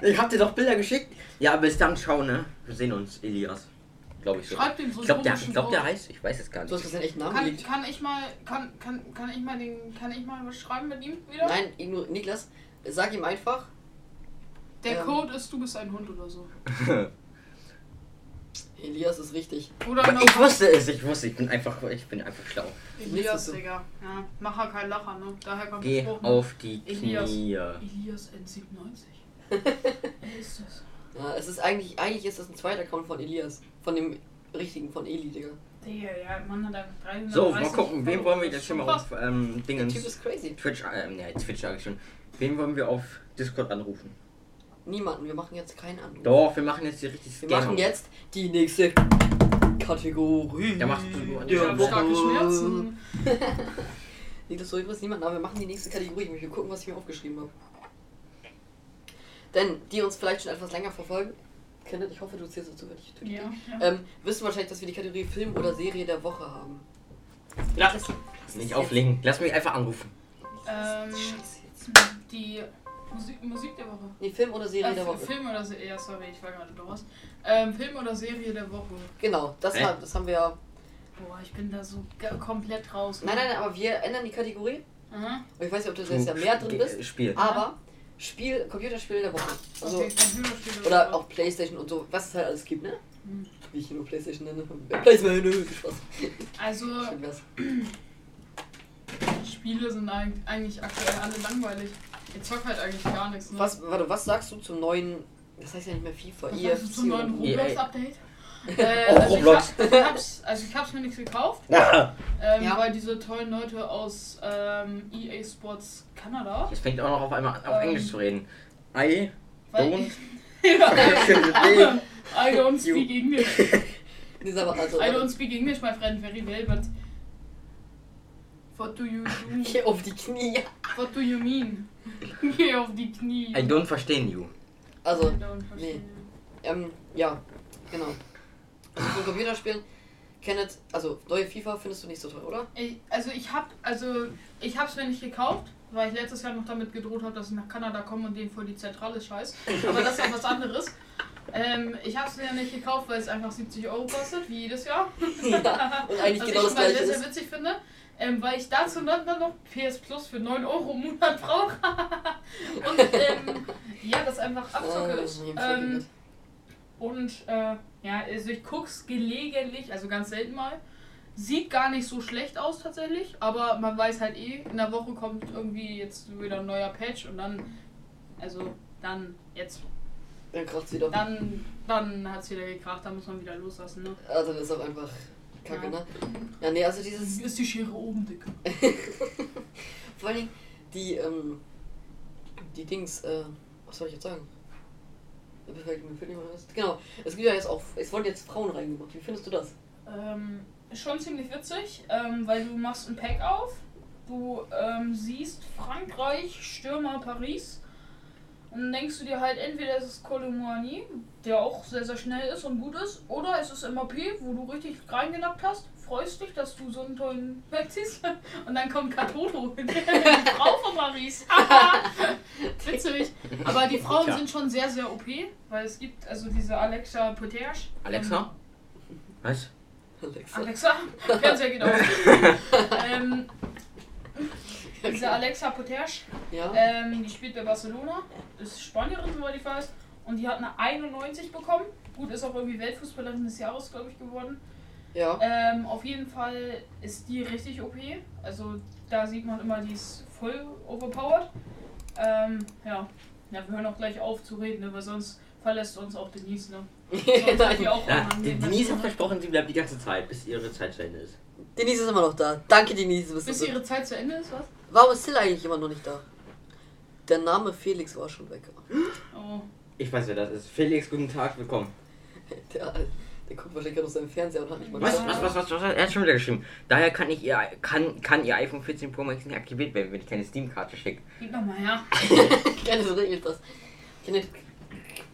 [SPEAKER 4] ich hab dir doch Bilder geschickt. Ja, bis dann, schau, ne? Wir sehen uns, Elias. Glaube ich so.
[SPEAKER 3] schreibt ihm so
[SPEAKER 4] Ich glaube, der,
[SPEAKER 3] komischen
[SPEAKER 4] ich glaub, der
[SPEAKER 3] Code.
[SPEAKER 4] heißt. Ich weiß es gar
[SPEAKER 2] Du hast
[SPEAKER 4] nicht.
[SPEAKER 2] das ja echt Namen
[SPEAKER 3] kann,
[SPEAKER 2] gelegt.
[SPEAKER 3] kann ich mal kann, kann, kann ich mal den kann ich mal was schreiben mit ihm wieder?
[SPEAKER 2] Nein, ignor- Niklas, sag ihm einfach,
[SPEAKER 3] Der
[SPEAKER 2] ähm.
[SPEAKER 3] Code ist du bist ein Hund oder so.
[SPEAKER 2] Elias ist richtig.
[SPEAKER 3] Oder
[SPEAKER 4] Aber ich wusste es, ich wusste, ich bin einfach, ich bin einfach schlau.
[SPEAKER 3] Elias,
[SPEAKER 2] Nächstes-
[SPEAKER 3] Digga. Ja, mach halt kein Lacher, ne? Daher kommt der
[SPEAKER 4] Geh
[SPEAKER 3] Spruch. ne?
[SPEAKER 4] auf die
[SPEAKER 3] Elias.
[SPEAKER 4] Knie.
[SPEAKER 3] Elias N97.
[SPEAKER 2] (laughs)
[SPEAKER 3] Wer ist das?
[SPEAKER 2] Ja, es ist eigentlich, eigentlich ist das ein zweiter Account von Elias. Von dem richtigen, von Eli, Digga.
[SPEAKER 3] Digga, ja, Mann hat einfach 330.
[SPEAKER 4] So, mal gucken, wen wollen wir
[SPEAKER 3] Das
[SPEAKER 4] jetzt
[SPEAKER 3] ist
[SPEAKER 4] hier mal auf
[SPEAKER 3] schon
[SPEAKER 4] ähm,
[SPEAKER 2] Der Typ
[SPEAKER 4] Dingens
[SPEAKER 2] ist crazy.
[SPEAKER 4] Twitch, ähm, ne, Twitch sag ich schon. Wen wollen wir auf Discord anrufen?
[SPEAKER 2] Niemanden, wir machen jetzt keinen Anruf.
[SPEAKER 4] Doch, wir machen jetzt die richtig
[SPEAKER 2] Wir
[SPEAKER 4] Scam.
[SPEAKER 2] machen jetzt die nächste Kategorie.
[SPEAKER 4] Ja, machst du-
[SPEAKER 3] krass. Ich
[SPEAKER 4] Ja,
[SPEAKER 3] hab starke Schmerzen.
[SPEAKER 2] Nee, das soll übrigens niemand, aber wir machen die nächste Kategorie. Ich will gucken, was ich mir aufgeschrieben habe. Denn die uns vielleicht schon etwas länger verfolgen, Kenneth, ich hoffe, du zählst dazu, wenn ich
[SPEAKER 3] Ja, ja.
[SPEAKER 2] ähm, wissen wahrscheinlich, dass wir die Kategorie Film oder Serie der Woche haben.
[SPEAKER 4] Lass es nicht auflegen. Lass mich einfach anrufen.
[SPEAKER 3] Ähm,
[SPEAKER 2] Scheiße jetzt.
[SPEAKER 3] die Musik, Musik der Woche.
[SPEAKER 2] Nee, Film oder Äh. Serie
[SPEAKER 3] Äh,
[SPEAKER 2] der
[SPEAKER 3] F-
[SPEAKER 2] Woche.
[SPEAKER 3] Film oder Serie. Ja, sorry, ich war gerade raus. Ähm, Film oder Serie der Woche.
[SPEAKER 2] Genau, das,
[SPEAKER 4] Hä?
[SPEAKER 2] haben, das haben wir ja.
[SPEAKER 3] Boah, ich bin da so ga- komplett raus.
[SPEAKER 2] Nein, nein, nein, aber wir ändern die Kategorie.
[SPEAKER 3] Aha.
[SPEAKER 2] Und Ich weiß nicht, ob du da jetzt ja mehr
[SPEAKER 4] Ge-
[SPEAKER 2] drin bist.
[SPEAKER 4] äh, Spiel.
[SPEAKER 2] Aber Spiel, Computerspiel der Woche. Also,
[SPEAKER 3] okay, Computerspiele
[SPEAKER 2] Oder
[SPEAKER 3] der
[SPEAKER 2] auch Playstation und so, was es halt alles gibt, ne?
[SPEAKER 3] Hm.
[SPEAKER 2] Wie ich nur Playstation nenne. Playstation, Spaß.
[SPEAKER 3] Woche. Also,
[SPEAKER 2] Schön wär's.
[SPEAKER 3] Spiele sind eig- eigentlich aktuell alle langweilig. Ihr zockt halt eigentlich gar nichts. Ne?
[SPEAKER 2] Was, warte, was sagst du zum neuen, das heißt ja nicht mehr FIFA,
[SPEAKER 3] Was
[SPEAKER 2] EFC
[SPEAKER 3] sagst du zum neuen
[SPEAKER 2] oder
[SPEAKER 4] EA. (laughs)
[SPEAKER 3] Roblox-Update? Äh,
[SPEAKER 4] Oh,
[SPEAKER 3] also, ich
[SPEAKER 4] Roblox.
[SPEAKER 3] hab, ich hab's, also ich hab's mir nichts gekauft,
[SPEAKER 4] Ah, (laughs)
[SPEAKER 3] ähm,
[SPEAKER 2] Ja.
[SPEAKER 3] weil diese tollen Leute aus ähm, EA Sports Kanada,
[SPEAKER 4] jetzt fängt auch noch auf einmal an, auf
[SPEAKER 3] Ähm.
[SPEAKER 4] Englisch zu reden. I
[SPEAKER 3] weil
[SPEAKER 4] don't.
[SPEAKER 3] ich, (laughs) ja,
[SPEAKER 4] (laughs) Nee.
[SPEAKER 3] I don't speak
[SPEAKER 4] (laughs)
[SPEAKER 3] English.
[SPEAKER 2] Nee, sag mal, also,
[SPEAKER 3] I don't speak English, my friend, very well, but what do you
[SPEAKER 4] (laughs)
[SPEAKER 3] do?
[SPEAKER 2] Geh (laughs) auf die Knie.
[SPEAKER 3] What do you mean? (laughs) Geh auf die Knie.
[SPEAKER 4] I don't verstehen you.
[SPEAKER 2] Also,
[SPEAKER 3] I don't verstehe.
[SPEAKER 2] ähm, ja, genau. Also zum Computerspielen, Kenneth, also neue FIFA findest du nicht so toll, oder?
[SPEAKER 3] Ich, also ich hab, also ich hab's mir nicht gekauft, weil ich letztes Jahr noch damit gedroht habe, dass ich nach Kanada komme und den vor die Zentrale scheiß. Aber das ist auch was anderes. Ähm, ich hab's mir nicht gekauft, weil es einfach 70 Euro kostet, wie jedes Jahr.
[SPEAKER 2] ja, und eigentlich genau
[SPEAKER 3] Was Also ich
[SPEAKER 2] das
[SPEAKER 3] schon mal
[SPEAKER 2] gleiche
[SPEAKER 3] sehr, sehr
[SPEAKER 2] ist.
[SPEAKER 3] witzig finde. Ähm, weil ich dazu dann dann noch PS Plus für 9 Euro im Monat brauche. (laughs) und ähm, ja, das einfach abzocke ist.
[SPEAKER 2] Ähm,
[SPEAKER 3] Ähm, und äh, ja, also ich guck's gelegentlich, also ganz selten mal. Sieht gar nicht so schlecht aus tatsächlich, aber man weiß halt eh, in der Woche kommt irgendwie jetzt wieder ein neuer Patch und dann, also dann jetzt,
[SPEAKER 2] dann kracht's wieder.
[SPEAKER 3] dann, dann hat's wieder gekracht, dann muss man wieder loslassen, ne?
[SPEAKER 2] Also das ist auch einfach kacke,
[SPEAKER 3] Ja.
[SPEAKER 2] ne? Ja, nee, also dieses,
[SPEAKER 3] Ist die Schere oben, Dicke.
[SPEAKER 2] vor allen Dingen, die, ähm, die Dings, äh, was soll ich jetzt sagen? Mir fällt- mir fällt nicht mal was- Genau, es gibt ja jetzt auch, es wurden jetzt Frauen reingemacht. Wie findest du das? (laughs)
[SPEAKER 3] Ähm, ist schon ziemlich witzig, ähm, weil du machst ein Pack auf, du ähm, siehst Frankreich, Stürmer Paris Und dann denkst du dir halt, entweder ist es Kolumani, der auch sehr, sehr schnell ist und gut ist, oder es ist MAP, wo du richtig reingenackt hast, freust dich, dass du so einen tollen Weg ziehst. (laughs) Und dann kommt (laughs) Katoto, die Frau von Maurice. (laughs) Witzig. Aber die Frauen
[SPEAKER 4] Ja.
[SPEAKER 3] sind schon sehr, sehr OP, weil es gibt also diese Alexa Potage.
[SPEAKER 2] (laughs)
[SPEAKER 4] Alexa? Was?
[SPEAKER 2] Alexa.
[SPEAKER 4] (laughs)
[SPEAKER 3] Alexa, Fernseher geht auf. ähm, diese Alexa Potage,
[SPEAKER 2] Ja?
[SPEAKER 3] ähm, die spielt bei Barcelona, ist Spanierin, soweit ich weiß, und die hat eine 91 bekommen. Gut, ist auch irgendwie Weltfußballerin des Jahres, glaube ich, geworden.
[SPEAKER 2] ja.
[SPEAKER 3] Ähm, auf jeden Fall ist die richtig OP. Also da sieht man immer, die ist voll overpowered. Ähm, ja. ja, wir hören auch gleich auf zu reden, ne? weil sonst verlässt uns auch
[SPEAKER 4] (laughs)
[SPEAKER 3] Denise. Ne?
[SPEAKER 2] (laughs)
[SPEAKER 3] Sonst hat die
[SPEAKER 2] Nein.
[SPEAKER 3] auch
[SPEAKER 4] Ja,
[SPEAKER 3] irgendwann
[SPEAKER 4] die-
[SPEAKER 3] den
[SPEAKER 4] Denise hat
[SPEAKER 3] Nacken, ne?
[SPEAKER 4] versprochen, sie bleibt die ganze Zeit, bis ihre Zeit zu Ende ist.
[SPEAKER 2] Denise ist immer noch da. Danke, Denise. Bist
[SPEAKER 3] Bis
[SPEAKER 2] du so.
[SPEAKER 3] ihre Zeit zu Ende ist, was?
[SPEAKER 2] Warum ist Till eigentlich immer noch nicht da? Der Name Felix war schon weg.
[SPEAKER 3] Oh.
[SPEAKER 4] Ich weiß, wer das ist. Felix, guten Tag, willkommen.
[SPEAKER 2] Der, der guckt wahrscheinlich gerade auf seinem Fernseher und hat nicht mal
[SPEAKER 4] Was,
[SPEAKER 2] gesagt.
[SPEAKER 4] was, was, was, was, hat er hat schon wieder geschrieben. Daher kann ich ihr, kann, kann ihr iPhone 14 Pro Max nicht aktiviert werden, wenn ich keine Steam-Karte schicke.
[SPEAKER 3] Gib nochmal her.
[SPEAKER 2] (laughs) Dennis regelt das. Kenneth,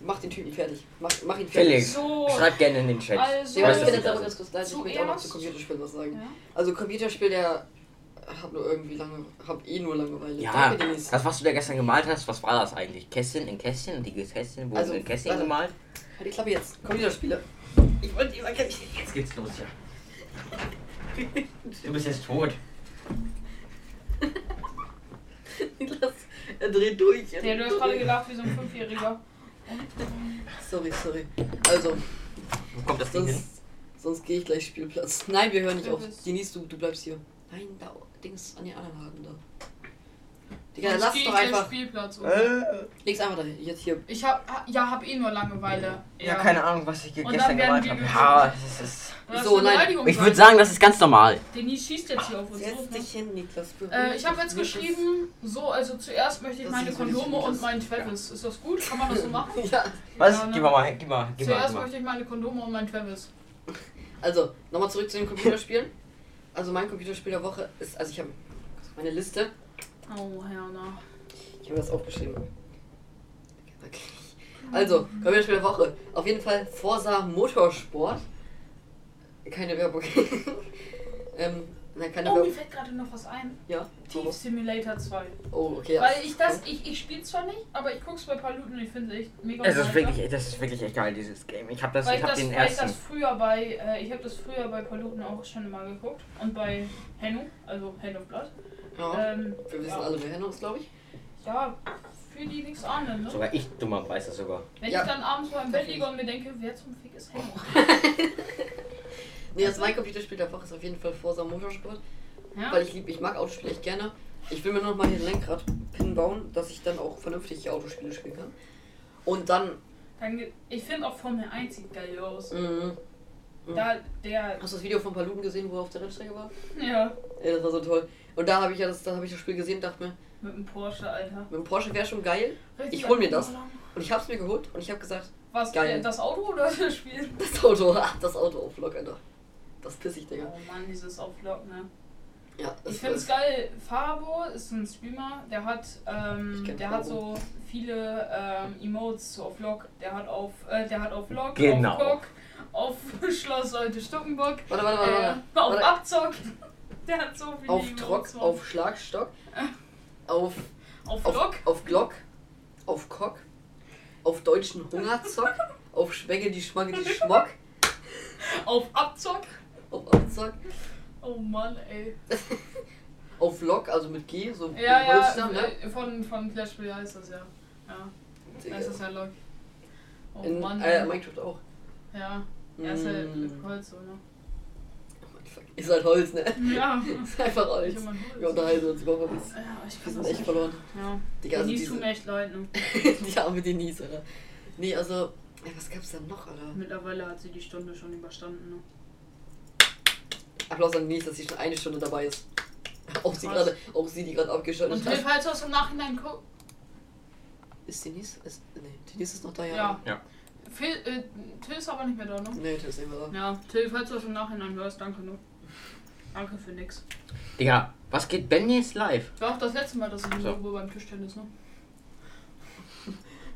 [SPEAKER 2] mach den Typen fertig. Mach, mach ihn fertig.
[SPEAKER 4] Felix,
[SPEAKER 3] So.
[SPEAKER 4] schreibt gerne in den Chat.
[SPEAKER 3] Also-
[SPEAKER 2] Ja,
[SPEAKER 4] ich weiß,
[SPEAKER 2] Oh. ich
[SPEAKER 4] dass
[SPEAKER 2] bin
[SPEAKER 4] sie
[SPEAKER 2] jetzt
[SPEAKER 4] da
[SPEAKER 2] aber
[SPEAKER 4] sind.
[SPEAKER 2] ganz kurz leid. Ich möchte auch noch
[SPEAKER 3] Zuerst-
[SPEAKER 2] zu Computerspielen was sagen.
[SPEAKER 3] Ja.
[SPEAKER 2] Also Computerspiel, der hat nur irgendwie lange, hab eh nur Langeweile.
[SPEAKER 4] Ja,
[SPEAKER 2] Danke, Denise. Halt
[SPEAKER 4] das, was du da gestern gemalt hast, was war das eigentlich? Kästchen in Kästchen und die Kästchen wurden
[SPEAKER 2] Also,
[SPEAKER 4] in Kästchen
[SPEAKER 2] also-
[SPEAKER 4] gemalt?
[SPEAKER 2] Halt die Klappe jetzt. Computerspiele. (laughs) Ich wollte immer Kästchen.
[SPEAKER 4] Jetzt geht's los,
[SPEAKER 3] (laughs)
[SPEAKER 4] ja. Du bist jetzt tot.
[SPEAKER 2] Niklas, er dreht durch. Er
[SPEAKER 3] Ja,
[SPEAKER 2] dreht
[SPEAKER 3] du hast
[SPEAKER 2] durch.
[SPEAKER 3] gerade gelacht wie so ein Fünfjähriger.
[SPEAKER 2] Sorry, sorry. Also,
[SPEAKER 4] Wo kommt das Ding hin?
[SPEAKER 2] sonst, sonst gehe ich gleich Spielplatz. Nein, wir hören nicht
[SPEAKER 3] Du
[SPEAKER 2] auf.
[SPEAKER 3] bist-
[SPEAKER 2] Denise, du, du bleibst hier. Nein, da Dings an den anderen Haken da. Digga,
[SPEAKER 3] Jetzt
[SPEAKER 2] lass
[SPEAKER 3] geh
[SPEAKER 2] doch
[SPEAKER 3] ich den
[SPEAKER 2] einfach.
[SPEAKER 3] Spielplatz um.
[SPEAKER 4] Äh?
[SPEAKER 2] Leg's einfach da jetzt hier.
[SPEAKER 3] Ich hab, ha- ja, hab eh nur Langeweile.
[SPEAKER 4] Ja, keine Ahnung, was ich hier
[SPEAKER 3] Und
[SPEAKER 4] gestern
[SPEAKER 3] dann werden
[SPEAKER 4] gemalt habe.
[SPEAKER 3] die
[SPEAKER 4] Ja,
[SPEAKER 3] gesucht.
[SPEAKER 4] das ist.
[SPEAKER 3] Oder das
[SPEAKER 2] So,
[SPEAKER 3] soll eine
[SPEAKER 2] nein.
[SPEAKER 3] Beleidigung
[SPEAKER 4] Ich
[SPEAKER 3] sein?
[SPEAKER 4] würde sagen, das ist ganz normal.
[SPEAKER 3] Denise schießt jetzt hier auf uns.
[SPEAKER 2] Setz
[SPEAKER 3] So, ne?
[SPEAKER 2] dich hin, Niklas. berühr
[SPEAKER 3] Äh, ich habe
[SPEAKER 2] dich
[SPEAKER 3] jetzt
[SPEAKER 2] nicht.
[SPEAKER 3] geschrieben, so, also zuerst möchte ich
[SPEAKER 2] Das
[SPEAKER 3] meine
[SPEAKER 2] ist so nicht
[SPEAKER 3] Kondome
[SPEAKER 2] gut,
[SPEAKER 3] und
[SPEAKER 2] das-
[SPEAKER 3] meinen Travis. Ist das gut? Kann man das so machen?
[SPEAKER 2] (laughs) Ja,
[SPEAKER 4] (laughs) Was?
[SPEAKER 3] Ja, ne?
[SPEAKER 4] Gib mal, mal, gib mal, gib mal.
[SPEAKER 3] Zuerst
[SPEAKER 4] Gib mal.
[SPEAKER 3] möchte ich meine Kondome und meinen Travis.
[SPEAKER 2] also nochmal zurück zu den Computerspielen. Also mein Computerspiel der Woche ist, also ich habe meine Liste.
[SPEAKER 3] Oh, Herrna.
[SPEAKER 2] Ich habe das aufgeschrieben. Okay. Also, Computerspiel der Woche. Auf jeden Fall Forsa Motorsport. Keine Werbung. (laughs) ähm, nein, keine
[SPEAKER 3] Oh, mir
[SPEAKER 2] Werbung.
[SPEAKER 3] fällt gerade noch was ein.
[SPEAKER 2] Ja.
[SPEAKER 3] Thief Simulator 2.
[SPEAKER 2] Oh, okay. ja.
[SPEAKER 3] Weil ich das, ich, ich spiel's zwar nicht, aber ich guck's bei Paluten und ich finde es echt mega ne?
[SPEAKER 4] Es ist
[SPEAKER 3] unterhaltsam.
[SPEAKER 4] wirklich, das ist wirklich echt geil, dieses Game. Ich habe das,
[SPEAKER 3] Weil
[SPEAKER 4] Also ich habe
[SPEAKER 3] ich, das,
[SPEAKER 4] den
[SPEAKER 3] weil ich das
[SPEAKER 4] ersten.
[SPEAKER 3] früher bei, äh, ich habe das früher bei Paluten auch schon mal geguckt und bei Henno, also Hand of Blood.
[SPEAKER 2] Ja.
[SPEAKER 3] Ähm,
[SPEAKER 2] Wir wissen
[SPEAKER 3] ja.
[SPEAKER 2] alle, wer Henno ist, glaube ich.
[SPEAKER 3] ja, für die nichts ahnen, ne?
[SPEAKER 4] Sogar ich dummer weiß das sogar.
[SPEAKER 3] Wenn
[SPEAKER 2] Ja.
[SPEAKER 3] ich dann abends mal im Bett liege und mir denke, wer zum Fick
[SPEAKER 2] (laughs)
[SPEAKER 3] ist Henno?
[SPEAKER 2] Nee, das mein Computerspiel der Woche ist auf jeden Fall Forsa Motorsport.
[SPEAKER 3] Ja?
[SPEAKER 2] Weil ich lieb, ich mag Autospiele echt gerne. Ich will mir noch mal hier ein Lenkrad-Pin bauen, dass ich dann auch vernünftig Autospiele spielen kann. Und dann.
[SPEAKER 3] Dann, ge- ich finde auch Formel 1 sieht geil aus.
[SPEAKER 2] Mh, Mhm.
[SPEAKER 3] Da, der,
[SPEAKER 2] mm, hast du das Video von Paluten gesehen, wo er auf der Rennstrecke war?
[SPEAKER 3] ja,
[SPEAKER 2] Ey, das war so toll. Und da habe ich ja das, da habe ich das Spiel gesehen, dachte mir,
[SPEAKER 3] mit dem Porsche, Alter.
[SPEAKER 2] mit dem Porsche wäre schon geil.
[SPEAKER 3] Richtig
[SPEAKER 2] Ich hol mir das.
[SPEAKER 3] abgefahren.
[SPEAKER 2] Und ich habe es mir geholt und ich habe gesagt,
[SPEAKER 3] Was,
[SPEAKER 2] Geil.
[SPEAKER 3] äh, das Auto oder das Spiel?
[SPEAKER 2] das Auto, (laughs) ach, das Auto auf Lock, Alter. Das piss ich, Digga.
[SPEAKER 3] Oh Mann, dieses Auflock, ne?
[SPEAKER 2] Ja, das
[SPEAKER 3] Ich finde es
[SPEAKER 2] ist-
[SPEAKER 3] geil. Fabo ist ein Streamer, der hat, ähm,
[SPEAKER 2] Ich kenn
[SPEAKER 3] der hat
[SPEAKER 2] Fabo.
[SPEAKER 3] so viele ähm, Emotes so auf Log. Der hat auf, äh, der hat auf Log,
[SPEAKER 4] Genau.
[SPEAKER 3] auf Cock, auf (laughs) Schloss Alte Stuckenbock,
[SPEAKER 2] Warte, warte, warte,
[SPEAKER 3] äh,
[SPEAKER 2] Ah, warte.
[SPEAKER 3] auf
[SPEAKER 2] warte.
[SPEAKER 3] Abzock. (laughs) Der hat so viele
[SPEAKER 2] Auf Trock,
[SPEAKER 3] Mann.
[SPEAKER 2] auf Schlagstock,
[SPEAKER 3] Äh.
[SPEAKER 2] auf,
[SPEAKER 3] auf
[SPEAKER 2] auf,
[SPEAKER 3] Log.
[SPEAKER 2] auf Glock, auf Kock, auf deutschen Hungerzock, auf Schwegge die Schmagge die Schmock,
[SPEAKER 3] auf Abzock.
[SPEAKER 2] auf Abzock,
[SPEAKER 3] Oh Mann, ey.
[SPEAKER 2] auf Lock, also mit G, so
[SPEAKER 3] Ja, ja,
[SPEAKER 2] Holzstamm, ne?
[SPEAKER 3] äh, von, von Clash Royale ist das ja. Ja,
[SPEAKER 2] Digga.
[SPEAKER 3] das ist ja Log. Oh
[SPEAKER 2] In
[SPEAKER 3] Mann.
[SPEAKER 2] äh,
[SPEAKER 3] ey.
[SPEAKER 2] Minecraft auch.
[SPEAKER 3] ja, er ist halt
[SPEAKER 2] Mm.
[SPEAKER 3] Holz, so, ne? (laughs)
[SPEAKER 2] Ist halt Holz, ne?
[SPEAKER 3] Ja,
[SPEAKER 2] Ist einfach
[SPEAKER 3] ich
[SPEAKER 2] Holz.
[SPEAKER 3] hab mein
[SPEAKER 2] Wir
[SPEAKER 3] Holz.
[SPEAKER 2] unterhalten uns überhaupt nicht.
[SPEAKER 3] Ja, ich
[SPEAKER 2] Wir
[SPEAKER 3] kann
[SPEAKER 2] sind
[SPEAKER 3] das
[SPEAKER 2] echt
[SPEAKER 3] nicht.
[SPEAKER 2] verloren. (laughs)
[SPEAKER 3] Ja.
[SPEAKER 2] Digga, also
[SPEAKER 3] die
[SPEAKER 2] diese,
[SPEAKER 3] tun mir echt leid, ne?
[SPEAKER 2] die arme Denise, Alter. Nee, also, ey, was gab's denn noch, Alter?
[SPEAKER 3] Mittlerweile hat sie die Stunde schon überstanden, ne?
[SPEAKER 2] Applaus an Denise, dass sie schon eine Stunde dabei ist. (laughs) Auch sie
[SPEAKER 3] Was?
[SPEAKER 2] gerade, auch sie, die gerade
[SPEAKER 3] Und
[SPEAKER 2] abgeschaltet
[SPEAKER 3] Till,
[SPEAKER 2] hat.
[SPEAKER 3] falls du das im Nachhinein guckst.
[SPEAKER 2] Ist Denise? Ist, nee, Denise ist noch da, ja.
[SPEAKER 3] Ja.
[SPEAKER 4] Ja.
[SPEAKER 3] Phil, äh, Till ist aber nicht mehr da, ne?
[SPEAKER 2] Nee, Till ist nicht mehr da.
[SPEAKER 3] Ja, Till, falls du das im Nachhinein hörst, danke, ne? Danke für nix.
[SPEAKER 4] Digga, was geht denn jetzt live?
[SPEAKER 3] War auch das letzte Mal, dass ich in
[SPEAKER 4] So.
[SPEAKER 3] Lobo beim Tischtennis, ne?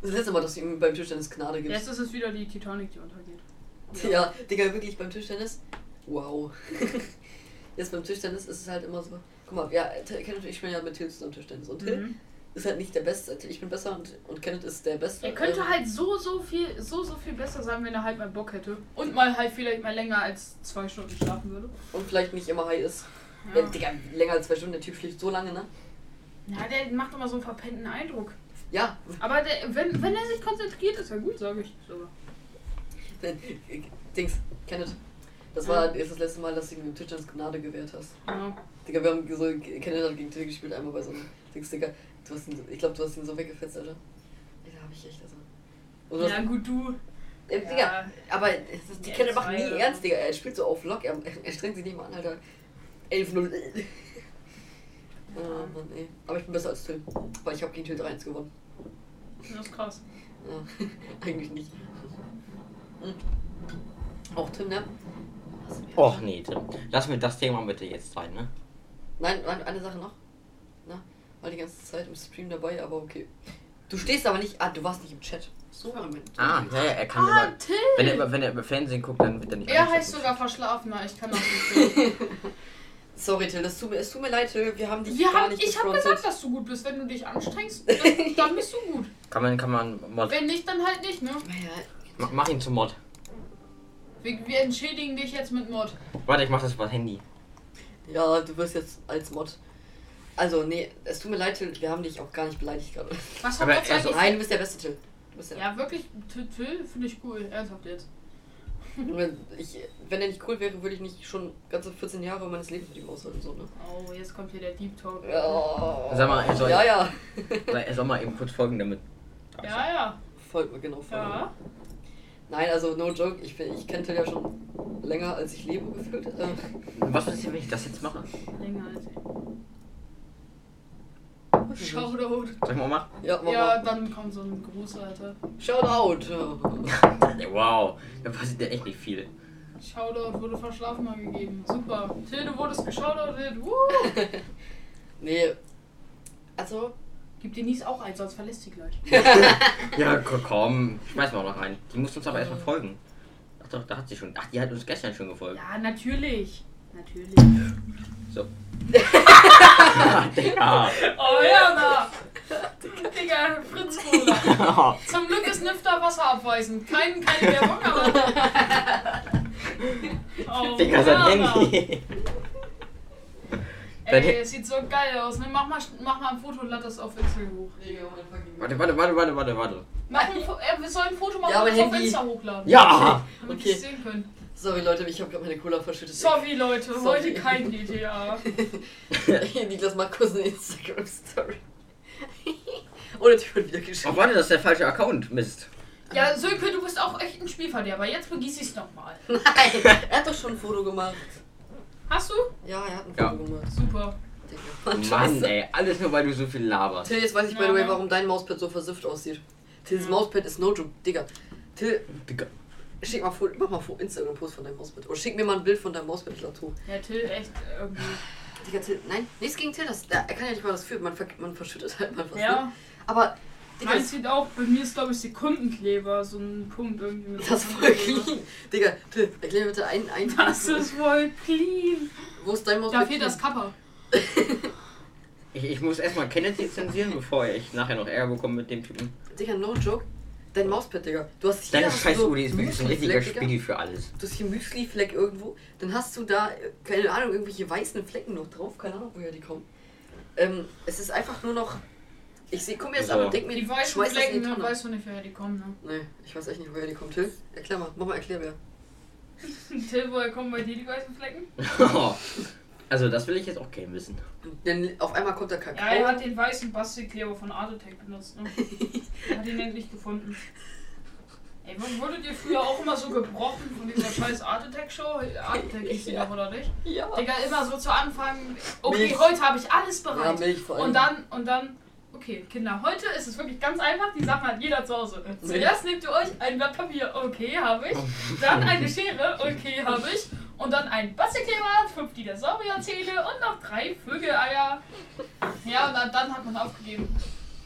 [SPEAKER 2] Das letzte Mal, dass du ihm beim Tischtennis Gnade gibst.
[SPEAKER 3] Jetzt ist es wieder die Titanic, die untergeht.
[SPEAKER 2] Ja. ja, Digga, wirklich beim Tischtennis. Wow. (laughs) Jetzt beim Tischtennis ist es halt immer so. Guck mal, ja, T- Kenneth, ich bin ja mit Till zusammen Tischtennis. Und Till
[SPEAKER 3] Mhm.
[SPEAKER 2] ist halt nicht der Beste. Ich bin besser und, und Kenneth ist der Beste.
[SPEAKER 3] Er könnte
[SPEAKER 2] Ähm,
[SPEAKER 3] halt so, so viel, so, so viel besser sein, wenn er halt mal Bock hätte. Und mal halt vielleicht mal länger als zwei Stunden schlafen würde.
[SPEAKER 2] Und vielleicht nicht immer high ist.
[SPEAKER 3] Ja.
[SPEAKER 2] Wenn, Digga, länger als zwei Stunden, der Typ schläft so lange, ne?
[SPEAKER 3] Na, der macht immer so einen verpennten Eindruck.
[SPEAKER 2] Ja, (laughs)
[SPEAKER 3] Aber der, wenn, wenn er sich konzentriert, ist er gut, sage ich sogar.
[SPEAKER 2] denn, äh, Dings, Kenneth. Das war jetzt das letzte Mal, dass du ihm Tischtennis Gnade gewährt hast.
[SPEAKER 3] Ja.
[SPEAKER 2] Digga, wir haben so, Kenneth hat gegen Till gespielt, einmal bei so einem Dings, Digga. Du hast ihn, ich glaube, du hast ihn so weggefetzt, Alter. Ey, da hab ich echt, also. Und du
[SPEAKER 3] ja,
[SPEAKER 2] hast,
[SPEAKER 3] gut, du.
[SPEAKER 2] äh, Digga,
[SPEAKER 3] Ja.
[SPEAKER 2] aber es ist- die
[SPEAKER 3] Ja,
[SPEAKER 2] Kenneth macht
[SPEAKER 3] zwei
[SPEAKER 2] nie
[SPEAKER 3] oder
[SPEAKER 2] ernst,
[SPEAKER 3] so.
[SPEAKER 2] Digga. Er spielt so auf Lock, er, er strengt sich nicht mal an, Alter. 11-0. Oh Mann, ey. Aber ich bin besser als Till, weil ich habe gegen Till 3-1 gewonnen.
[SPEAKER 3] Das ist krass.
[SPEAKER 2] Ja, (laughs) eigentlich nicht. Hm. Auch Tim, ne? Hast du-
[SPEAKER 4] Och nee, Tim. Lass mir das Thema bitte jetzt sein, ne?
[SPEAKER 2] Nein, nein, eine Sache noch. Na, war die ganze Zeit im Stream dabei, aber okay. Du stehst aber nicht. Ah, du warst nicht im Chat. So, Moment.
[SPEAKER 4] Ah, ja, ja, er kann
[SPEAKER 3] Ah,
[SPEAKER 4] sogar.
[SPEAKER 3] Till!
[SPEAKER 4] Wenn er, über, wenn er über Fernsehen guckt, dann wird er nicht
[SPEAKER 3] Er
[SPEAKER 4] angezeigt.
[SPEAKER 3] heißt sogar Verschlafener, ich kann das nicht. hören.
[SPEAKER 2] Sorry, Till, es tut mir, es tut mir leid, Till. Wir haben dich
[SPEAKER 3] Wir
[SPEAKER 2] gar
[SPEAKER 3] haben,
[SPEAKER 2] nicht
[SPEAKER 3] ich habe
[SPEAKER 2] gefrontet.
[SPEAKER 3] gesagt, dass du gut bist. Wenn du dich anstrengst, dann, dann bist
[SPEAKER 4] (laughs)
[SPEAKER 3] du gut.
[SPEAKER 4] Kann man, kann man Mod.
[SPEAKER 3] Wenn nicht, dann halt nicht, ne?
[SPEAKER 2] Naja,
[SPEAKER 4] Ma- Mach ihn zum Mod.
[SPEAKER 3] Wir, wir entschädigen dich jetzt mit Mord.
[SPEAKER 4] Warte, ich mach das über das Handy.
[SPEAKER 2] ja, du wirst jetzt als Mod. Also, nee, es tut mir leid, Till. Wir haben dich auch gar nicht beleidigt gerade.
[SPEAKER 3] Was
[SPEAKER 4] Aber also
[SPEAKER 3] hat Gott
[SPEAKER 4] er so
[SPEAKER 3] eigentlich...
[SPEAKER 2] Nein, du bist der beste Till. Du bist der
[SPEAKER 3] Ja, wirklich, Till- Till finde ich cool. Ernsthaft jetzt.
[SPEAKER 2] Wenn Ich, wenn er nicht cool wäre, würde ich nicht schon ganze 14 Jahre meines Lebens mit ihm aushalten, so, ne?
[SPEAKER 3] Oh, jetzt kommt hier der Deep Talk.
[SPEAKER 2] Ja.
[SPEAKER 4] Sag mal, ich soll-
[SPEAKER 2] Ja, ja.
[SPEAKER 4] Oder er soll mal eben kurz folgen damit.
[SPEAKER 3] Ja, ja.
[SPEAKER 2] Folgt mir genau folgt mir.
[SPEAKER 3] Ja.
[SPEAKER 2] Nein, also no joke, ich, bin- ich kenne Till ja schon länger als ich lebe gefühlt. Äh,
[SPEAKER 4] Was passiert, wenn ich das jetzt mache?
[SPEAKER 3] Länger als
[SPEAKER 2] weiß ich
[SPEAKER 3] ich.
[SPEAKER 2] nicht.
[SPEAKER 3] Shoutout.
[SPEAKER 4] Sag mal, mach.
[SPEAKER 2] Ja, mach
[SPEAKER 3] Ja,
[SPEAKER 2] ja. mal.
[SPEAKER 3] dann kommt so ein Gruß, Alter.
[SPEAKER 2] Shoutout!
[SPEAKER 3] (laughs)
[SPEAKER 4] Ja, Wow, da passiert ja echt nicht viel.
[SPEAKER 3] Shoutout wurde verschlafen gegeben. Super. Tilde wurde es geschaudert. Woo!
[SPEAKER 2] nee. Also,
[SPEAKER 3] Gib dir Nies auch eins, sonst verlässt sie gleich.
[SPEAKER 4] Ja, ko- komm, schmeiß mal noch rein. Die muss uns aber erstmal folgen. Ach doch, da hat sie schon. Ach, die hat uns gestern schon gefolgt.
[SPEAKER 3] Ja, natürlich. Natürlich.
[SPEAKER 4] So. (laughs) ja.
[SPEAKER 3] Oh ja, da! Digga, Fritz Cola.
[SPEAKER 4] (laughs)
[SPEAKER 3] Zum Glück ist Nifter wasserabweisend. Kein, keine Werbung, aber.
[SPEAKER 4] (laughs)
[SPEAKER 3] Oh,
[SPEAKER 4] Digga, sein
[SPEAKER 3] Werner.
[SPEAKER 4] Handy. Dein
[SPEAKER 3] Ey,
[SPEAKER 4] Handy-
[SPEAKER 3] es sieht so geil aus, ne? Mach mal, mach mal ein Foto und lad das auf Instagram hoch.
[SPEAKER 4] Warte, warte, warte, warte, warte, warte.
[SPEAKER 3] Mach ein Fo- äh, wir sollen ein Foto machen
[SPEAKER 2] Ja,
[SPEAKER 3] und
[SPEAKER 2] aber
[SPEAKER 3] das auf
[SPEAKER 2] Handy-
[SPEAKER 3] Insta hochladen.
[SPEAKER 4] Ja!
[SPEAKER 3] Damit
[SPEAKER 2] Okay.
[SPEAKER 3] okay. sehen können.
[SPEAKER 2] sorry Leute, ich habe gerade meine Cola verschüttet.
[SPEAKER 3] Sorry, Leute,
[SPEAKER 2] Sorry.
[SPEAKER 3] heute kein GTA.
[SPEAKER 2] (laughs) Niklas Markus eine Instagram-Story. (laughs) Und natürlich wird wieder
[SPEAKER 4] Oh,
[SPEAKER 2] geschrieben.
[SPEAKER 4] warte, das ist der falsche Account. Mist.
[SPEAKER 3] Ja, Sönke, du bist auch echt ein Spielverderber. Jetzt begieß ich's nochmal.
[SPEAKER 2] Nein, er hat doch schon ein Foto gemacht.
[SPEAKER 3] Hast du?
[SPEAKER 2] Ja, er hat ein Foto
[SPEAKER 4] Ja.
[SPEAKER 2] gemacht.
[SPEAKER 3] Super.
[SPEAKER 2] Digga.
[SPEAKER 4] Mann, ey, alles nur weil du so viel laberst.
[SPEAKER 2] Till, jetzt weiß ich by the way,
[SPEAKER 3] Ja.
[SPEAKER 2] warum dein Mauspad so versifft aussieht. Tills
[SPEAKER 3] Ja.
[SPEAKER 2] Mauspad ist no joke, Digga. Till,
[SPEAKER 4] Digga.
[SPEAKER 2] schick mal Foto, mach mal Fo- Instagram-Post von deinem Mauspad. Oder schick mir mal ein Bild von deinem Mauspad, ich glaub, du.
[SPEAKER 3] Ja, Till, echt irgendwie.
[SPEAKER 2] Digga, Till, nein, nichts gegen Till, das, da- er kann ja nicht mal was für, man, ver, man verschüttet halt mal was. Ne?
[SPEAKER 3] Ja,
[SPEAKER 2] Aber, Digga,
[SPEAKER 3] meins sieht auch, bei mir ist glaube ich Sekundenkleber, so ein Punkt irgendwie mit
[SPEAKER 2] das ist voll clean. Digga, Till, erklär mir bitte einen, einen
[SPEAKER 3] Das ist voll clean.
[SPEAKER 2] Wo ist dein Mauspad?
[SPEAKER 3] Da fehlt das Kappa.
[SPEAKER 4] Ich, ich muss erstmal Kenneth lizenzieren, bevor ich nachher noch Ärger bekomme mit dem Typen.
[SPEAKER 2] Digga, no joke. Dein Mauspad, Digga. Du hast hier
[SPEAKER 4] Deine
[SPEAKER 2] hast du
[SPEAKER 4] scheiß
[SPEAKER 2] so
[SPEAKER 4] Uli ist wirklich ein richtiger
[SPEAKER 2] Müsli-Fleck, Digga.
[SPEAKER 4] Spiegel für alles. (laughs)
[SPEAKER 2] Du hast hier Müsli-Fleck irgendwo, dann hast du da, äh, keine Ahnung, irgendwelche weißen Flecken noch drauf, keine Ahnung, woher die kommen. Ähm, es ist einfach nur noch. Ich seh, komm jetzt
[SPEAKER 4] So.
[SPEAKER 2] an und denk mir,
[SPEAKER 3] Die weißen
[SPEAKER 2] schmeiß das in
[SPEAKER 3] Flecken,
[SPEAKER 2] die
[SPEAKER 3] ne?
[SPEAKER 2] Tonne.
[SPEAKER 3] weißt du nicht, woher die kommen, ne? (laughs)
[SPEAKER 2] Nee, ich weiß echt nicht, woher die kommt. Till, erklär mal, mach mal Erklärbär.
[SPEAKER 3] Till, woher kommen bei dir die weißen Flecken?
[SPEAKER 4] also, das will ich jetzt auch gerne wissen.
[SPEAKER 2] Denn auf einmal kommt der
[SPEAKER 3] Ja, er
[SPEAKER 2] Kakao.
[SPEAKER 3] hat den weißen Bastelkleber von Art Attack benutzt, ne? Er hat ihn endlich gefunden. Ey, wurd- wurdet ihr früher auch immer so gebrochen von dieser scheiß Art Attack Show? Art Attack hieß die
[SPEAKER 2] Ja.
[SPEAKER 3] doch, oder nicht?
[SPEAKER 2] Ja,
[SPEAKER 3] Digga, immer so zu Anfang, okay,
[SPEAKER 2] Milch.
[SPEAKER 3] heute habe ich alles
[SPEAKER 2] ja
[SPEAKER 3] bereit.
[SPEAKER 2] Milch vor allem.
[SPEAKER 3] und dann, und dann, okay, Kinder, heute ist es wirklich ganz einfach, die Sachen hat jeder zu Hause. Zuerst nehmt ihr euch ein Blatt Papier, okay, habe ich. Dann eine Schere, okay, habe ich. Und dann ein Bastelkleber, fünf Dinosaurierzähne und noch drei Vögeleier. Ja, und dann, dann hat man aufgegeben.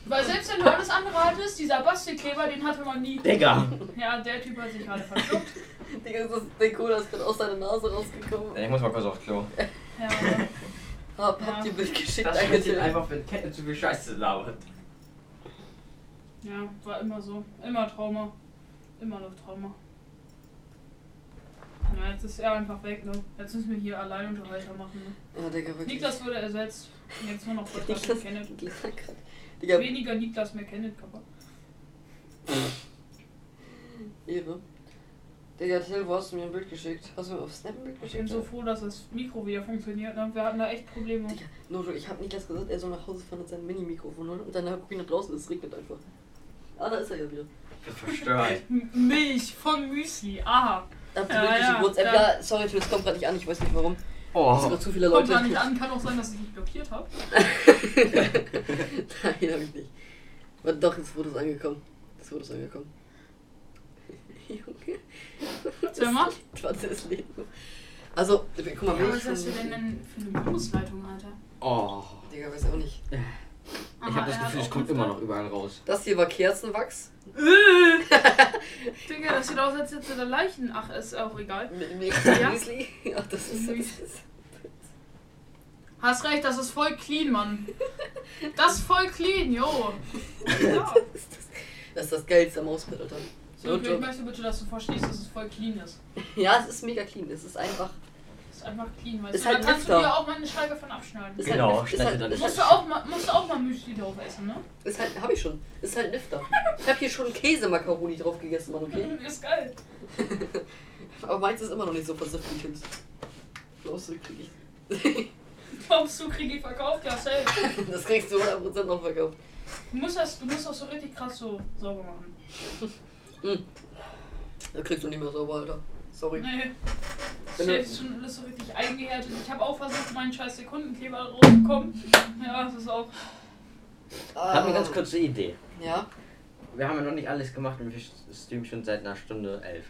[SPEAKER 3] Weil selbst wenn du alles andere hattest, dieser Bastelkleber, den hatte man nie.
[SPEAKER 4] Digga!
[SPEAKER 3] Ja, der Typ hat sich gerade verschluckt.
[SPEAKER 2] Digga, das ist der Cola ist gerade aus seiner Nase rausgekommen.
[SPEAKER 4] Ich muss mal kurz aufs Klo.
[SPEAKER 3] Ja,
[SPEAKER 2] Hab,
[SPEAKER 3] Ja.
[SPEAKER 2] habt ihr Bild geschickt,
[SPEAKER 5] Das passiert
[SPEAKER 2] danke
[SPEAKER 5] einfach, wenn Kette zu viel Scheiße labert.
[SPEAKER 3] ja, war immer so. Immer Trauma. Immer noch Trauma. Ja, jetzt ist er einfach weg, ne? Jetzt müssen wir hier Alleinunterhalter machen, ne?
[SPEAKER 2] Ja, Ah, Digga, wirklich.
[SPEAKER 3] Niklas wurde ersetzt. Und Jetzt nur noch Podcast
[SPEAKER 2] (laughs)
[SPEAKER 3] mit
[SPEAKER 2] Niklas,
[SPEAKER 3] Kenneth.
[SPEAKER 2] Niklas hat grad- Digga,
[SPEAKER 3] Weniger Niklas, mehr Kenneth, aber.
[SPEAKER 2] Ehre. Digga, Till, wo hast du mir ein Bild geschickt? Hast du mir auf Snap ein Bild
[SPEAKER 3] Ich bin
[SPEAKER 2] geschickt?
[SPEAKER 3] so froh, dass das Mikro wieder funktioniert, ne? Wir hatten da echt Probleme.
[SPEAKER 2] Digga, Nojo, ich hab Niklas gesagt, er soll nach Hause fahren und sein Mini-Mikrofon holen. Und dann guck ich nach draußen, es regnet einfach. Ah, da ist er ja wieder.
[SPEAKER 5] Ich bin verstört.
[SPEAKER 3] M Milch von Müsli, aha.
[SPEAKER 2] Habt ihr
[SPEAKER 3] Ja,
[SPEAKER 2] Bild geschickt?
[SPEAKER 3] ja,
[SPEAKER 2] WhatsApp?
[SPEAKER 3] ja.
[SPEAKER 2] Ja, sorry, Till, es kommt grad nicht an, ich weiß nicht warum. Es sind
[SPEAKER 4] Oh,
[SPEAKER 2] grad zu viele
[SPEAKER 3] Kommt
[SPEAKER 2] Leute.
[SPEAKER 3] da nicht
[SPEAKER 2] (laughs)
[SPEAKER 3] an, kann auch sein, dass ich nicht blockiert habe.
[SPEAKER 2] Nein, hab ich nicht. Warte, doch, jetzt wurde es angekommen. Jetzt wurde es angekommen. (laughs) Junge.
[SPEAKER 3] Sag mal.
[SPEAKER 2] Warte, das Leben. Also, guck mal, wenn ich schon...
[SPEAKER 3] denn für eine Bonusleitung, Alter?
[SPEAKER 4] oh.
[SPEAKER 2] Digga, weiß auch nicht.
[SPEAKER 4] Ich habe das Gefühl, es kommt immer
[SPEAKER 3] (laughs)
[SPEAKER 4] noch überall raus.
[SPEAKER 2] Das hier war Kerzenwachs. (laughs)
[SPEAKER 3] Digga, das sieht aus, als hätte da Leichen. Ach, ist auch egal.
[SPEAKER 2] Mit dem nächsten
[SPEAKER 3] Ja.
[SPEAKER 2] Müsli. Ach, das ist... Das ist
[SPEAKER 3] Hast recht, das ist voll clean, Mann. Das ist voll clean, yo.
[SPEAKER 4] (laughs)
[SPEAKER 3] Ja.
[SPEAKER 2] das, ist das, das ist das Geilste am Ausbild, Alter.
[SPEAKER 3] So, ich möchte bitte, dass du verstehst, dass es voll clean ist.
[SPEAKER 2] Ja, es ist mega clean. Es ist einfach...
[SPEAKER 3] Das ist einfach clean, weißt
[SPEAKER 2] Ist
[SPEAKER 3] du?
[SPEAKER 2] halt
[SPEAKER 3] da kannst du
[SPEAKER 2] Lüfter.
[SPEAKER 3] dir auch mal eine Scheibe von abschneiden.
[SPEAKER 2] Ist
[SPEAKER 4] Genau,
[SPEAKER 2] halt, ist
[SPEAKER 4] schneid dir
[SPEAKER 2] halt,
[SPEAKER 4] dann-
[SPEAKER 2] ist
[SPEAKER 3] Musst du
[SPEAKER 2] halt,
[SPEAKER 3] auch mal, musst du auch mal Müsli drauf essen, ne?
[SPEAKER 2] ist halt, hab ich schon. Ist halt Lifter. Ich hab hier schon Käse-Macaroni drauf gegessen, Mann, okay?
[SPEAKER 3] (laughs) Ist geil.
[SPEAKER 2] (laughs) Aber meins ist immer noch nicht so versifft wie Tims. Glaubst du, krieg ich... (laughs)
[SPEAKER 3] Glaubst du, krieg ich verkauft? Ja, safe.
[SPEAKER 2] Das kriegst du 100% noch verkauft.
[SPEAKER 3] Du musst, das, du musst das so richtig krass so sauber machen.
[SPEAKER 2] Das kriegst du nicht mehr sauber, Alter. Sorry.
[SPEAKER 3] Nee.
[SPEAKER 2] Wenn
[SPEAKER 3] Safe
[SPEAKER 2] du-
[SPEAKER 3] ist schon alles so richtig eingehärtet. Ich habe auch versucht, meinen scheiß Sekundenkleber rauszukommen. Ja, das ist auch.
[SPEAKER 4] Ich habe eine ganz kurze Idee.
[SPEAKER 2] Ah. Ja,
[SPEAKER 4] Wir haben ja noch nicht alles gemacht und wir streamen schon seit einer Stunde elf.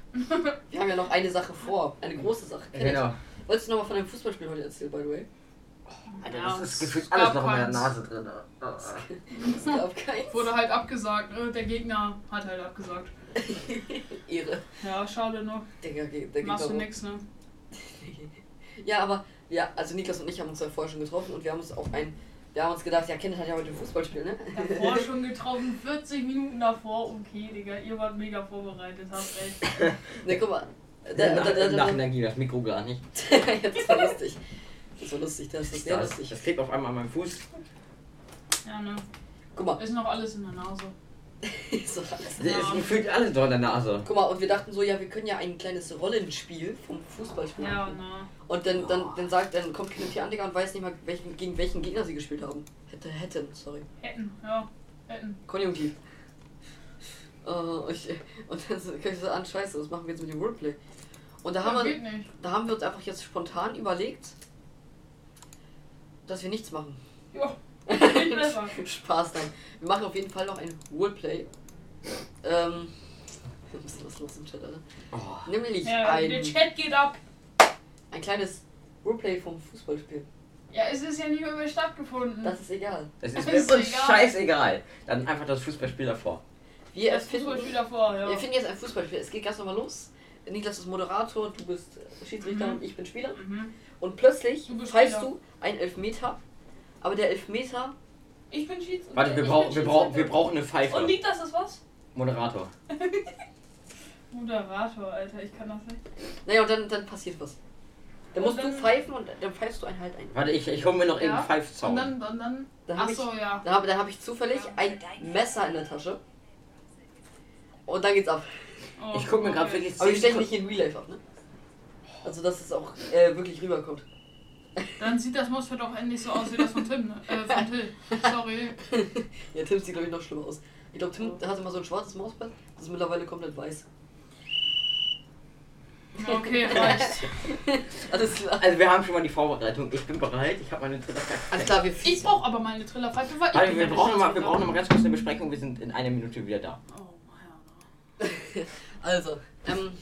[SPEAKER 2] wir haben ja noch eine Sache vor. Eine große Sache. Kenneth,
[SPEAKER 4] Genau.
[SPEAKER 2] Wolltest du nochmal von deinem Fußballspiel heute erzählen, by the way?
[SPEAKER 4] Alter,
[SPEAKER 3] Ja,
[SPEAKER 4] das
[SPEAKER 3] es
[SPEAKER 4] ist gefühlt
[SPEAKER 3] gab
[SPEAKER 4] alles noch in meiner
[SPEAKER 3] keins.
[SPEAKER 4] Nase drin. Oh,
[SPEAKER 2] Es gab keins.
[SPEAKER 3] Wurde halt abgesagt. ne? Der Gegner hat halt abgesagt.
[SPEAKER 2] (laughs) Ehre.
[SPEAKER 3] Ja, schade, ne?
[SPEAKER 2] Digga, ge- der geht
[SPEAKER 3] Machst du
[SPEAKER 2] darum. (laughs)
[SPEAKER 3] nix, ne?
[SPEAKER 2] Ja, aber, ja, also Niklas und ich haben uns davor schon getroffen und wir haben uns auch ein. Wir haben uns gedacht, ja, Kenneth hat ja heute ein Fußballspiel, ne?
[SPEAKER 3] Davor
[SPEAKER 2] (laughs)
[SPEAKER 3] schon getroffen, 40 Minuten davor. Okay, Digga, ihr wart mega vorbereitet, habt recht.
[SPEAKER 2] Ne, guck mal. Da, da, da, da,
[SPEAKER 4] Nach
[SPEAKER 2] da.
[SPEAKER 4] Energie, das Mikro gar nicht.
[SPEAKER 2] (laughs) ja, das war lustig. Das war lustig, das ist sehr
[SPEAKER 4] Das,
[SPEAKER 2] lustig.
[SPEAKER 4] das klebt auf einmal an meinem Fuß.
[SPEAKER 3] Ja, ne?
[SPEAKER 2] Guck mal, (laughs)
[SPEAKER 3] Ist noch alles in der Nase.
[SPEAKER 2] ist doch alles
[SPEAKER 4] Es ist gefühlt alles noch in der Nase.
[SPEAKER 2] Guck mal, und wir dachten so, ja, wir können ja ein kleines Rollenspiel vom Fußballspiel
[SPEAKER 3] Ja,
[SPEAKER 2] machen.
[SPEAKER 3] ne?
[SPEAKER 2] Und dann, dann, dann sagt, dann kommt Kenneth hier an, Digga, und weiß nicht mal, welchen, gegen welchen Gegner sie gespielt haben. Hätte, hätten, sorry.
[SPEAKER 3] Hätten, ja. Hätten.
[SPEAKER 2] Konjunktiv. Äh, und, ich, und dann so- kann ich so an, scheiße, was machen wir jetzt mit dem Roleplay? Und da
[SPEAKER 3] Das
[SPEAKER 2] haben,
[SPEAKER 3] geht
[SPEAKER 2] wir,
[SPEAKER 3] nicht.
[SPEAKER 2] da haben wir uns einfach jetzt spontan überlegt, dass wir nichts machen.
[SPEAKER 3] Jo. Geht besser.
[SPEAKER 2] (laughs) Spaß, nein. Wir machen auf jeden Fall noch ein Roleplay. Ähm. (laughs) Ein bisschen was los im Chat, Alter.
[SPEAKER 4] Oh.
[SPEAKER 2] Nämlich
[SPEAKER 3] Ja, der
[SPEAKER 2] ein,
[SPEAKER 3] Chat geht ab.
[SPEAKER 2] ein kleines Roleplay vom Fußballspiel.
[SPEAKER 3] Ja, es ist ja nicht mehr, mehr stattgefunden.
[SPEAKER 2] Das ist egal.
[SPEAKER 4] Das
[SPEAKER 3] Das
[SPEAKER 4] ist
[SPEAKER 3] ist
[SPEAKER 4] mir uns
[SPEAKER 3] egal.
[SPEAKER 4] scheißegal. Dann einfach das Fußballspiel davor.
[SPEAKER 2] Wir
[SPEAKER 3] das
[SPEAKER 2] erfinden,
[SPEAKER 3] Fußballspiel davor, ja.
[SPEAKER 2] wir erfinden jetzt ein Fußballspiel. Es geht ganz normal los. Niklas ist Moderator, du bist äh, Schiedsrichter
[SPEAKER 3] Mhm.
[SPEAKER 2] und ich bin Spieler.
[SPEAKER 3] Mhm.
[SPEAKER 2] Und plötzlich
[SPEAKER 3] Du bist
[SPEAKER 2] pfeifst
[SPEAKER 3] Spieler.
[SPEAKER 2] du einen Elfmeter. Aber der Elfmeter.
[SPEAKER 3] Ich bin Schiedsrichter.
[SPEAKER 4] Warte, wir,
[SPEAKER 3] Ich
[SPEAKER 4] brauchen,
[SPEAKER 3] bin
[SPEAKER 4] wir, brauchen, wir
[SPEAKER 3] Schiedsrichter.
[SPEAKER 4] brauchen eine
[SPEAKER 3] Und
[SPEAKER 4] Pfeife.
[SPEAKER 3] liegt das das was?
[SPEAKER 4] Moderator.
[SPEAKER 3] Moderator, Alter, ich kann das nicht.
[SPEAKER 2] Naja, und dann, dann passiert was. Dann
[SPEAKER 3] Und
[SPEAKER 2] musst du
[SPEAKER 3] dann-
[SPEAKER 2] pfeifen und dann pfeifst du einen halt ein.
[SPEAKER 4] Warte, ich, ich hole mir noch irgendeinen
[SPEAKER 3] Und
[SPEAKER 4] Pfeifzaun.
[SPEAKER 3] dann, dann, dann.
[SPEAKER 2] Dann hab
[SPEAKER 3] Achso, ja.
[SPEAKER 2] Dann habe dann hab ich zufällig ein Messer in der Tasche. Und dann geht's ab.
[SPEAKER 3] Oh,
[SPEAKER 4] ich gucke mir gerade
[SPEAKER 3] okay.
[SPEAKER 4] wirklich
[SPEAKER 2] Aber wir stechen
[SPEAKER 4] Sekunden-
[SPEAKER 2] nicht in Real Life ab, ne? Also, dass es auch äh, wirklich rüberkommt.
[SPEAKER 3] Dann sieht das Mosfet auch endlich so aus wie das von Tim, ne?
[SPEAKER 4] (laughs)
[SPEAKER 3] Äh, von Till. Sorry.
[SPEAKER 2] Ja, Tim sieht, glaube ich, noch schlimmer aus. Ich glaube, Tim hat immer so ein schwarzes Mausband, das ist mittlerweile komplett weiß.
[SPEAKER 3] Ja,
[SPEAKER 4] (laughs)
[SPEAKER 3] Okay, reicht.
[SPEAKER 2] Alles klar.
[SPEAKER 4] Also wir haben schon mal die Vorbereitung. Ich bin bereit. Ich habe meine dritte
[SPEAKER 2] Alles klar, wir
[SPEAKER 3] Ich brauche aber meine Trillerpfeife, weil ich.
[SPEAKER 4] Warte,
[SPEAKER 3] bin
[SPEAKER 4] wir
[SPEAKER 3] ja
[SPEAKER 4] brauchen, noch mal, wir
[SPEAKER 3] Schiedsrichter.
[SPEAKER 4] brauchen noch mal ganz kurz eine Besprechung. Wir sind in einer Minute wieder da.
[SPEAKER 3] Oh, ja.
[SPEAKER 2] Also, ähm.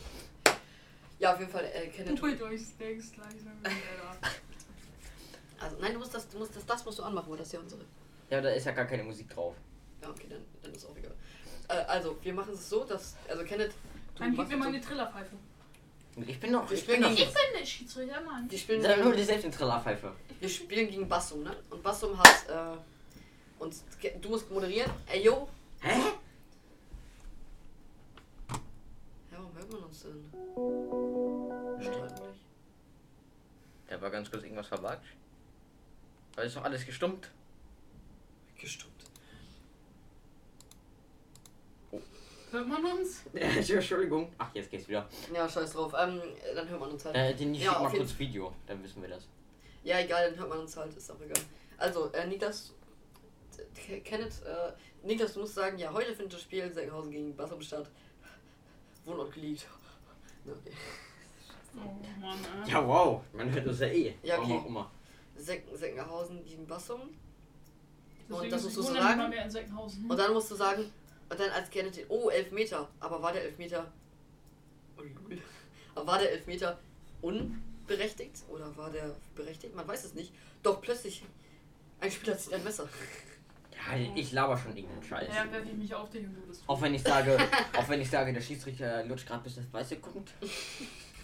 [SPEAKER 2] Ja, auf jeden Fall, äh, Kenneth.
[SPEAKER 3] Tut euch Snakes gleich, wenn wir wieder
[SPEAKER 4] (laughs)
[SPEAKER 3] da.
[SPEAKER 2] Also, nein, du musst das, du musst das, das musst du anmachen, weil das ist ja unsere.
[SPEAKER 4] Ja, da ist ja gar keine Musik drauf.
[SPEAKER 2] Ja, okay, dann, dann ist auch egal. Äh, also, wir machen es so, dass. Also, Kenneth. Du
[SPEAKER 3] Dann gib
[SPEAKER 2] machst
[SPEAKER 3] mir
[SPEAKER 2] jetzt
[SPEAKER 3] meine
[SPEAKER 2] so-
[SPEAKER 3] Trillerpfeife.
[SPEAKER 4] Ich bin noch.
[SPEAKER 2] Wir
[SPEAKER 4] Ich bin
[SPEAKER 2] spielen
[SPEAKER 4] noch.
[SPEAKER 3] Ich
[SPEAKER 2] gegen.
[SPEAKER 3] bin der Schiedsrichter, Mann.
[SPEAKER 2] Wir
[SPEAKER 4] Sag nur
[SPEAKER 2] spielen,
[SPEAKER 4] die selbst in Trillerpfeife.
[SPEAKER 2] wir spielen gegen Bassum, ne? Und Bassum hat. Äh, und du musst moderieren. Ey, yo!
[SPEAKER 4] Hä?
[SPEAKER 2] Ja, warum hört man uns denn? Streit mich.
[SPEAKER 4] Da war ganz kurz irgendwas verbuggt. Da ist doch alles (laughs) gestummt.
[SPEAKER 2] Gestummt.
[SPEAKER 3] Hört man uns?
[SPEAKER 4] Entschuldigung. Ach, jetzt geht's wieder.
[SPEAKER 2] Ja, scheiß drauf. Ähm, dann hört man uns halt.
[SPEAKER 4] Äh, den
[SPEAKER 2] Ja,
[SPEAKER 4] schickt
[SPEAKER 2] auf
[SPEAKER 4] mal
[SPEAKER 2] jeden-
[SPEAKER 4] kurz Video, dann wissen wir das.
[SPEAKER 2] Ja, egal, dann hört man uns halt, ist auch egal. Also, äh, Niklas, K- Kenneth, äh, Niklas, du musst sagen, ja, heute findet das Spiel Senghausen gegen Bassum statt. Wohnort geleakt. (laughs) Na, Okay.
[SPEAKER 3] Oh Mann, ey.
[SPEAKER 4] Ja, wow. Man hört das ja eh.
[SPEAKER 2] Ja,
[SPEAKER 4] Warum
[SPEAKER 2] okay.
[SPEAKER 4] auch immer.
[SPEAKER 2] Sen- Senghausen gegen Bassum.
[SPEAKER 3] Deswegen
[SPEAKER 2] das
[SPEAKER 3] ist-
[SPEAKER 2] musst
[SPEAKER 3] ich
[SPEAKER 2] du so
[SPEAKER 3] wohne ja nicht
[SPEAKER 2] sagen?
[SPEAKER 3] mal mehr in Seckenhausen.
[SPEAKER 2] Und dann musst du sagen, und dann als Kenneth den, oh, Elfmeter. Aber war der Elfmeter. Ui, ui. (laughs) Aber war der Elfmeter unberechtigt? Oder war der berechtigt? Man weiß es nicht. Doch plötzlich, ein Spieler zieht ein Messer.
[SPEAKER 4] Ja, ich laber schon irgendeinen Scheiß.
[SPEAKER 3] Ja, werfe ich mich auf dich und du bist
[SPEAKER 4] Auch wenn ich sage, (laughs) auch wenn ich sage, der Schiedsrichter lutscht gerade bis das Weiße kommt.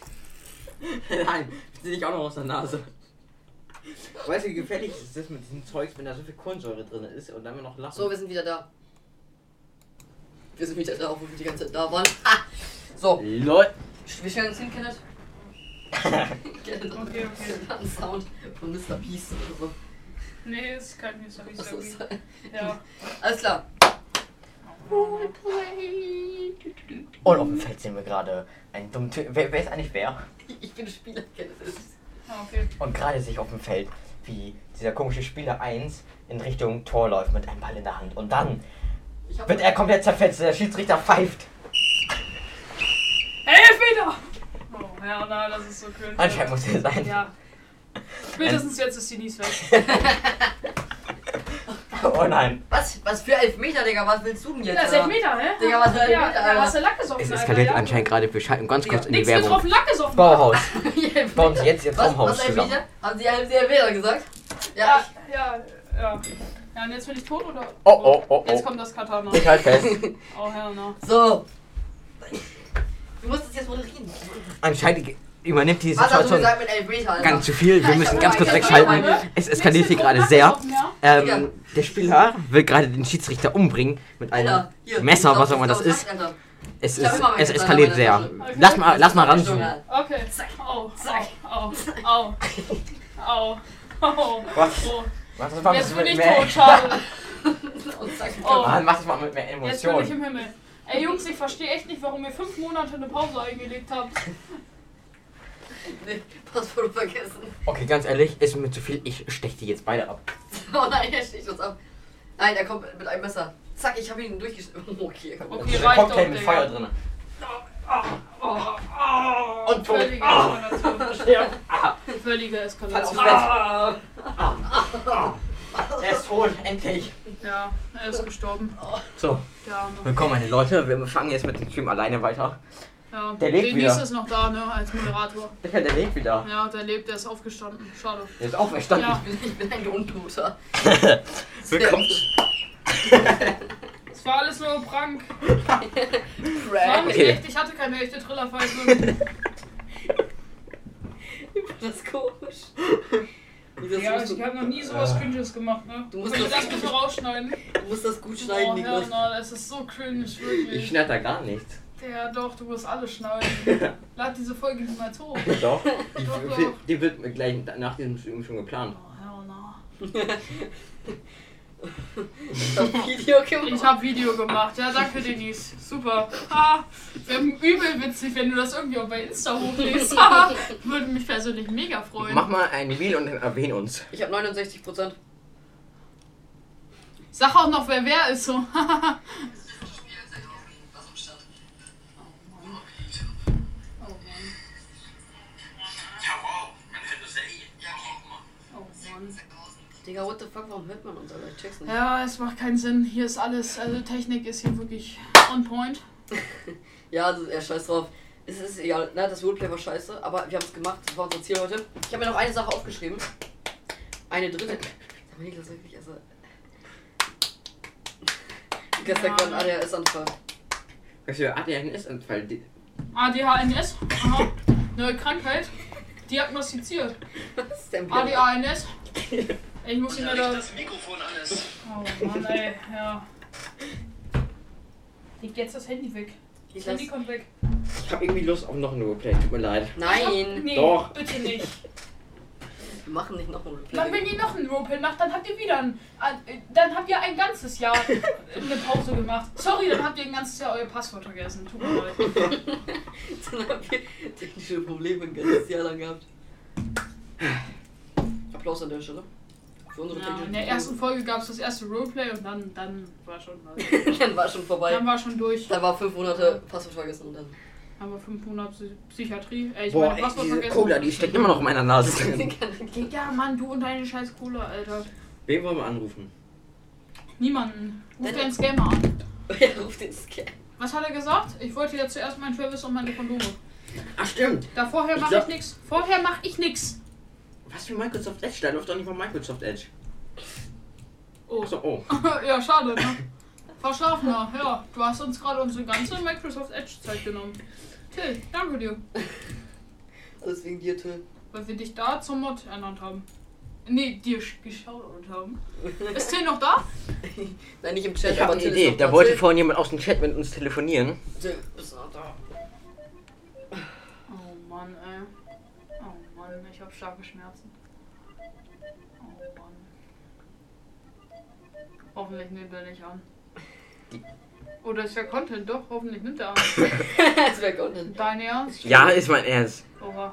[SPEAKER 4] (laughs) Nein, ziehe ich auch noch aus der Nase. Weißt du, wie gefährlich ist das mit diesem Zeugs, wenn da so viel Kohlensäure drin ist und dann wir noch lachen?
[SPEAKER 2] So, wir sind wieder da. Wir sind wieder da, obwohl wir die ganze Zeit da waren. (laughs) Ah! So,
[SPEAKER 4] Lol.
[SPEAKER 2] wir stellen uns hin,
[SPEAKER 3] (laughs)
[SPEAKER 2] Kenneth. Kenneth hat
[SPEAKER 3] Okay,
[SPEAKER 2] (laughs)
[SPEAKER 3] okay.
[SPEAKER 2] einen Sound von Mr. Beast oder so.
[SPEAKER 3] Nee, ist kein Mr.
[SPEAKER 2] Was ist
[SPEAKER 3] Beast.
[SPEAKER 2] das?
[SPEAKER 4] (laughs)
[SPEAKER 3] Ja.
[SPEAKER 2] Alles klar.
[SPEAKER 4] Und auf dem Feld sehen wir gerade einen dummen Typ. Wer, wer ist eigentlich wer?
[SPEAKER 2] Ich bin Spieler, Kenneth.
[SPEAKER 3] Ah, okay.
[SPEAKER 4] Und gerade sich auf dem Feld, wie dieser komische Spieler 1 in Richtung Tor läuft mit einem Ball in der Hand. Und dann
[SPEAKER 2] Ich hab
[SPEAKER 4] wird er komplett zerfetzt. Der Schiedsrichter pfeift.
[SPEAKER 3] Elfmeter! Oh, ja, na, das ist so cool.
[SPEAKER 4] Anscheinend muss er sein.
[SPEAKER 3] Ja. Spätestens jetzt ist die Nies weg.
[SPEAKER 4] Oh nein.
[SPEAKER 2] was, was für Elfmeter, Digga? Was willst du denn jetzt?
[SPEAKER 3] Das ist
[SPEAKER 2] Alter?
[SPEAKER 3] Elfmeter, hä?
[SPEAKER 2] Digga, was für
[SPEAKER 3] Ja,
[SPEAKER 2] Elfmeter,
[SPEAKER 3] da hast
[SPEAKER 2] Alter?
[SPEAKER 3] du Lack gesoffen,
[SPEAKER 4] Es
[SPEAKER 3] Alter,
[SPEAKER 4] eskaliert
[SPEAKER 3] ja.
[SPEAKER 4] anscheinlich gerade. Wir schalten ganz kurz in die
[SPEAKER 3] Nichts
[SPEAKER 4] Werbung.
[SPEAKER 3] getroffen, Lack gesoffen.
[SPEAKER 4] Bauhaus.
[SPEAKER 2] Elfmeter.
[SPEAKER 4] Bauen Sie jetzt Ihr
[SPEAKER 2] was,
[SPEAKER 4] Traumhaus
[SPEAKER 2] was
[SPEAKER 4] zusammen.
[SPEAKER 2] Elfmeter? Haben Sie, haben Sie Elfmeter gesagt? Ja,
[SPEAKER 3] Ja, ja, ja. Ja, und jetzt bin ich tot, oder?
[SPEAKER 4] Oh, oh, oh,
[SPEAKER 3] Jetzt
[SPEAKER 4] oh.
[SPEAKER 3] kommt das Katana.
[SPEAKER 4] Ich halt fest.
[SPEAKER 3] Oh, hell no.
[SPEAKER 2] ich. So. Du musst es jetzt moderieren.
[SPEAKER 4] Anscheinend ge- übernimmt die
[SPEAKER 2] Was hast du
[SPEAKER 4] Situation
[SPEAKER 2] gesagt mit Elfmeter, Alter?
[SPEAKER 4] halt ganz zu viel. Wir müssen
[SPEAKER 3] hab
[SPEAKER 4] ganz kurz
[SPEAKER 3] aber
[SPEAKER 4] wegschalten.
[SPEAKER 3] keine Ahnung.
[SPEAKER 4] Es eskaliert hier gerade sehr. Ähm, der Spieler will gerade den Schiedsrichter umbringen mit einem
[SPEAKER 2] Alter, hier,
[SPEAKER 4] Messer,
[SPEAKER 2] ich
[SPEAKER 4] was
[SPEAKER 2] glaub,
[SPEAKER 4] auch immer das
[SPEAKER 2] ich glaub,
[SPEAKER 4] ist.
[SPEAKER 2] ich Alter.
[SPEAKER 4] Es,
[SPEAKER 2] Ich hab
[SPEAKER 4] ist,
[SPEAKER 2] immer meine
[SPEAKER 4] es
[SPEAKER 2] Tasche
[SPEAKER 4] eskaliert
[SPEAKER 2] in
[SPEAKER 4] sehr.
[SPEAKER 2] meiner Tasche.
[SPEAKER 4] Lass mal, lass mal
[SPEAKER 2] Stunde,
[SPEAKER 4] ranzoomen.
[SPEAKER 2] Alter.
[SPEAKER 3] Okay. Au, au, au, au, au.
[SPEAKER 4] Was?
[SPEAKER 3] Oh.
[SPEAKER 4] Mach das
[SPEAKER 3] Jetzt bin ich
[SPEAKER 4] (laughs)
[SPEAKER 3] tot, schade.
[SPEAKER 2] (laughs) Und zack.
[SPEAKER 3] Oh. Mann,
[SPEAKER 4] mach das mal mit mehr
[SPEAKER 3] Jetzt bin ich im Himmel. Ey Jungs, ich verstehe echt nicht, warum ihr fünf Monate eine Pause eingelegt habt.
[SPEAKER 2] (laughs) Nee, Passwort vergessen. (laughs)
[SPEAKER 4] Okay, ganz ehrlich, ist mir zu viel. Ich stech die jetzt beide ab.
[SPEAKER 2] Oh nein, er sticht uns ab. Nein, er kommt mit einem Messer. Zack, ich habe ihn durchgeschnitten. (laughs) Okay, komm.
[SPEAKER 3] Okay, reicht doch, Digga.
[SPEAKER 4] drin.
[SPEAKER 3] Und
[SPEAKER 4] tot.
[SPEAKER 3] Völlige Eskalation.
[SPEAKER 4] Ja.
[SPEAKER 3] Völlige Eskalation.
[SPEAKER 4] Fall
[SPEAKER 3] Ah.
[SPEAKER 4] Er ist tot, endlich.
[SPEAKER 3] Ja, er ist gestorben.
[SPEAKER 4] So,
[SPEAKER 3] Der Arme.
[SPEAKER 4] willkommen meine Leute. Wir fangen jetzt mit dem Stream alleine weiter.
[SPEAKER 3] Ja,
[SPEAKER 4] Der lebt
[SPEAKER 3] Denise
[SPEAKER 4] wieder.
[SPEAKER 3] ist noch da, ne, als Moderator.
[SPEAKER 4] Digga, der lebt wieder.
[SPEAKER 3] Ja, der lebt, der ist aufgestanden. Schade.
[SPEAKER 4] Der ist auferstanden.
[SPEAKER 3] Ja.
[SPEAKER 2] Ich bin ein Untoter.
[SPEAKER 4] (laughs) Willkommen.
[SPEAKER 3] Es war alles nur ein Prank. Es war
[SPEAKER 2] Crack.
[SPEAKER 3] nicht
[SPEAKER 4] Okay.
[SPEAKER 3] echt, ich hatte keine echte Trillerpfeife.
[SPEAKER 2] Das ist komisch. Niklas,
[SPEAKER 3] ja,
[SPEAKER 2] du, musst,
[SPEAKER 3] ich habe noch nie sowas Cringes gemacht, ne?
[SPEAKER 2] Du musst
[SPEAKER 3] Könnt ihr
[SPEAKER 2] das-
[SPEAKER 3] das bitte rausschneiden.
[SPEAKER 2] du musst das gut schneiden,
[SPEAKER 3] oh,
[SPEAKER 2] Niklas.
[SPEAKER 3] Herr, na, das ist so cringe,
[SPEAKER 4] Ich
[SPEAKER 3] wirklich.
[SPEAKER 4] schneide da gar nichts.
[SPEAKER 3] Ja, doch, du musst alles schneiden. Lad diese Folge niemals hoch.
[SPEAKER 4] Doch.
[SPEAKER 3] Doch,
[SPEAKER 4] Die,
[SPEAKER 3] doch.
[SPEAKER 4] die wird mir gleich nach diesem Stream schon geplant.
[SPEAKER 3] Oh, Herr, na.
[SPEAKER 2] Ich hab Video
[SPEAKER 3] Ich
[SPEAKER 2] gemacht.
[SPEAKER 3] habe Video gemacht. Ja, danke, Denise. Super. Ha, wäre übel witzig, wenn du das irgendwie auch bei Insta hochlädst. Ha, Würde mich persönlich mega freuen.
[SPEAKER 4] Mach mal ein Reel und erwähn uns.
[SPEAKER 2] Ich hab 69 Prozent.
[SPEAKER 3] Sag auch noch, wer wer ist so. (laughs)
[SPEAKER 2] Digga, what the fuck, warum hört man uns, Alter? Ich check's nicht.
[SPEAKER 3] Ja, es macht keinen Sinn. Hier ist alles, also Technik ist hier wirklich on point.
[SPEAKER 2] Ja, also, ja, scheiß drauf. Es ist egal, ne, das Roleplay war scheiße, aber wir haben es gemacht. Das war unser Ziel heute. Ich habe mir noch eine Sache aufgeschrieben. Eine dritte. Sag mal, Niklas, wirklich, also. Gestern war ein ADHS-Anfall.
[SPEAKER 4] Weißt du, ADHS-Anfall. die-
[SPEAKER 3] ADHNS, aha, neue Krankheit, diagnostiziert.
[SPEAKER 2] Was ist denn Bier?
[SPEAKER 3] ADHNS. Ich muss ihn
[SPEAKER 6] Unterricht
[SPEAKER 3] leider.
[SPEAKER 6] das Mikrofon alles.
[SPEAKER 3] Oh Mann, ey, ja. Leg jetzt das Handy weg.
[SPEAKER 2] Ich
[SPEAKER 3] Das
[SPEAKER 2] lass-
[SPEAKER 3] Handy kommt weg.
[SPEAKER 4] Ich hab irgendwie Lust auf noch ein Roleplay, tut mir leid.
[SPEAKER 2] Nein,
[SPEAKER 3] Nee,
[SPEAKER 4] Doch.
[SPEAKER 2] (laughs)
[SPEAKER 3] bitte nicht.
[SPEAKER 2] wir machen nicht noch ein
[SPEAKER 3] Dann,
[SPEAKER 2] Replay.
[SPEAKER 3] wenn ihr noch einen Roleplay macht, dann habt ihr wieder ein, äh, Dann habt ihr ein ganzes Jahr eine Pause gemacht. Sorry, dann habt ihr ein ganzes Jahr euer Passwort vergessen. Tut mir
[SPEAKER 2] (laughs)
[SPEAKER 3] leid.
[SPEAKER 2] Dann haben wir technische Probleme ein ganzes Jahr lang gehabt. Applaus an der Stelle. Für unsere
[SPEAKER 3] Ja,
[SPEAKER 2] technischen
[SPEAKER 3] in der ersten Folge gab es das erste Roleplay und dann, dann war schon was.
[SPEAKER 2] Probleme. (laughs) Dann war schon vorbei.
[SPEAKER 3] Dann war schon durch.
[SPEAKER 2] Da war fünf Monate Passwort vergessen und
[SPEAKER 4] (laughs)
[SPEAKER 2] dann.
[SPEAKER 3] Haben wir fünf Monate Psy- Psychiatrie. Äh, ich
[SPEAKER 4] Boah,
[SPEAKER 3] meine,
[SPEAKER 4] ey,
[SPEAKER 3] was war
[SPEAKER 4] diese
[SPEAKER 3] vergessen?
[SPEAKER 4] Cola, die steckt immer noch in meiner Nase.
[SPEAKER 2] (laughs)
[SPEAKER 3] (laughs)
[SPEAKER 4] drin.
[SPEAKER 3] Digga, Mann, du und deine scheiß Cola, Alter.
[SPEAKER 4] Wen wollen wir anrufen?
[SPEAKER 3] Niemanden. Ruf
[SPEAKER 2] Deine-
[SPEAKER 3] deinen Scammer an.
[SPEAKER 2] Wer ruft Oh den Scam?
[SPEAKER 3] Was hat er gesagt? Ich wollte ja zuerst meinen Travis und meine Kondome.
[SPEAKER 4] Ach stimmt!
[SPEAKER 3] Da vorher
[SPEAKER 4] Ich
[SPEAKER 3] mache
[SPEAKER 4] glaub-
[SPEAKER 3] ich nix. Vorher mache ich nix.
[SPEAKER 4] Was für Microsoft Edge? Da läuft doch nicht mal Microsoft Edge.
[SPEAKER 3] Oh.
[SPEAKER 4] Achso, oh.
[SPEAKER 3] (laughs) ja, schade, ne? Verschlafener, ja. Du hast uns gerade unsere ganze Microsoft Edge-Zeit genommen. Till, danke dir,
[SPEAKER 2] Alles wegen dir, Till.
[SPEAKER 3] weil wir dich da zum Mod ernannt haben. Nee, dir sch- geschaut haben. Ist Till noch da?
[SPEAKER 2] Nein, nicht im Chat,
[SPEAKER 4] Ich
[SPEAKER 2] aber
[SPEAKER 4] habe eine
[SPEAKER 2] Till ist
[SPEAKER 4] Idee.
[SPEAKER 2] noch
[SPEAKER 4] Da wollte
[SPEAKER 2] Till-
[SPEAKER 4] vorhin jemand aus dem Chat mit uns telefonieren.
[SPEAKER 2] Till, bist du noch da? (laughs)
[SPEAKER 3] Oh Mann, ey. Oh Mann, ich habe starke Schmerzen. Oh Mann. Hoffentlich nimmt er nicht an. Oder ist ja Content, doch, hoffentlich nimmt er an.
[SPEAKER 2] Das wäre Content.
[SPEAKER 3] Dein Ernst?
[SPEAKER 4] Ja, ist mein Ernst.
[SPEAKER 3] Oha.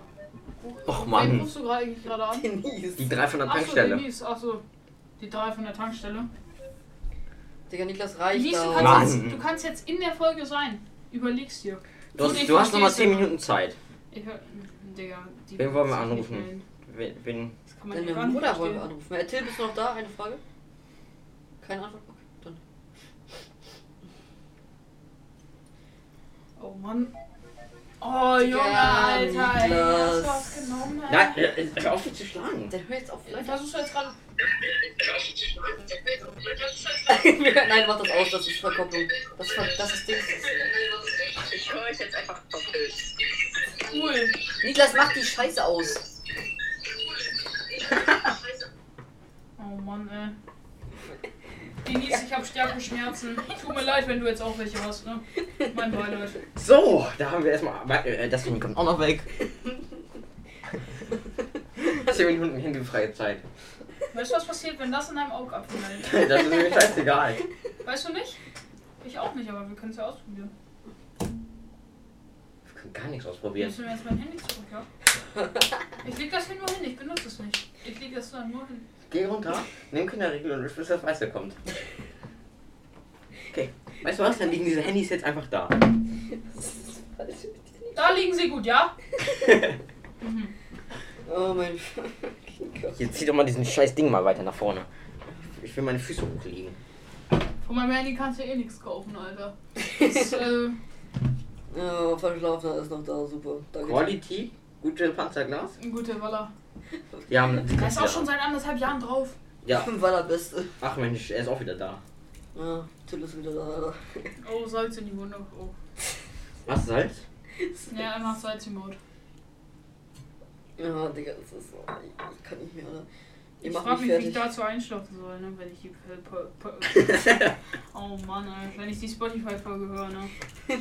[SPEAKER 4] Och
[SPEAKER 3] Wen
[SPEAKER 4] Mann.
[SPEAKER 3] rufst du gerade eigentlich gerade an?
[SPEAKER 2] Denise.
[SPEAKER 4] Die drei von der
[SPEAKER 3] Achso,
[SPEAKER 4] Tankstelle.
[SPEAKER 3] Denise, achso. Die drei von der Tankstelle.
[SPEAKER 2] Digga, Niklas reicht
[SPEAKER 3] Denise, du
[SPEAKER 2] da.
[SPEAKER 3] kannst,
[SPEAKER 4] Mann.
[SPEAKER 3] jetzt, du kannst jetzt in der Folge sein. Überleg's dir.
[SPEAKER 4] Du
[SPEAKER 3] Gut,
[SPEAKER 4] hast,
[SPEAKER 3] ich
[SPEAKER 4] du hast
[SPEAKER 3] verstehe
[SPEAKER 4] nochmal
[SPEAKER 3] es
[SPEAKER 4] 10
[SPEAKER 3] nicht.
[SPEAKER 4] Minuten Zeit.
[SPEAKER 3] Ich hör, Digga, die
[SPEAKER 4] Wen wollen wir
[SPEAKER 3] das
[SPEAKER 4] anrufen?
[SPEAKER 3] nicht melden.
[SPEAKER 4] Wen, wen,
[SPEAKER 3] Das kann man ja
[SPEAKER 2] Deine
[SPEAKER 3] gar nicht
[SPEAKER 2] Mutter wollen wir
[SPEAKER 3] verstehen.
[SPEAKER 2] anrufen. Äh, Till, bist du noch da? Eine Frage? Keine Antwort? Okay, dann.
[SPEAKER 3] Oh Mann. Oh Junge,
[SPEAKER 2] Ja,
[SPEAKER 3] Alter, ey, hast
[SPEAKER 2] Niklas.
[SPEAKER 3] du was genommen, ey?
[SPEAKER 4] Nein, äh, äh, hör auf mich zu schlagen.
[SPEAKER 2] Dann hör jetzt auf,
[SPEAKER 3] Vielleicht
[SPEAKER 2] vielleicht.
[SPEAKER 3] versuchst du jetzt gerade.
[SPEAKER 2] (laughs) Nein, mach das aus, das ist Verkopplung. Das, ist Ver das ist Ding.
[SPEAKER 6] Ich höre euch jetzt einfach doppelt.
[SPEAKER 3] Cool.
[SPEAKER 2] Niklas, mach die Scheiße aus.
[SPEAKER 3] Oh Mann, ey. Denise, ich hab starke Schmerzen. Tut mir leid, wenn du jetzt auch welche hast, ne? Mein Beileid.
[SPEAKER 4] So, da haben wir erstmal. warte, Äh, das Handy kommt auch noch
[SPEAKER 3] (laughs)
[SPEAKER 4] weg. (laughs) 10 Minuten handyfreie Zeit.
[SPEAKER 3] Weißt du, was passiert, wenn das in deinem Auge abfällt?
[SPEAKER 4] Das ist mir scheißegal.
[SPEAKER 3] Weißt du nicht? Ich auch nicht, aber wir können es ja ausprobieren.
[SPEAKER 4] Wir können gar nichts
[SPEAKER 3] Ja.
[SPEAKER 4] ausprobieren.
[SPEAKER 3] Nimmst du mir jetzt mein Handy zurück, ja? Ich leg das hier nur hin, ich benutze es nicht. Ich leg das dann nur hin.
[SPEAKER 4] Geh runter, nimm Kinderriegel und bis das Weiße kommt. Okay, weißt du was? Dann liegen diese Handys jetzt einfach da.
[SPEAKER 3] Da liegen sie gut, ja? Mhm.
[SPEAKER 2] Oh mein (laughs) Gott.
[SPEAKER 4] (laughs) Jetzt zieh doch mal diesen scheiß Ding mal weiter nach vorne. Ich will meine Füße hochlegen.
[SPEAKER 3] Von meinem Handy kannst du eh nichts kaufen, Alter. Das,
[SPEAKER 2] (laughs)
[SPEAKER 3] ist, äh,
[SPEAKER 2] Ja, Verschlafener ist noch da, super. Danke.
[SPEAKER 4] Quality, gute Panzerglas.
[SPEAKER 3] ein guter Waller.
[SPEAKER 4] Ja, die
[SPEAKER 3] Der
[SPEAKER 4] kannst
[SPEAKER 3] ist
[SPEAKER 4] du
[SPEAKER 3] auch
[SPEAKER 4] ja.
[SPEAKER 3] schon seit anderthalb Jahren drauf.
[SPEAKER 4] Ja,
[SPEAKER 2] (laughs) War der Beste.
[SPEAKER 4] ach Mensch, er ist auch wieder da.
[SPEAKER 2] Ja, Till ist wieder da, Alter.
[SPEAKER 3] Oh, Salz in die Wunde. Oh.
[SPEAKER 4] Was,
[SPEAKER 3] (laughs)
[SPEAKER 4] Salz?
[SPEAKER 3] Ja, er macht Salz im Mode.
[SPEAKER 2] Ja, Digga, das ist so. Ich kann nicht mehr, Alter. Ihr
[SPEAKER 3] Ich
[SPEAKER 2] macht
[SPEAKER 3] frage
[SPEAKER 2] mich
[SPEAKER 3] mich, wie ich
[SPEAKER 2] fertig.
[SPEAKER 3] dazu einschlafen soll, ne? Wenn ich
[SPEAKER 4] (laughs)
[SPEAKER 3] die. P- P- oh Mann, ey. wenn ich die Spotify-Folge höre, ne?
[SPEAKER 2] (laughs)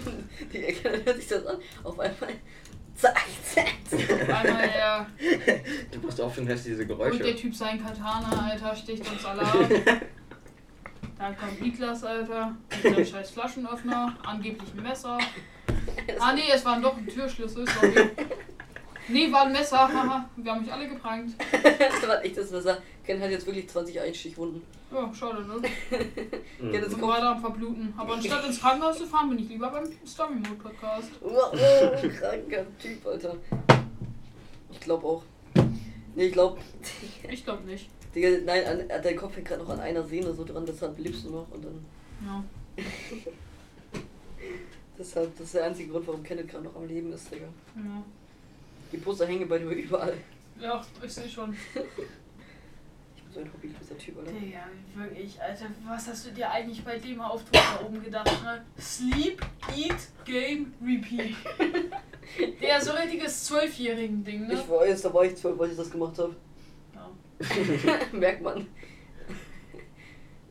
[SPEAKER 2] Digga, hört sich das an. Auf einmal. (laughs) Zack, (laughs) zack.
[SPEAKER 3] Auf einmal der.
[SPEAKER 4] Du machst auf und hörst diese
[SPEAKER 3] Und der
[SPEAKER 4] Geräusche.
[SPEAKER 3] Typ sein Katana, Alter, sticht uns
[SPEAKER 4] (laughs)
[SPEAKER 3] alle ab. Dann kommt Niklas, Alter, mit seinem scheiß Flaschenöffner, angeblich ein Messer. Ah nee, es waren doch ein Türschlüssel, sorry. Nee, war ein Messer, haha, wir haben mich alle geprankt.
[SPEAKER 2] Das war echt das Messer. Ken hat jetzt wirklich 20 Einstichwunden.
[SPEAKER 3] Ja, schade, ne?
[SPEAKER 4] Mhm.
[SPEAKER 2] Ken ist
[SPEAKER 3] Also Ich war gerade am Verbluten. Aber anstatt ins Krankenhaus zu fahren, bin ich lieber beim Story Mode Podcast.
[SPEAKER 2] Wow, kranker Typ, Alter. Ich glaub auch. Nee, ich glaub. (laughs)
[SPEAKER 3] Ich glaube nicht.
[SPEAKER 2] Digga, nein, an, an, dein Kopf hängt gerade noch an einer Sehne so dran, deshalb lebst du noch und dann.
[SPEAKER 3] Ja.
[SPEAKER 2] Deshalb, das ist der einzige Grund, warum Kenneth gerade noch am Leben ist, Digga.
[SPEAKER 3] Ja,
[SPEAKER 2] Die Poster hängen bei dir überall.
[SPEAKER 3] ja ich sehe schon.
[SPEAKER 2] Ich so ein hobbyloser Typ, oder?
[SPEAKER 3] Digga, wirklich, Alter, was hast du dir eigentlich bei dem Auftritt da oben gedacht, ne? Sleep, Eat, Game, (laughs) Repeat. Der so richtiges zwölfjährigen Ding, ne?
[SPEAKER 2] Ich weiß, da war ich zwölf, als ich das gemacht habe.
[SPEAKER 3] Ja.
[SPEAKER 2] (laughs) Merkt man.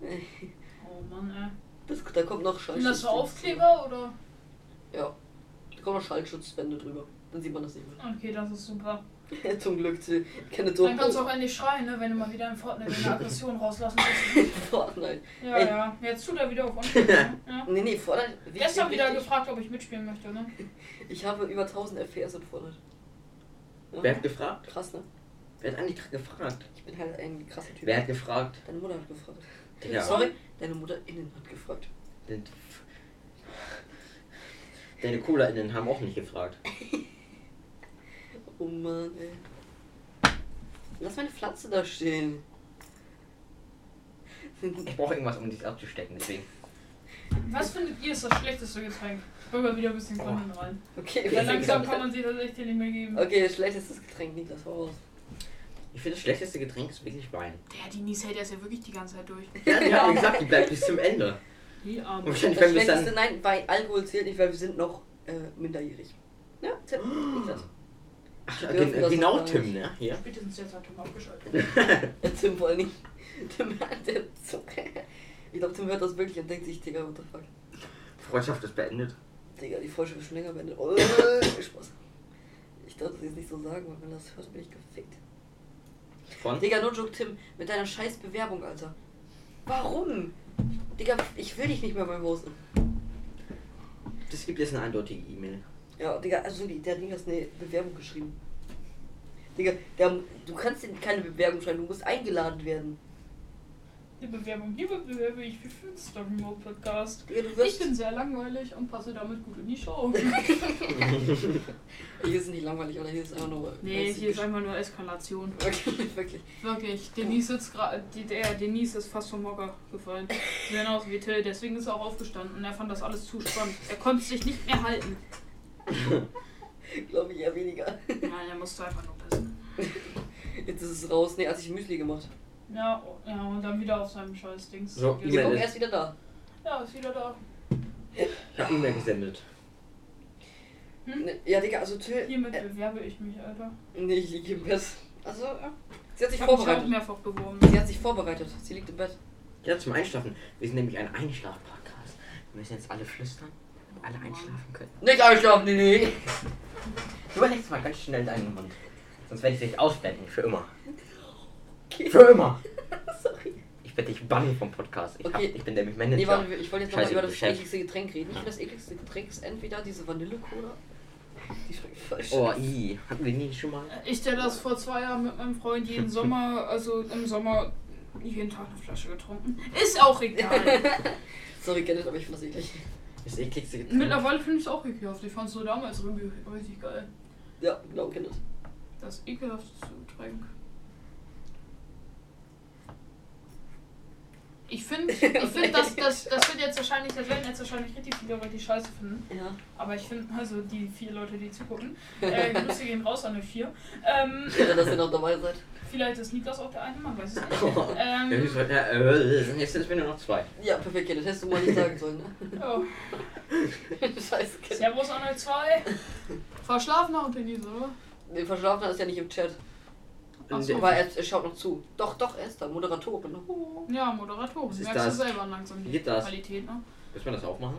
[SPEAKER 3] Oh Mann, ey.
[SPEAKER 2] Das, da kommt noch Schallschutz.
[SPEAKER 3] Sind das so Aufkleber oder?
[SPEAKER 2] Ja. Da kommen noch Schallschutzwände drüber. Dann sieht man das nicht
[SPEAKER 3] Okay, das ist super.
[SPEAKER 2] mehr. (laughs) Zum Glück. sie- Keine
[SPEAKER 3] Dann kannst du
[SPEAKER 2] Doku.
[SPEAKER 3] auch endlich schreien, ne? Wenn du mal wieder in Fortnite deine Aggression rauslassen willst.
[SPEAKER 2] (laughs) Fortnite.
[SPEAKER 3] Ja,
[SPEAKER 2] Ey.
[SPEAKER 3] ja. Jetzt tut er wieder auf uns. ne? Ja.
[SPEAKER 2] Nee, nee, Fortnite. wichtig,
[SPEAKER 3] Gestern wieder
[SPEAKER 2] wichtig.
[SPEAKER 3] gefragt, ob ich mitspielen möchte, ne?
[SPEAKER 2] Ich habe über 1000 FPS in Fortnite. Ja?
[SPEAKER 4] Wer hat gefragt?
[SPEAKER 2] Krass, ne?
[SPEAKER 4] Wer hat eigentlich gefragt?
[SPEAKER 2] Ich bin halt ein krasser Typ.
[SPEAKER 4] Wer hat gefragt?
[SPEAKER 2] Deine Mutter hat gefragt.
[SPEAKER 4] Digga,
[SPEAKER 2] Sorry, deine Mutter innen hat gefragt.
[SPEAKER 4] den- Deine Cola-Innen haben auch nicht gefragt.
[SPEAKER 2] Oh Mann, ey. Lass meine Pflanze da stehen. (laughs)
[SPEAKER 4] Ich brauche irgendwas, um dich abzustecken, deswegen.
[SPEAKER 3] Was findet ihr ist das schlechteste Getränk? Ich will mal wieder ein bisschen
[SPEAKER 2] Oh.
[SPEAKER 3] Gründen rein.
[SPEAKER 2] Okay,
[SPEAKER 3] Ja,
[SPEAKER 2] wir
[SPEAKER 3] langsam kann man sich das echt nicht mehr geben.
[SPEAKER 2] Okay, schlechtestes Getränk, Niklas, hau raus.
[SPEAKER 4] Ich finde, das schlechteste Getränk ist wirklich Wein.
[SPEAKER 3] Der, die Nies hält das ja wirklich die ganze Zeit durch.
[SPEAKER 4] Ja, die haben gesagt, die bleibt bis zum Ende.
[SPEAKER 3] Die
[SPEAKER 4] Und
[SPEAKER 3] Arme.
[SPEAKER 4] wahrscheinlich,
[SPEAKER 2] Das
[SPEAKER 4] wenn wir es
[SPEAKER 2] schlechteste,
[SPEAKER 4] dann.
[SPEAKER 2] nein, bei Alkohol zählt nicht, weil wir sind noch äh, minderjährig. Ja, zählt
[SPEAKER 4] (gasps)
[SPEAKER 2] Niklas.
[SPEAKER 4] Ach,
[SPEAKER 2] Wir dürfen
[SPEAKER 4] gen-
[SPEAKER 2] das
[SPEAKER 4] genau,
[SPEAKER 2] noch gar
[SPEAKER 4] Tim,
[SPEAKER 2] nicht.
[SPEAKER 4] ne? Hier.
[SPEAKER 3] Spätestens jetzt hat Tom abgeschaltet.
[SPEAKER 4] (laughs)
[SPEAKER 2] Ja, Tim wohl nicht. (laughs) Tim hat den Zug. Ich glaube, Tim hört das wirklich und denkt sich, Digga, what the fuck.
[SPEAKER 4] Freundschaft ist beendet.
[SPEAKER 2] Digga, die Freundschaft ist schon länger beendet. Oh, Spaß. Ich darf das jetzt nicht so sagen, weil wenn das hört, bin ich gefickt.
[SPEAKER 4] Von?
[SPEAKER 2] Digga, no joke, Tim, mit deiner scheiß Bewerbung, Alter. Warum? Digga, ich will dich nicht mehr beim Hosten.
[SPEAKER 4] Das gibt jetzt eine eindeutige E-Mail. (laughs)
[SPEAKER 2] Ja, Digga, also die, der Ding hat eine Bewerbung geschrieben. Digga, der, du kannst dir keine Bewerbung schreiben, du musst eingeladen werden.
[SPEAKER 3] Die Bewerbung hier bewerbe ich für den Star Remote Podcast.
[SPEAKER 2] Digga, du
[SPEAKER 3] Ich
[SPEAKER 2] wirst. (laughs)
[SPEAKER 3] bin sehr langweilig und passe damit gut in die Show.
[SPEAKER 2] Hier ist nicht langweilig, oder? Hier ist einfach nur.
[SPEAKER 3] Nee,
[SPEAKER 2] weiß
[SPEAKER 3] hier
[SPEAKER 2] ich
[SPEAKER 3] ist einfach nur Eskalation.
[SPEAKER 2] nicht. Wirklich, (laughs) wirklich.
[SPEAKER 3] Wirklich, Denise sitzt gerade, der Denise ist fast vom Hocker gefallen. Genau wie Till, deswegen ist er auch aufgestanden. Er fand das alles zu spannend. Er konnte sich nicht mehr halten.
[SPEAKER 2] Glaube ich eher weniger.
[SPEAKER 3] Nein, er musste einfach nur pissen.
[SPEAKER 2] Jetzt ist es raus. Nee, hat sich Müsli gemacht.
[SPEAKER 3] Ja, oh- ja, und dann wieder auf seinem scheiß Dings.
[SPEAKER 4] So,
[SPEAKER 3] Ja.
[SPEAKER 2] Wir
[SPEAKER 4] E-Mail
[SPEAKER 2] gucken,
[SPEAKER 4] ist-
[SPEAKER 2] er ist wieder da.
[SPEAKER 3] Ja, ist wieder da.
[SPEAKER 4] Ich habe E-Mail gesendet.
[SPEAKER 3] Hm?
[SPEAKER 2] Nee, Ja, Digga, also Till.
[SPEAKER 3] Hiermit
[SPEAKER 2] Äh,
[SPEAKER 3] bewerbe ich mich, Alter.
[SPEAKER 2] nee, ich liege im Bett. Also, ja. Sie hat sich
[SPEAKER 3] Ich habe mich auch
[SPEAKER 2] vorbereitet.
[SPEAKER 3] mehrfach beworben.
[SPEAKER 2] Sie hat sich vorbereitet. Sie liegt im Bett.
[SPEAKER 4] Ja, zum Einschlafen. Wir sind nämlich ein Einschlaf-Podcast. Wir müssen jetzt alle flüstern, damit alle einschlafen können.
[SPEAKER 2] Nicht einschlafen, nee,
[SPEAKER 4] (laughs)
[SPEAKER 2] nee.
[SPEAKER 4] Du überlegst mal ganz schnell deinen Mund. Sonst werde ich dich ausblenden, für immer. Für immer!
[SPEAKER 2] (laughs) Sorry.
[SPEAKER 4] Ich werde dich bannen vom Podcast. Ich, hab,
[SPEAKER 2] Okay.
[SPEAKER 4] ich bin nämlich
[SPEAKER 2] Nee,
[SPEAKER 4] Manager.
[SPEAKER 2] warte, ich wollte jetzt nochmal
[SPEAKER 4] Scheiße,
[SPEAKER 2] über das
[SPEAKER 4] du Chef.
[SPEAKER 2] ekligste Getränk reden. Ich finde, das ekligste Getränk ist entweder diese Vanille-Cola. Die schmeckt voll
[SPEAKER 4] oh,
[SPEAKER 2] scheiße.
[SPEAKER 4] i. Hatten wir nie schon mal?
[SPEAKER 3] Ich der das vor zwei Jahren mit meinem Freund
[SPEAKER 2] (laughs)
[SPEAKER 3] jeden Sommer, also im Sommer, jeden Tag eine Flasche getrunken. Ist
[SPEAKER 2] (laughs)
[SPEAKER 3] auch egal.
[SPEAKER 2] Sorry, Kenneth, aber ich finde das eklig.
[SPEAKER 4] Das ekligste
[SPEAKER 2] (laughs)
[SPEAKER 4] Getränk.
[SPEAKER 3] Mittlerweile finde ich es auch ekelhaft. Ich fand es so damals irgendwie richtig geil.
[SPEAKER 2] Ja, genau, Kenneth.
[SPEAKER 3] Das ekelhafteste Getränk.
[SPEAKER 4] (laughs)
[SPEAKER 3] Ich finde, ich find, das, das, das wird jetzt wahrscheinlich, das werden jetzt wahrscheinlich richtig viele Leute die Scheiße finden.
[SPEAKER 2] Ja.
[SPEAKER 3] Aber ich finde, also die vier Leute, die zugucken,
[SPEAKER 4] (laughs)
[SPEAKER 2] (laughs)
[SPEAKER 3] äh, Grüße gehen raus an die vier. Ähm,
[SPEAKER 2] Schade, dass ihr noch dabei seid.
[SPEAKER 3] vielleicht ist Niklas auch der eine, man weiß es nicht.
[SPEAKER 4] Oh. Ja,
[SPEAKER 3] Ähm,
[SPEAKER 4] wir sollten- ja, äh, Jetzt sind wir nur noch zwei.
[SPEAKER 2] Ja, perfekt, Kenneth. Hättest du mal nicht sagen sollen, ne? (laughs)
[SPEAKER 3] oh.
[SPEAKER 2] Scheiße, Kenneth.
[SPEAKER 3] Servus an euch zwei. Verschlafen noch unter diese, oder?
[SPEAKER 2] Nee, Verschlafener ist ja nicht im Chat.
[SPEAKER 3] Ach so.
[SPEAKER 2] Aber er, er schaut noch zu. Doch, doch, er ist da. Moderatorin. Oh.
[SPEAKER 3] Ja, Moderatorin.
[SPEAKER 4] Was ist
[SPEAKER 3] Merkst
[SPEAKER 4] das?
[SPEAKER 3] du selber langsam die
[SPEAKER 4] Wie geht das?
[SPEAKER 3] Qualität, ne?
[SPEAKER 4] Müssen wir das aufmachen?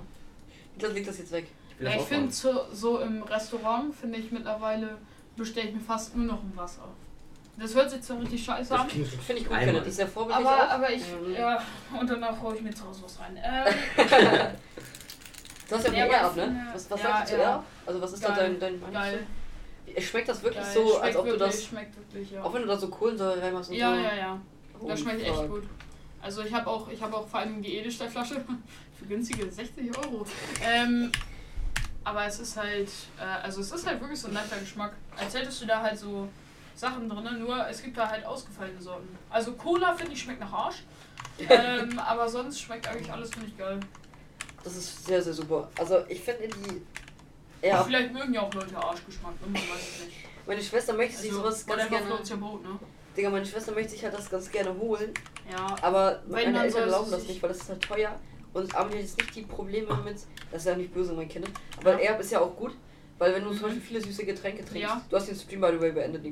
[SPEAKER 2] Niklas legt das jetzt weg.
[SPEAKER 4] Ich will
[SPEAKER 3] Ja,
[SPEAKER 4] das
[SPEAKER 3] ich
[SPEAKER 4] aufmachen.
[SPEAKER 3] finde so, so im Restaurant finde ich mittlerweile bestelle ich mir fast nur noch ein Wasser. Das hört sich zwar richtig scheiße an,
[SPEAKER 4] Das klingt so
[SPEAKER 2] Finde ich gut,
[SPEAKER 4] einmal.
[SPEAKER 2] Kenneth. Ist ja vorbildlich
[SPEAKER 3] aber,
[SPEAKER 2] auch.
[SPEAKER 3] aber ich
[SPEAKER 2] Mhm.
[SPEAKER 3] ja und danach hole ich mir zu Hause was rein. Ähm,
[SPEAKER 2] (laughs) Du hast ja
[SPEAKER 3] Ja,
[SPEAKER 2] mehr
[SPEAKER 3] aber
[SPEAKER 2] ab,
[SPEAKER 3] das-
[SPEAKER 2] ne? Was, was
[SPEAKER 3] ja,
[SPEAKER 2] sagst du zu
[SPEAKER 3] ja.
[SPEAKER 2] Erb? Also, was ist da
[SPEAKER 3] geil,
[SPEAKER 2] dein, dein meinst
[SPEAKER 3] geil,
[SPEAKER 2] du? Schmeckt das wirklich
[SPEAKER 3] geil.
[SPEAKER 2] so,
[SPEAKER 3] schmeckt
[SPEAKER 2] als ob du
[SPEAKER 3] wirklich,
[SPEAKER 2] das.
[SPEAKER 3] schmeckt wirklich ja.
[SPEAKER 2] Auch wenn du da so Kohlensäure reinmachst und
[SPEAKER 3] ja,
[SPEAKER 2] so.
[SPEAKER 3] ja, ja.
[SPEAKER 2] Holy
[SPEAKER 3] Das schmeckt echt
[SPEAKER 2] fuck.
[SPEAKER 3] gut. Also ich habe auch, ich habe auch vor allem die Edelstahlflasche (laughs) für günstige 60 Euro. Ähm, aber es ist halt, äh, also es ist halt wirklich so ein leichter Geschmack. Als hättest du da halt so Sachen drin, nur es gibt da halt ausgefallene Sorten. Also Cola finde ich schmeckt nach Arsch.
[SPEAKER 2] (laughs)
[SPEAKER 3] ähm, aber sonst schmeckt eigentlich alles finde ich geil.
[SPEAKER 2] Das ist sehr, sehr super. Also ich finde die. Ja,
[SPEAKER 3] Vielleicht mögen ja auch Leute Arschgeschmack, ne? man weiß es nicht.
[SPEAKER 2] meine Schwester möchte sich sowas
[SPEAKER 3] oder
[SPEAKER 2] ganz gerne.
[SPEAKER 3] Brot, ne?
[SPEAKER 2] Digga, meine Schwester möchte sich halt das ganz gerne holen,
[SPEAKER 3] Ja.
[SPEAKER 2] aber meine
[SPEAKER 3] Wenn, dann soll
[SPEAKER 2] Eltern
[SPEAKER 3] sie
[SPEAKER 2] erlauben das
[SPEAKER 3] sich-
[SPEAKER 2] nicht, weil das ist halt teuer. Und Amel hat jetzt nicht die Probleme mit, das ist ja nicht böse, mein Kind, aber Erb ist ja auch gut, weil wenn du zum Beispiel viele süße Getränke trinkst,
[SPEAKER 3] Mhm. Ja.
[SPEAKER 2] du hast den Stream by the way beendet, den